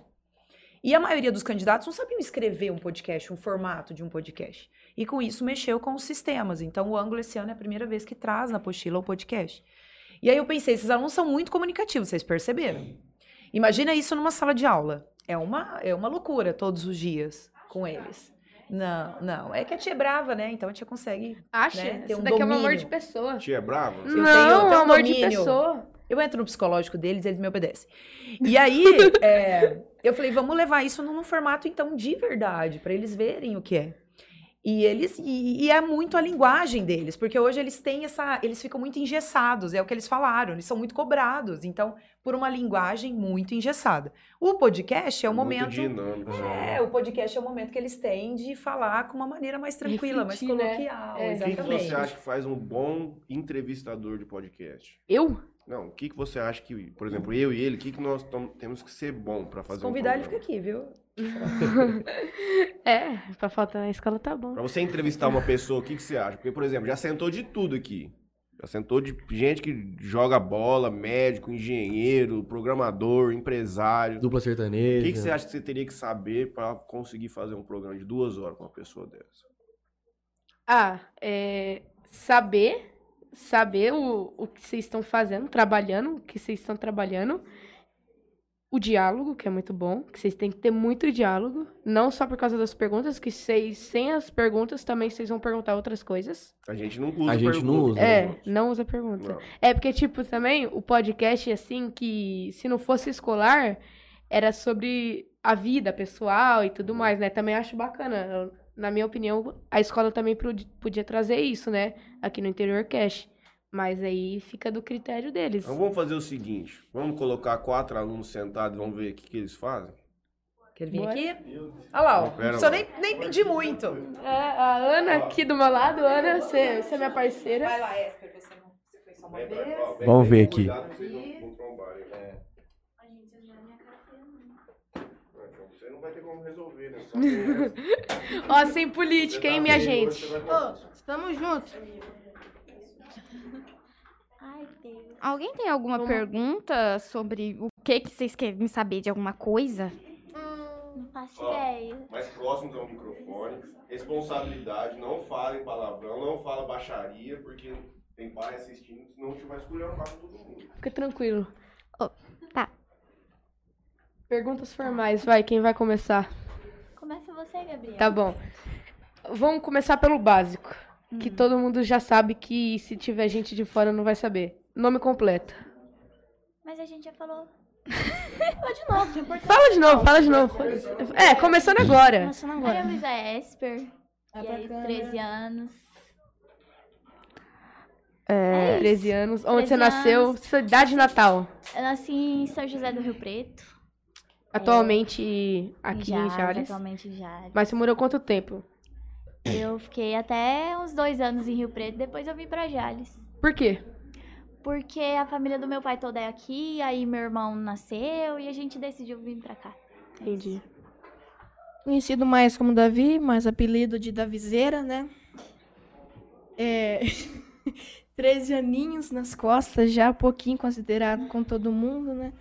Speaker 13: E a maioria dos candidatos não sabiam escrever um podcast, um formato de um podcast. E com isso mexeu com os sistemas. Então o Ângulo esse ano é a primeira vez que traz na apostila o podcast. E aí eu pensei, esses alunos são muito comunicativos, vocês perceberam? Imagina isso numa sala de aula. É uma, é uma loucura todos os dias com eles. Não, não. É que a tia é brava, né? Então a tia consegue.
Speaker 11: Acha?
Speaker 13: Né? Tem
Speaker 11: Isso
Speaker 13: um
Speaker 11: daqui é um amor
Speaker 13: domínio.
Speaker 11: de pessoa.
Speaker 1: Tia é brava?
Speaker 13: Eu
Speaker 11: Não,
Speaker 13: tenho- eu tenho
Speaker 11: amor de
Speaker 13: domínio.
Speaker 11: pessoa.
Speaker 13: Eu entro no psicológico deles, eles me obedecem.
Speaker 1: <laughs>
Speaker 11: <laughs>
Speaker 13: E aí, é, eu falei, vamos levar isso num formato, então, de verdade, para eles verem o que é. E eles e, e é muito a linguagem deles, porque hoje eles têm essa, eles ficam muito engessados, é o que eles falaram, eles são muito cobrados, então, por uma linguagem muito engessada. O podcast é o
Speaker 1: Muito
Speaker 13: momento
Speaker 1: dinâmico, né?
Speaker 13: é, o podcast é o momento que eles têm de falar com uma maneira mais tranquila, mais
Speaker 11: Refletir, né?
Speaker 1: O
Speaker 11: É.
Speaker 13: coloquial,
Speaker 1: que, que
Speaker 13: exatamente.
Speaker 1: você acha que faz um bom entrevistador de podcast?
Speaker 11: Eu?
Speaker 1: Não, o que, que você acha que, por exemplo, eu e ele, o que, que nós tom- temos que ser bom pra fazer
Speaker 13: Se convidar,
Speaker 1: um
Speaker 13: ele fica
Speaker 1: programa?
Speaker 13: aqui,
Speaker 11: <laughs>
Speaker 13: viu?
Speaker 11: É, pra faltar na escola tá bom.
Speaker 1: Pra você entrevistar uma pessoa, o que, que você acha? Porque, por exemplo, já sentou de tudo aqui. Já sentou de gente que joga bola, médico, engenheiro, programador, empresário.
Speaker 2: Dupla
Speaker 1: O
Speaker 2: sertaneja.
Speaker 1: que, que você acha que você teria que saber pra conseguir fazer um programa de duas horas com uma pessoa dessa?
Speaker 11: Ah, é, saber, saber o, o que vocês estão fazendo, trabalhando, o que vocês estão trabalhando. o diálogo, que é muito bom, que vocês têm que ter muito diálogo, não só por causa das perguntas, que vocês, sem as perguntas, também vocês vão perguntar outras coisas.
Speaker 1: A gente não usa
Speaker 2: A gente não
Speaker 1: pergunta.
Speaker 2: usa, né?
Speaker 11: É, não usa pergunta. É porque, tipo, também o podcast, assim, que se não fosse escolar, era sobre a vida pessoal e
Speaker 1: Uhum.
Speaker 11: tudo mais, né? Também acho bacana. Eu- Na minha opinião, a escola também prod- podia trazer isso, né? Aqui no interior cash. Mas aí fica do critério deles.
Speaker 1: Então vamos fazer o seguinte: vamos colocar quatro alunos sentados e vamos ver o que, que eles fazem.
Speaker 13: Quer
Speaker 11: vir Bora. aqui?
Speaker 13: Olha lá, ó.
Speaker 1: Não, pera
Speaker 13: Só
Speaker 1: lá.
Speaker 13: nem, nem pedi muito.
Speaker 11: É, a Ana aqui do meu lado, Ana, você, você é minha parceira. Vai
Speaker 13: lá, Esper, você não você foi só uma vez.
Speaker 2: Vamos ver aqui.
Speaker 1: um Você não vai ter como resolver, né? Só tem-
Speaker 2: <laughs>
Speaker 1: tá
Speaker 11: Ó, sem política, hein, minha gente?
Speaker 4: Tamo junto.
Speaker 3: Alguém tem alguma
Speaker 4: Vamos-
Speaker 3: pergunta sobre o que, que vocês querem saber de alguma coisa?
Speaker 7: Hum, Não faço
Speaker 1: Ó,
Speaker 7: ideia.
Speaker 1: mais próximos ao microfone. Responsabilidade, não falem palavrão, não fala baixaria, porque tem pai assistindo, senão a gente vai escolher o papo todo mundo.
Speaker 11: Fica tranquilo.
Speaker 3: tá.
Speaker 11: Perguntas formais, vai, quem vai começar?
Speaker 7: Começa você, Gabriel.
Speaker 11: Tá bom. Vamos começar pelo básico, que
Speaker 4: Hum.
Speaker 11: todo mundo já sabe que se tiver gente de fora não vai saber. Nome completo.
Speaker 7: Mas a gente já
Speaker 11: <laughs>
Speaker 7: falou. Fala de novo, não importa.
Speaker 11: Fala de novo, fala de novo. É, começando agora.
Speaker 7: Começando agora. Maria Luísa é Esper. E aí, 13 anos.
Speaker 11: É, 13 anos. Onde você
Speaker 7: 13
Speaker 11: nasceu?
Speaker 7: anos.
Speaker 11: Cidade natal.
Speaker 7: Eu nasci em São José do Rio Preto.
Speaker 11: Atualmente aqui em
Speaker 7: Jales,
Speaker 11: Jales.
Speaker 7: É. atualmente em Jales.
Speaker 11: Mas você morou quanto tempo?
Speaker 7: Eu fiquei até uns dois anos em Rio Preto, depois eu vim pra Jales.
Speaker 11: Por quê?
Speaker 7: Porque a família do meu pai toda é aqui, aí meu irmão nasceu e a gente decidiu vir pra cá.
Speaker 11: Entendi.
Speaker 4: Conhecido mais como Davi, mais apelido de Davizeira, né? É... <laughs> 13 aninhos nas costas, já um pouquinho considerado com todo mundo, né?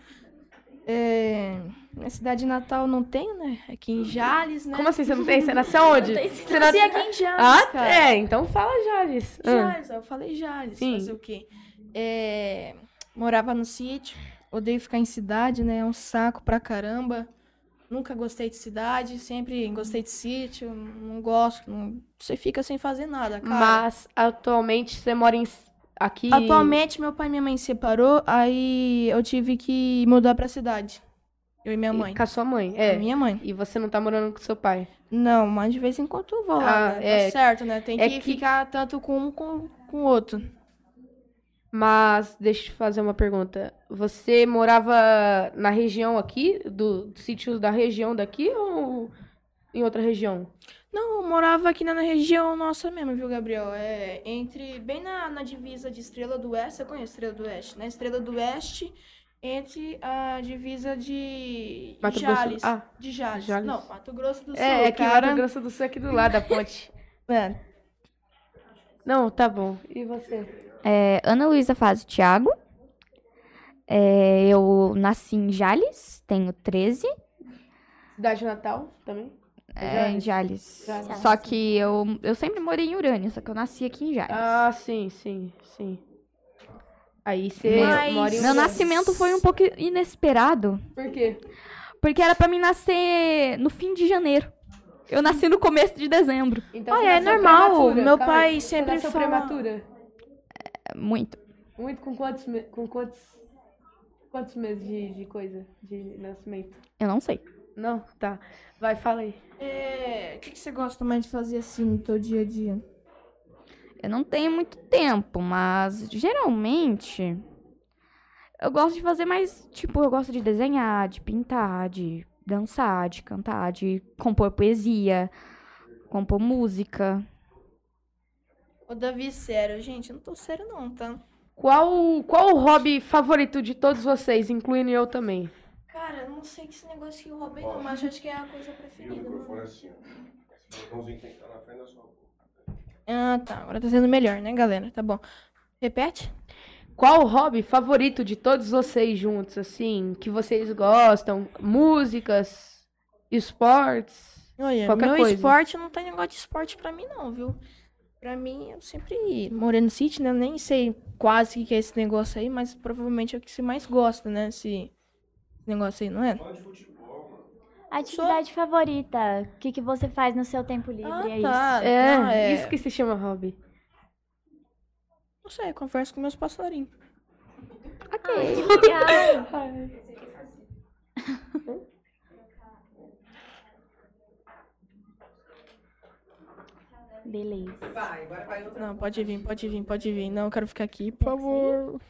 Speaker 4: É... Minha cidade natal não tenho, né? Aqui em Jales, né?
Speaker 11: Como assim você não tem?
Speaker 7: <laughs>
Speaker 11: Você
Speaker 4: <laughs>
Speaker 11: nasceu onde?
Speaker 4: Eu
Speaker 11: Você
Speaker 4: nasci
Speaker 11: nas-
Speaker 4: aqui em Jales,
Speaker 11: Ah,
Speaker 4: cara.
Speaker 11: é. Então fala Jales. Ah.
Speaker 4: Jales, eu falei Jales.
Speaker 11: Sim.
Speaker 4: Fazer o quê? É, morava no sítio, odeio ficar em cidade, né? É um saco pra caramba. Nunca gostei de cidade, sempre gostei de sítio, não gosto. não- Você fica sem fazer nada, cara.
Speaker 11: Mas atualmente você mora em... aqui.
Speaker 4: Atualmente, meu pai e minha mãe se separou, aí eu tive que mudar pra cidade. Eu e minha
Speaker 11: E
Speaker 4: mãe.
Speaker 11: Com a sua mãe, é.
Speaker 4: Com a minha mãe.
Speaker 11: E você não tá morando com seu pai.
Speaker 4: Não, mas de vez em quando eu vou
Speaker 11: Ah,
Speaker 4: lá, né?
Speaker 11: é.
Speaker 4: Tá certo, né? Tem
Speaker 11: É
Speaker 4: que,
Speaker 11: que-
Speaker 4: ficar tanto com um com com o outro.
Speaker 11: Mas deixa eu te fazer uma pergunta. Você morava na região aqui, do, do sítio da região daqui ou em outra região?
Speaker 4: Não, eu morava aqui na, na região nossa mesmo, viu, Gabriel? É entre bem na, na divisa de Estrela do Oeste, você conhece Estrela do Oeste? Na Estrela do Oeste, entre a divisa de
Speaker 11: Mato Grosso-
Speaker 4: Jales,
Speaker 11: ah,
Speaker 4: de Jales.
Speaker 11: Jales.
Speaker 4: Não, Mato Grosso do Sul,
Speaker 11: É, é que
Speaker 4: cara.
Speaker 11: Mato Grosso do Sul é aqui do
Speaker 4: <laughs>
Speaker 11: lado da ponte.
Speaker 4: É.
Speaker 11: Não, tá bom. E você?
Speaker 3: É, Ana Luísa Fazio Thiago. É, eu nasci em Jales, tenho 13.
Speaker 11: Cidade Natal também?
Speaker 3: É, em Jales.
Speaker 11: Jales.
Speaker 3: Só que eu, eu sempre morei em Urânia, só que eu nasci aqui em Jales.
Speaker 11: Ah, sim, sim, sim. Aí você
Speaker 3: Meu-
Speaker 11: mora em
Speaker 3: Meu nascimento foi um pouco inesperado,
Speaker 11: Por quê?
Speaker 3: porque era pra mim nascer no fim de janeiro. Eu nasci no começo de dezembro.
Speaker 11: Então
Speaker 4: Ah,
Speaker 11: você
Speaker 4: é
Speaker 11: nasceu
Speaker 4: normal,
Speaker 11: prematura,
Speaker 4: meu
Speaker 11: calma aí.
Speaker 4: pai
Speaker 11: Você
Speaker 4: sempre
Speaker 11: nasceu
Speaker 4: fala-
Speaker 11: prematura?
Speaker 3: É, Muito.
Speaker 11: Muito com quantos, me- com quantos, quantos meses de, de coisa, de nascimento?
Speaker 3: Eu não sei.
Speaker 11: Não? Tá. Vai, fala aí.
Speaker 4: É, o que, que você gosta mais de fazer assim no teu dia a dia?
Speaker 3: Eu não tenho muito tempo, mas geralmente eu gosto de fazer mais, tipo, eu gosto de desenhar, de pintar, de dançar, de cantar, de compor poesia, compor música.
Speaker 4: Ô, Davi, sério, gente, eu não tô sério não, tá?
Speaker 11: Qual, qual o hobby favorito de todos vocês, incluindo eu também?
Speaker 4: Cara, eu não sei que esse negócio que eu roubei não, mas acho que é a coisa preferida, mano.
Speaker 1: Foi assim, ó. Esse botãozinho tem que estar na frente da sua boca.
Speaker 4: Ah, tá. Agora tá sendo melhor, né, galera? Tá bom. Repete?
Speaker 11: Qual o hobby favorito de todos vocês juntos, assim, que vocês gostam? Músicas, esportes,
Speaker 4: Olha,
Speaker 11: qualquer
Speaker 4: meu
Speaker 11: coisa.
Speaker 4: esporte não tem negócio de esporte pra mim, não, viu? Pra mim, eu sempre morei no sítio, né? Eu nem sei quase o que que é esse negócio aí, mas provavelmente é o que você mais gosta, né? Esse
Speaker 11: negócio aí, não é?
Speaker 7: Atividade favorita. O que, que você faz no seu tempo livre?
Speaker 11: Ah,
Speaker 7: é
Speaker 11: tá.
Speaker 7: isso.
Speaker 14: É,
Speaker 11: Não, é-
Speaker 14: isso que se chama hobby.
Speaker 11: Não sei, converso com meus passarinhos.
Speaker 7: Ai, que legal. Beleza.
Speaker 4: Vai, agora vai outra.
Speaker 11: Não, pode vir, pode vir, pode vir. Não, eu quero ficar aqui, por favor.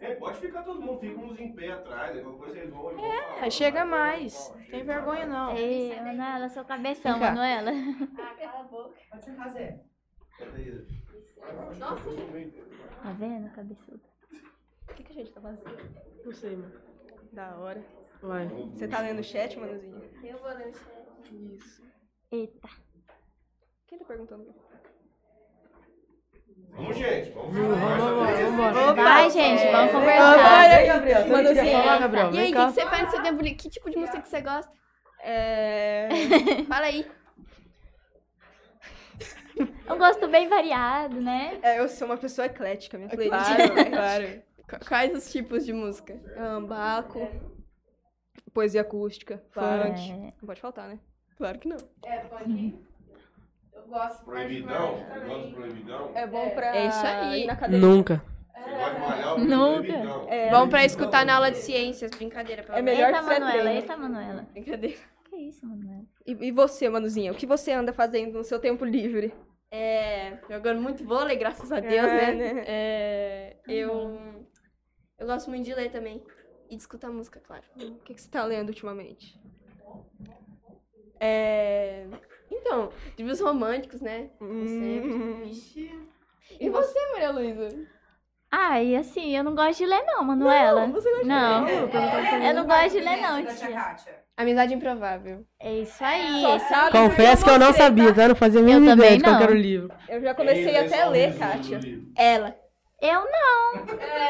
Speaker 1: É, pode ficar todo mundo, fica uns em pé atrás, aí depois vocês vão.
Speaker 11: É, chega mais. Não tem vergonha, não.
Speaker 7: Ei, Manuela, seu É, cabeção,
Speaker 11: Vem cá.
Speaker 7: Manuela. <laughs>
Speaker 4: Ah, Cala a boca. Pode sentar, Zé.
Speaker 10: É
Speaker 8: Nossa,
Speaker 7: Tá vendo, cabeçuda?
Speaker 8: O que, que a gente tá fazendo?
Speaker 12: Não sei, mano.
Speaker 8: Da hora.
Speaker 12: Vai.
Speaker 8: Você tá lendo o chat, Manuzinho? Eu vou ler o chat.
Speaker 12: Isso.
Speaker 7: Eita.
Speaker 8: Quem tá perguntando?
Speaker 1: Vamos, gente, vamos
Speaker 12: Vamos, vamos, vamos, vamos.
Speaker 7: Vai,
Speaker 4: É.
Speaker 7: gente, vamos conversar.
Speaker 12: Vai, Gabriel. Você não
Speaker 8: Manda
Speaker 12: queria
Speaker 8: assim,
Speaker 12: falar, Gabriel?
Speaker 8: E aí,
Speaker 12: Vem
Speaker 8: o que,
Speaker 12: cá.
Speaker 8: que você faz no seu tempo livre? Que tipo de música que você gosta? É... <laughs>
Speaker 4: <laughs>
Speaker 8: Fala aí.
Speaker 7: Um gosto bem variado, né?
Speaker 8: É, eu sou uma pessoa eclética, minha playlist.
Speaker 7: Claro,
Speaker 8: é claro. Qu- Quais os tipos de música? Ah, Baco, poesia acústica,
Speaker 4: Claro.
Speaker 8: funk.
Speaker 7: É.
Speaker 8: Não É. pode faltar, né? Claro que não.
Speaker 4: É, pode ir. Eu gosto.
Speaker 1: Proibidão? Gosto de proibidão?
Speaker 8: É bom pra...
Speaker 4: É isso aí.
Speaker 8: ir na academia.
Speaker 12: Nunca.
Speaker 8: Nunca. É.
Speaker 4: Bom pra escutar na aula de ciências, brincadeira. Pelo
Speaker 8: É
Speaker 4: menos.
Speaker 8: melhor
Speaker 7: Eita,
Speaker 8: que você
Speaker 7: Manuela,
Speaker 8: treine.
Speaker 7: eita, Manuela.
Speaker 8: Brincadeira.
Speaker 7: Que isso, Manuela?
Speaker 8: E, e você, Manuzinha? O que você anda fazendo no seu tempo livre?
Speaker 10: É, jogando muito vôlei, graças a
Speaker 8: É,
Speaker 10: Deus,
Speaker 8: né?
Speaker 10: né? É, eu, eu gosto muito de ler também. E de escutar música, claro.
Speaker 8: O que, que você tá lendo ultimamente? É...
Speaker 10: Então, livros românticos, né?
Speaker 8: Hum.
Speaker 10: Como sempre. Vixe. E você, Maria Luísa?
Speaker 7: Ah, e assim, eu não gosto de ler não, Manuela.
Speaker 10: Não, você gosta de
Speaker 7: Não,
Speaker 10: ler.
Speaker 7: eu,
Speaker 10: É,
Speaker 7: não
Speaker 10: é,
Speaker 7: gosto de
Speaker 10: é,
Speaker 7: ler não,
Speaker 10: da tia
Speaker 7: tia.
Speaker 10: Amizade Improvável.
Speaker 7: É isso aí.
Speaker 8: Só
Speaker 7: isso aí.
Speaker 8: sabe
Speaker 12: Confesso que eu não sabia, tá? Eu não fazia a mínima
Speaker 7: também
Speaker 12: ideia de qual
Speaker 7: não.
Speaker 12: que era o livro.
Speaker 8: Eu já comecei
Speaker 10: Ei,
Speaker 8: até a
Speaker 10: pessoal,
Speaker 8: ler,
Speaker 10: resumo
Speaker 8: Kátia.
Speaker 10: Ela.
Speaker 7: Eu não.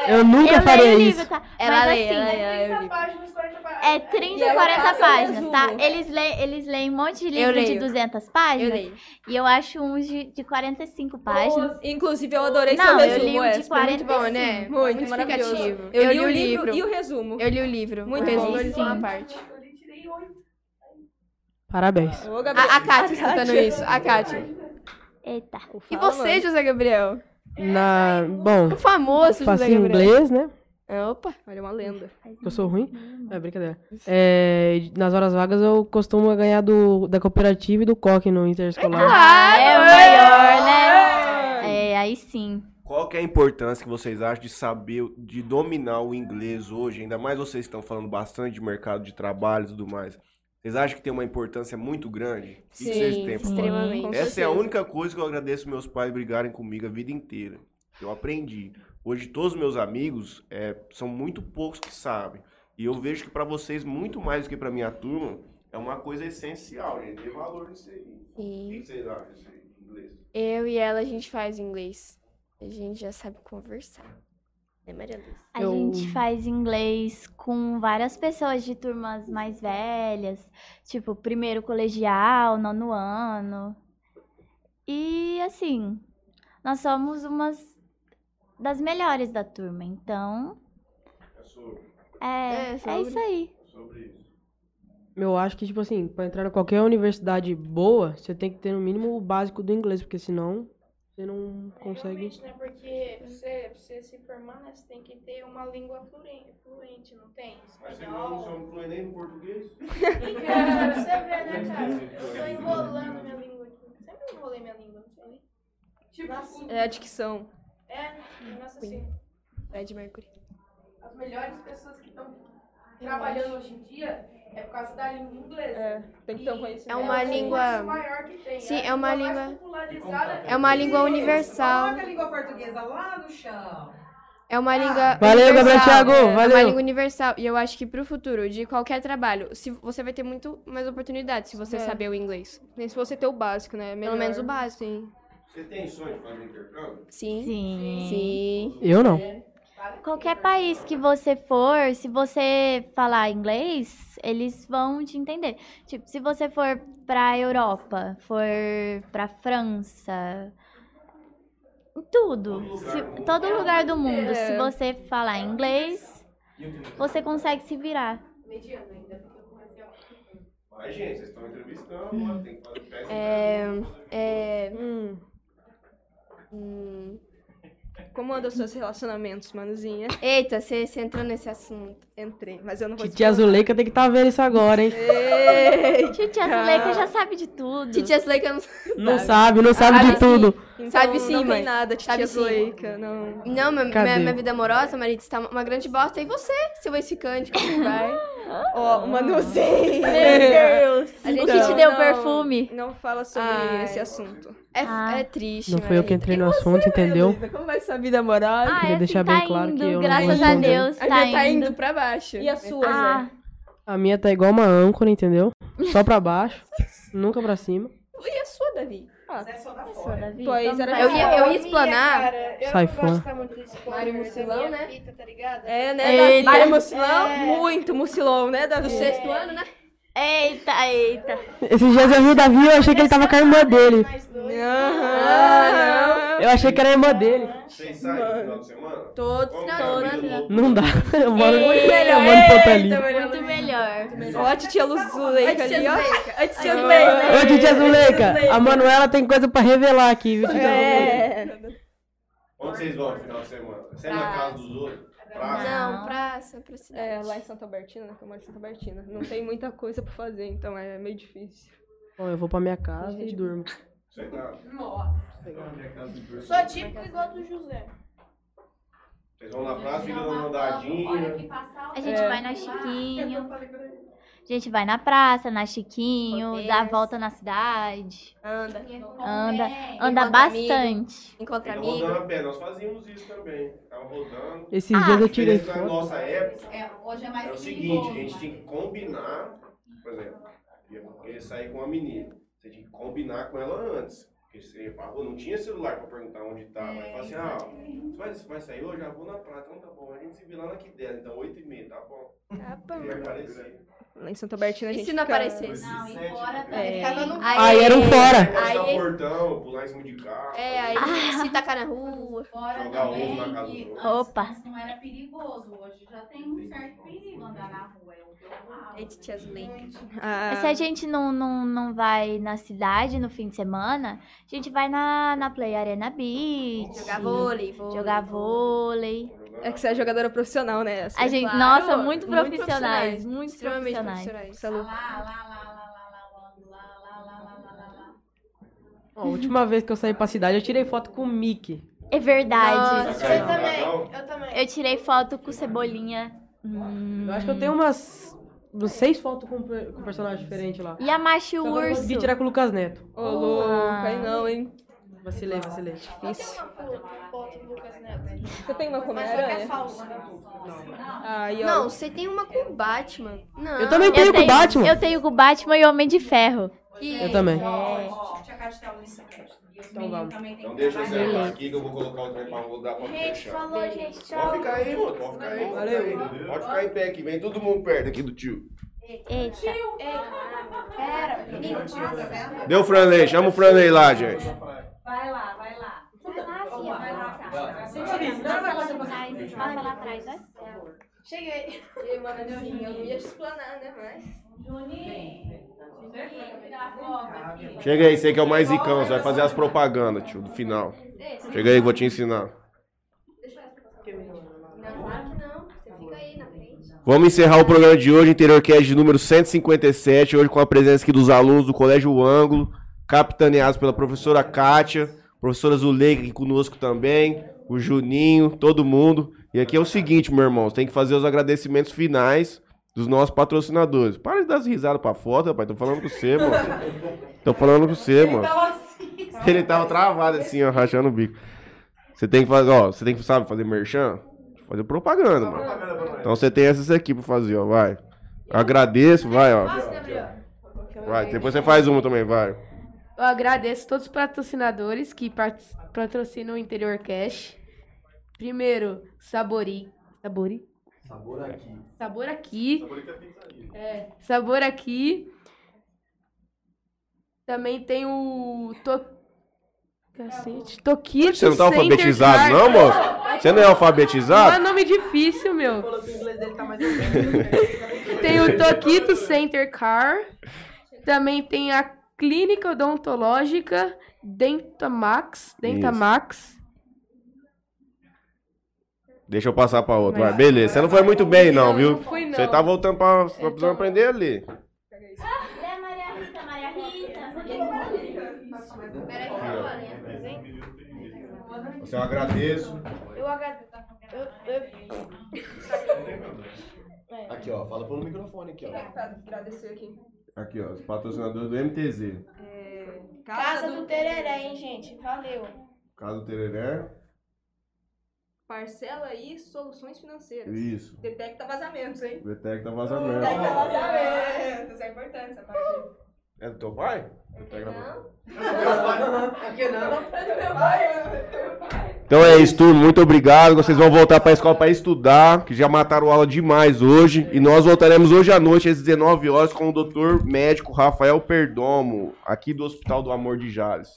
Speaker 12: Eu nunca
Speaker 7: leio
Speaker 12: faria
Speaker 7: o livro,
Speaker 12: É isso.
Speaker 7: tá?
Speaker 10: Ela
Speaker 7: Mas
Speaker 10: lê,
Speaker 7: assim,
Speaker 10: ela lê, ela lê.
Speaker 4: páginas, 40 páginas.
Speaker 7: É 30,
Speaker 10: E aí eu
Speaker 7: 40
Speaker 10: faço um
Speaker 7: páginas,
Speaker 10: resumo.
Speaker 7: tá? Eles leem, eles leem um monte de livro de
Speaker 10: leio.
Speaker 7: 200 páginas.
Speaker 10: Eu leio.
Speaker 7: E eu acho uns de, de 45 páginas.
Speaker 8: Inclusive, eu adorei
Speaker 7: Não,
Speaker 8: seu
Speaker 7: eu
Speaker 8: resumo,
Speaker 7: li um de
Speaker 10: tipo
Speaker 8: Esper. Muito bom,
Speaker 7: 45.
Speaker 8: né?
Speaker 10: é Muito,
Speaker 8: Muito
Speaker 10: maravilhoso.
Speaker 8: explicativo.
Speaker 10: Eu li o livro.
Speaker 8: e o resumo.
Speaker 10: Eu li o livro.
Speaker 8: Muito
Speaker 10: o
Speaker 8: bom.
Speaker 10: resumo, eu li só uma
Speaker 8: Sim.
Speaker 10: parte.
Speaker 12: Parabéns.
Speaker 10: A, a Kátia
Speaker 8: <laughs>
Speaker 10: escutando isso. A Kátia.
Speaker 7: Eita.
Speaker 10: E você, José Gabriel?
Speaker 12: Na... Bom,
Speaker 10: O famoso
Speaker 12: faço
Speaker 10: José Gabriel.
Speaker 12: inglês, né?
Speaker 10: É, opa, olha uma lenda.
Speaker 12: Eu sou ruim? É, brincadeira. É, nas horas vagas eu costumo ganhar do, da cooperativa e do coque no interescolar.
Speaker 7: Ah, é o maior, né? É, aí sim.
Speaker 1: Qual que é a importância que vocês acham de saber, o- de dominar o inglês hoje? Ainda mais vocês que estão falando bastante de mercado de trabalho e tudo mais. Vocês acham que tem uma importância muito grande? O que que vocês
Speaker 10: Sim,
Speaker 1: têm pra
Speaker 10: extremamente.
Speaker 1: falar?
Speaker 10: Com
Speaker 1: Essa é a
Speaker 10: certeza.
Speaker 1: única coisa que eu agradeço meus pais brigarem comigo a vida inteira. Eu aprendi. Hoje todos os meus amigos é, são muito poucos que sabem. E eu vejo que pra vocês, muito mais do que pra minha turma, é uma coisa essencial, gente. Tem valor nisso aí. O que que vocês acham disso aí, inglês?
Speaker 10: Eu e ela, a gente faz inglês. A gente já sabe conversar. Né, Maria Luísa?
Speaker 7: A gente faz inglês com várias pessoas de turmas mais velhas, tipo primeiro colegial, nono ano. E assim, nós somos umas das melhores da turma, então. É,
Speaker 10: É,
Speaker 7: é,
Speaker 10: sobre.
Speaker 7: isso aí.
Speaker 12: Eu acho que, tipo assim, pra entrar em qualquer universidade boa, você tem que ter no mínimo o básico do inglês, porque senão você não consegue.
Speaker 4: Realmente, né? Porque você, você se formar, né? Você tem que ter uma língua fluente, fluente não tem?
Speaker 1: Mas vocês não um
Speaker 4: Espanhol.
Speaker 1: são fluentes em
Speaker 4: <laughs>
Speaker 1: português?
Speaker 4: Cara, você vê, né, cara? Eu
Speaker 1: um
Speaker 4: tô enrolando minha língua aqui. Sempre enrolei minha língua, não sei. Tipo,
Speaker 15: um
Speaker 8: É a dicção.
Speaker 4: É, nossa assim.
Speaker 10: É
Speaker 8: Ed Mercury.
Speaker 4: As melhores pessoas que estão trabalhando hoje em dia é por causa da língua inglesa.
Speaker 8: É, tem que ter um
Speaker 4: É
Speaker 8: conhecimento.
Speaker 4: uma
Speaker 10: É o
Speaker 4: língua.
Speaker 10: recurso
Speaker 4: maior que tem.
Speaker 10: Sim,
Speaker 4: a
Speaker 10: é uma
Speaker 4: mais
Speaker 10: língua-
Speaker 4: popularizada
Speaker 10: É uma
Speaker 4: que
Speaker 10: língua
Speaker 4: tem.
Speaker 10: universal.
Speaker 4: Coloca a língua portuguesa lá no chão.
Speaker 10: É uma língua.
Speaker 8: Ah,
Speaker 12: Valeu,
Speaker 10: universal.
Speaker 12: Gabriel Thiago,
Speaker 10: É uma
Speaker 12: valeu.
Speaker 10: língua universal. E eu acho que pro futuro, de qualquer trabalho, se você vai ter muito mais oportunidades se você
Speaker 8: É.
Speaker 10: saber o inglês.
Speaker 8: Nem se você ter o básico, né?
Speaker 10: Pelo menos o básico, sim.
Speaker 1: Vocês têm sonho de fazer intercâmbio?
Speaker 10: Sim.
Speaker 7: Sim.
Speaker 10: Sim.
Speaker 12: Eu não.
Speaker 7: Qualquer país que você for, se você falar inglês, eles vão te entender. Tipo, se você for pra Europa, for pra França, tudo, se-
Speaker 16: É.
Speaker 7: todo lugar do mundo, se você falar inglês, você consegue se virar.
Speaker 16: Mediano ainda, porque eu comecei a...
Speaker 1: Vai, gente, vocês estão entrevistando, mano, tem que fazer peça.
Speaker 8: É. É. hum. Hum. Como andam os seus relacionamentos, Manuzinha?
Speaker 16: Eita, você entrou nesse assunto.
Speaker 8: Entrei, mas eu não vou
Speaker 12: Tia Zuleika tem que estar vendo isso agora, hein?
Speaker 10: é.
Speaker 8: <laughs> Ei,
Speaker 7: Titia Zuleika já sabe de tudo.
Speaker 8: Titia Zuleika não sabe.
Speaker 12: Não sabe, não sabe de tudo.
Speaker 8: Então,
Speaker 16: sabe sim,
Speaker 8: não tem
Speaker 16: mãe.
Speaker 8: nada, titia
Speaker 16: sabe
Speaker 8: Zuleika, não.
Speaker 16: Não, minha,
Speaker 8: Cadê?
Speaker 16: minha, minha vida é amorosa, marido, está uma grande bosta. E você, seu ex-ficante, como que vai?
Speaker 8: <laughs> Ó, uma nuzinha.
Speaker 16: Meu Deus.
Speaker 8: A
Speaker 16: O
Speaker 8: gente
Speaker 16: que te deu
Speaker 8: não-
Speaker 16: perfume?
Speaker 8: Não fala sobre
Speaker 16: Ai.
Speaker 8: esse assunto.
Speaker 16: É,
Speaker 8: ah.
Speaker 16: é triste.
Speaker 12: Não fui eu que entrei no assunto, entendeu? Ah,
Speaker 8: Como vai sua vida amorosa? tá
Speaker 12: Queria deixar bem claro que eu não
Speaker 8: graças
Speaker 12: vou
Speaker 8: a
Speaker 12: responder.
Speaker 8: Deus,
Speaker 16: tá
Speaker 8: minha tá
Speaker 16: indo.
Speaker 8: indo pra baixo.
Speaker 16: E a sua, Ah.
Speaker 12: A minha tá igual uma âncora, entendeu? Só pra <laughs> baixo, nunca pra cima.
Speaker 8: E a sua, Davi? Ah,
Speaker 5: é só da
Speaker 8: fora. Davi.
Speaker 16: Tua ex era
Speaker 8: eu, ia, eu ia
Speaker 16: explanar.
Speaker 15: Cara, eu
Speaker 12: Sai
Speaker 15: não
Speaker 12: fora.
Speaker 15: gosto de tá muito de spoiler
Speaker 16: Mário
Speaker 15: da
Speaker 16: Mucilão,
Speaker 15: minha
Speaker 16: né?
Speaker 15: Fita, tá ligado?
Speaker 8: É,
Speaker 16: Eita.
Speaker 8: né, Davi?
Speaker 16: Mário
Speaker 8: Mucilão?
Speaker 16: É.
Speaker 8: Muito mucilão, né, Davi?
Speaker 16: Do sexto ano, né? Eita, eita.
Speaker 12: Esses dias eu vi o Davi e eu achei que ele tava com a irmã dele.
Speaker 16: Ah,
Speaker 12: Eu achei que era a irmã dele.
Speaker 1: Vocês saem no final de semana?
Speaker 16: Todo
Speaker 1: final de semana.
Speaker 12: Não
Speaker 1: <laughs>
Speaker 12: dá. Eu moro,
Speaker 16: Ei,
Speaker 12: eu moro em Ponta Linda.
Speaker 16: Muito melhor.
Speaker 8: Ó, a titia Zuleika
Speaker 16: A
Speaker 8: ali,
Speaker 16: titia
Speaker 8: ó.
Speaker 16: Zuleika.
Speaker 8: A titia
Speaker 16: Ô,
Speaker 8: Zuleika.
Speaker 12: Ô, Titia Zuleika, a Manuela tem coisa pra revelar aqui, viu, Titia Zuleika?
Speaker 8: É.
Speaker 1: Onde vocês vão no final de semana? Você é na
Speaker 8: Praça.
Speaker 1: casa dos outros? Praça?
Speaker 16: Não, praça, pra cidade.
Speaker 8: É, lá em Santa Albertina, né? Que eu moro em Santa Albertina. Não tem muita coisa pra fazer, então é meio difícil.
Speaker 12: Bom, eu vou pra minha casa e durmo.
Speaker 1: tá?
Speaker 15: Nossa. Sou típico igual do José.
Speaker 1: Vocês vão na praça, ficam dando andadinha.
Speaker 7: A gente vai na Chiquinho. A gente vai na praça, na Chiquinho, dá a
Speaker 16: Conversa.
Speaker 7: volta na cidade.
Speaker 16: Anda.
Speaker 7: Anda.
Speaker 16: Conversa. Encontra
Speaker 7: Anda
Speaker 16: amigo.
Speaker 7: bastante.
Speaker 16: Encontra
Speaker 1: Ficam rodando a pé. Nós fazíamos isso também. Tava rodando.
Speaker 12: Esses
Speaker 4: Ah,
Speaker 12: dias eu
Speaker 1: A
Speaker 12: tirei
Speaker 1: diferença
Speaker 12: foto.
Speaker 1: Na nossa época,
Speaker 15: É, hoje é mais
Speaker 1: é o seguinte,
Speaker 15: perigoso,
Speaker 1: a gente
Speaker 15: né?
Speaker 1: tinha que combinar, por exemplo, eu queria sair com uma menina. Você tinha que combinar com ela antes. Porque você ia pra rua, não tinha celular pra perguntar onde tava.
Speaker 15: É,
Speaker 1: Aí fala assim, ah, você vai, você vai sair hoje? Ah, vou na praia. Então tá bom, a gente se vê lá na Quidela, então 8 e meia, tá bom.
Speaker 8: Tá bom.
Speaker 1: E aparecer.
Speaker 8: Lá em Santa Albertina a
Speaker 16: E
Speaker 8: gente
Speaker 16: se não
Speaker 8: fica-
Speaker 16: aparecesse? Não, e fora também.
Speaker 8: É.
Speaker 12: Aí era um fora.
Speaker 1: Passar
Speaker 16: Aí-
Speaker 1: o portão, pular em cima de carro.
Speaker 16: É, aí
Speaker 10: Ah.
Speaker 16: se tacar na rua.
Speaker 1: Jogar ovo na casa dos outros.
Speaker 7: Opa.
Speaker 15: Antes não era perigoso, hoje já tem um certo perigo andar na rua. É o que eu falo.
Speaker 16: Titia Zuleika.
Speaker 7: Se a gente não, não, não vai na cidade no fim de semana, a gente vai na, na Play Arena Beach. assim, né?
Speaker 16: Jogar vôlei, vôlei,
Speaker 7: Jogar vôlei.
Speaker 8: É que você é jogadora profissional, né? Essa.
Speaker 7: A gente- nossa, muito profissionais, muito
Speaker 8: Extremamente
Speaker 7: profissionais.
Speaker 16: Tá
Speaker 8: Salud.
Speaker 12: Ó, a última vez que eu saí pra cidade, eu tirei foto com o Mickey.
Speaker 7: É verdade.
Speaker 12: Nossa, eu também,
Speaker 7: eu também. Eu tirei foto com cebolinha.
Speaker 12: Eu acho que eu tenho umas, umas seis fotos com, per- com personagem diferente lá.
Speaker 7: E a Machi
Speaker 12: Só que eu não
Speaker 7: Urso.
Speaker 12: consegui tirar com o Lucas Neto.
Speaker 8: Ô, louca, aí não, hein?
Speaker 12: Vacilei, vacilei. <laughs>
Speaker 8: Difícil.
Speaker 15: Foto do Lucas Neto.
Speaker 8: Você tem uma com
Speaker 15: Mas só que é
Speaker 8: Homem-Aranha?
Speaker 15: falsa. Não.
Speaker 8: Ai, ó.
Speaker 16: Não, você tem uma com o Batman. Não.
Speaker 12: Eu também tenho com o Batman.
Speaker 7: Eu tenho com o Batman e Homem de Ferro.
Speaker 12: Eu também.
Speaker 15: Tia Cátia tá um Instagram. E os
Speaker 12: Então vamos.
Speaker 15: meninos também
Speaker 1: Então
Speaker 15: tem
Speaker 1: deixa eu
Speaker 15: trabalho.
Speaker 1: sentar aqui que eu vou colocar o trem pra rodar pra
Speaker 15: Gente,
Speaker 1: fechar.
Speaker 15: falou, gente. Tchau.
Speaker 1: Pode ficar aí, mano. Pode ficar aí. Pode
Speaker 15: Valeu.
Speaker 1: ficar aí. Pode ficar em pé aqui. Vem todo mundo perto aqui do tio.
Speaker 7: Eita.
Speaker 15: Pera, menino, passa.
Speaker 1: Deu o Franley. Chama o Franley lá, gente.
Speaker 15: Vai lá, vai lá. Ah, Vai lá, filha, vai lá. Você
Speaker 7: Passa lá atrás, né?
Speaker 8: Cheguei. E, mano, Juninho, eu não ia te explanar, né? Mas. Juninho.
Speaker 11: é
Speaker 10: 哦
Speaker 1: Chega aí, você que é o mais zicão. Você vai fazer as propagandas, tio, do final. Chega aí, vou te ensinar. Vamos encerrar o programa de hoje, InteriorCast de número 157, hoje com a presença aqui dos alunos do Colégio Ângulo, capitaneados pela professora Kátia, professora Zuleika aqui conosco também, o Juninho, todo mundo. E aqui é o seguinte, meu irmão, você tem que fazer os agradecimentos finais dos nossos patrocinadores. Para de dar as risadas pra foto, rapaz, tô falando com você, mano. Tô falando com você, mano.
Speaker 4: assim.
Speaker 1: Ele tava travado assim, ó, rachando o bico. Você tem que fazer, ó, você tem que, sabe, fazer merchan? Fazer propaganda, mano. Então você tem essas aqui pra fazer, ó, vai. Agradeço, vai, ó. Vai, depois você faz uma também, vai.
Speaker 11: Eu agradeço todos os patrocinadores que parti- patrocinam o Interior Cash. Primeiro, Sabori. Sabori?
Speaker 2: Sabor aqui.
Speaker 11: Sabor aqui. É, sabor aqui. Também tem o to... Cacete. Toquito
Speaker 1: Você não tá
Speaker 11: sem
Speaker 1: alfabetizado,
Speaker 11: intercar-
Speaker 1: não, moço? Você não é alfabetizado?
Speaker 11: Não é nome difícil, meu.
Speaker 16: tá
Speaker 11: Tem o Toquito Center Car. Também tem a Clínica Odontológica Dentamax. Dentamax.
Speaker 1: Deixa eu passar pra outro.
Speaker 11: Mas-
Speaker 1: Vai, beleza. Você não foi muito bem, não, viu?
Speaker 11: não fui, não.
Speaker 1: Você tá voltando pra. Tá precisando aprender ali. Você eu agradeço.
Speaker 16: Eu agradeço. tá?
Speaker 1: Aqui, ó. Fala pelo microfone aqui, ó.
Speaker 16: Agradecer aqui.
Speaker 1: Aqui, ó. Os patrocinadores do MTZ.
Speaker 8: É,
Speaker 16: Casa do Tereré, hein, gente? Valeu.
Speaker 1: Casa do Tereré.
Speaker 8: Parcela e soluções financeiras.
Speaker 1: Isso.
Speaker 8: Detecta vazamentos, hein?
Speaker 1: Detecta vazamento.
Speaker 8: Detecta vazamentos. É importante essa parte.
Speaker 1: É do teu pai?
Speaker 8: Aqui não. É do meu pai.
Speaker 1: Então é isso, turma. Muito obrigado. Vocês vão voltar pra escola pra estudar, que já mataram aula demais hoje. E nós voltaremos hoje à noite, às 19 horas, com o doutor médico Rafael Perdomo, aqui do Hospital do Amor de Jales.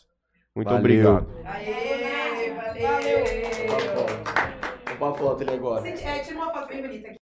Speaker 1: Muito
Speaker 17: Valeu.
Speaker 1: obrigado.
Speaker 5: Aê, valeu.
Speaker 17: Uma foto ele agora.
Speaker 5: Gente, é, tira uma foto bem bonita aqui.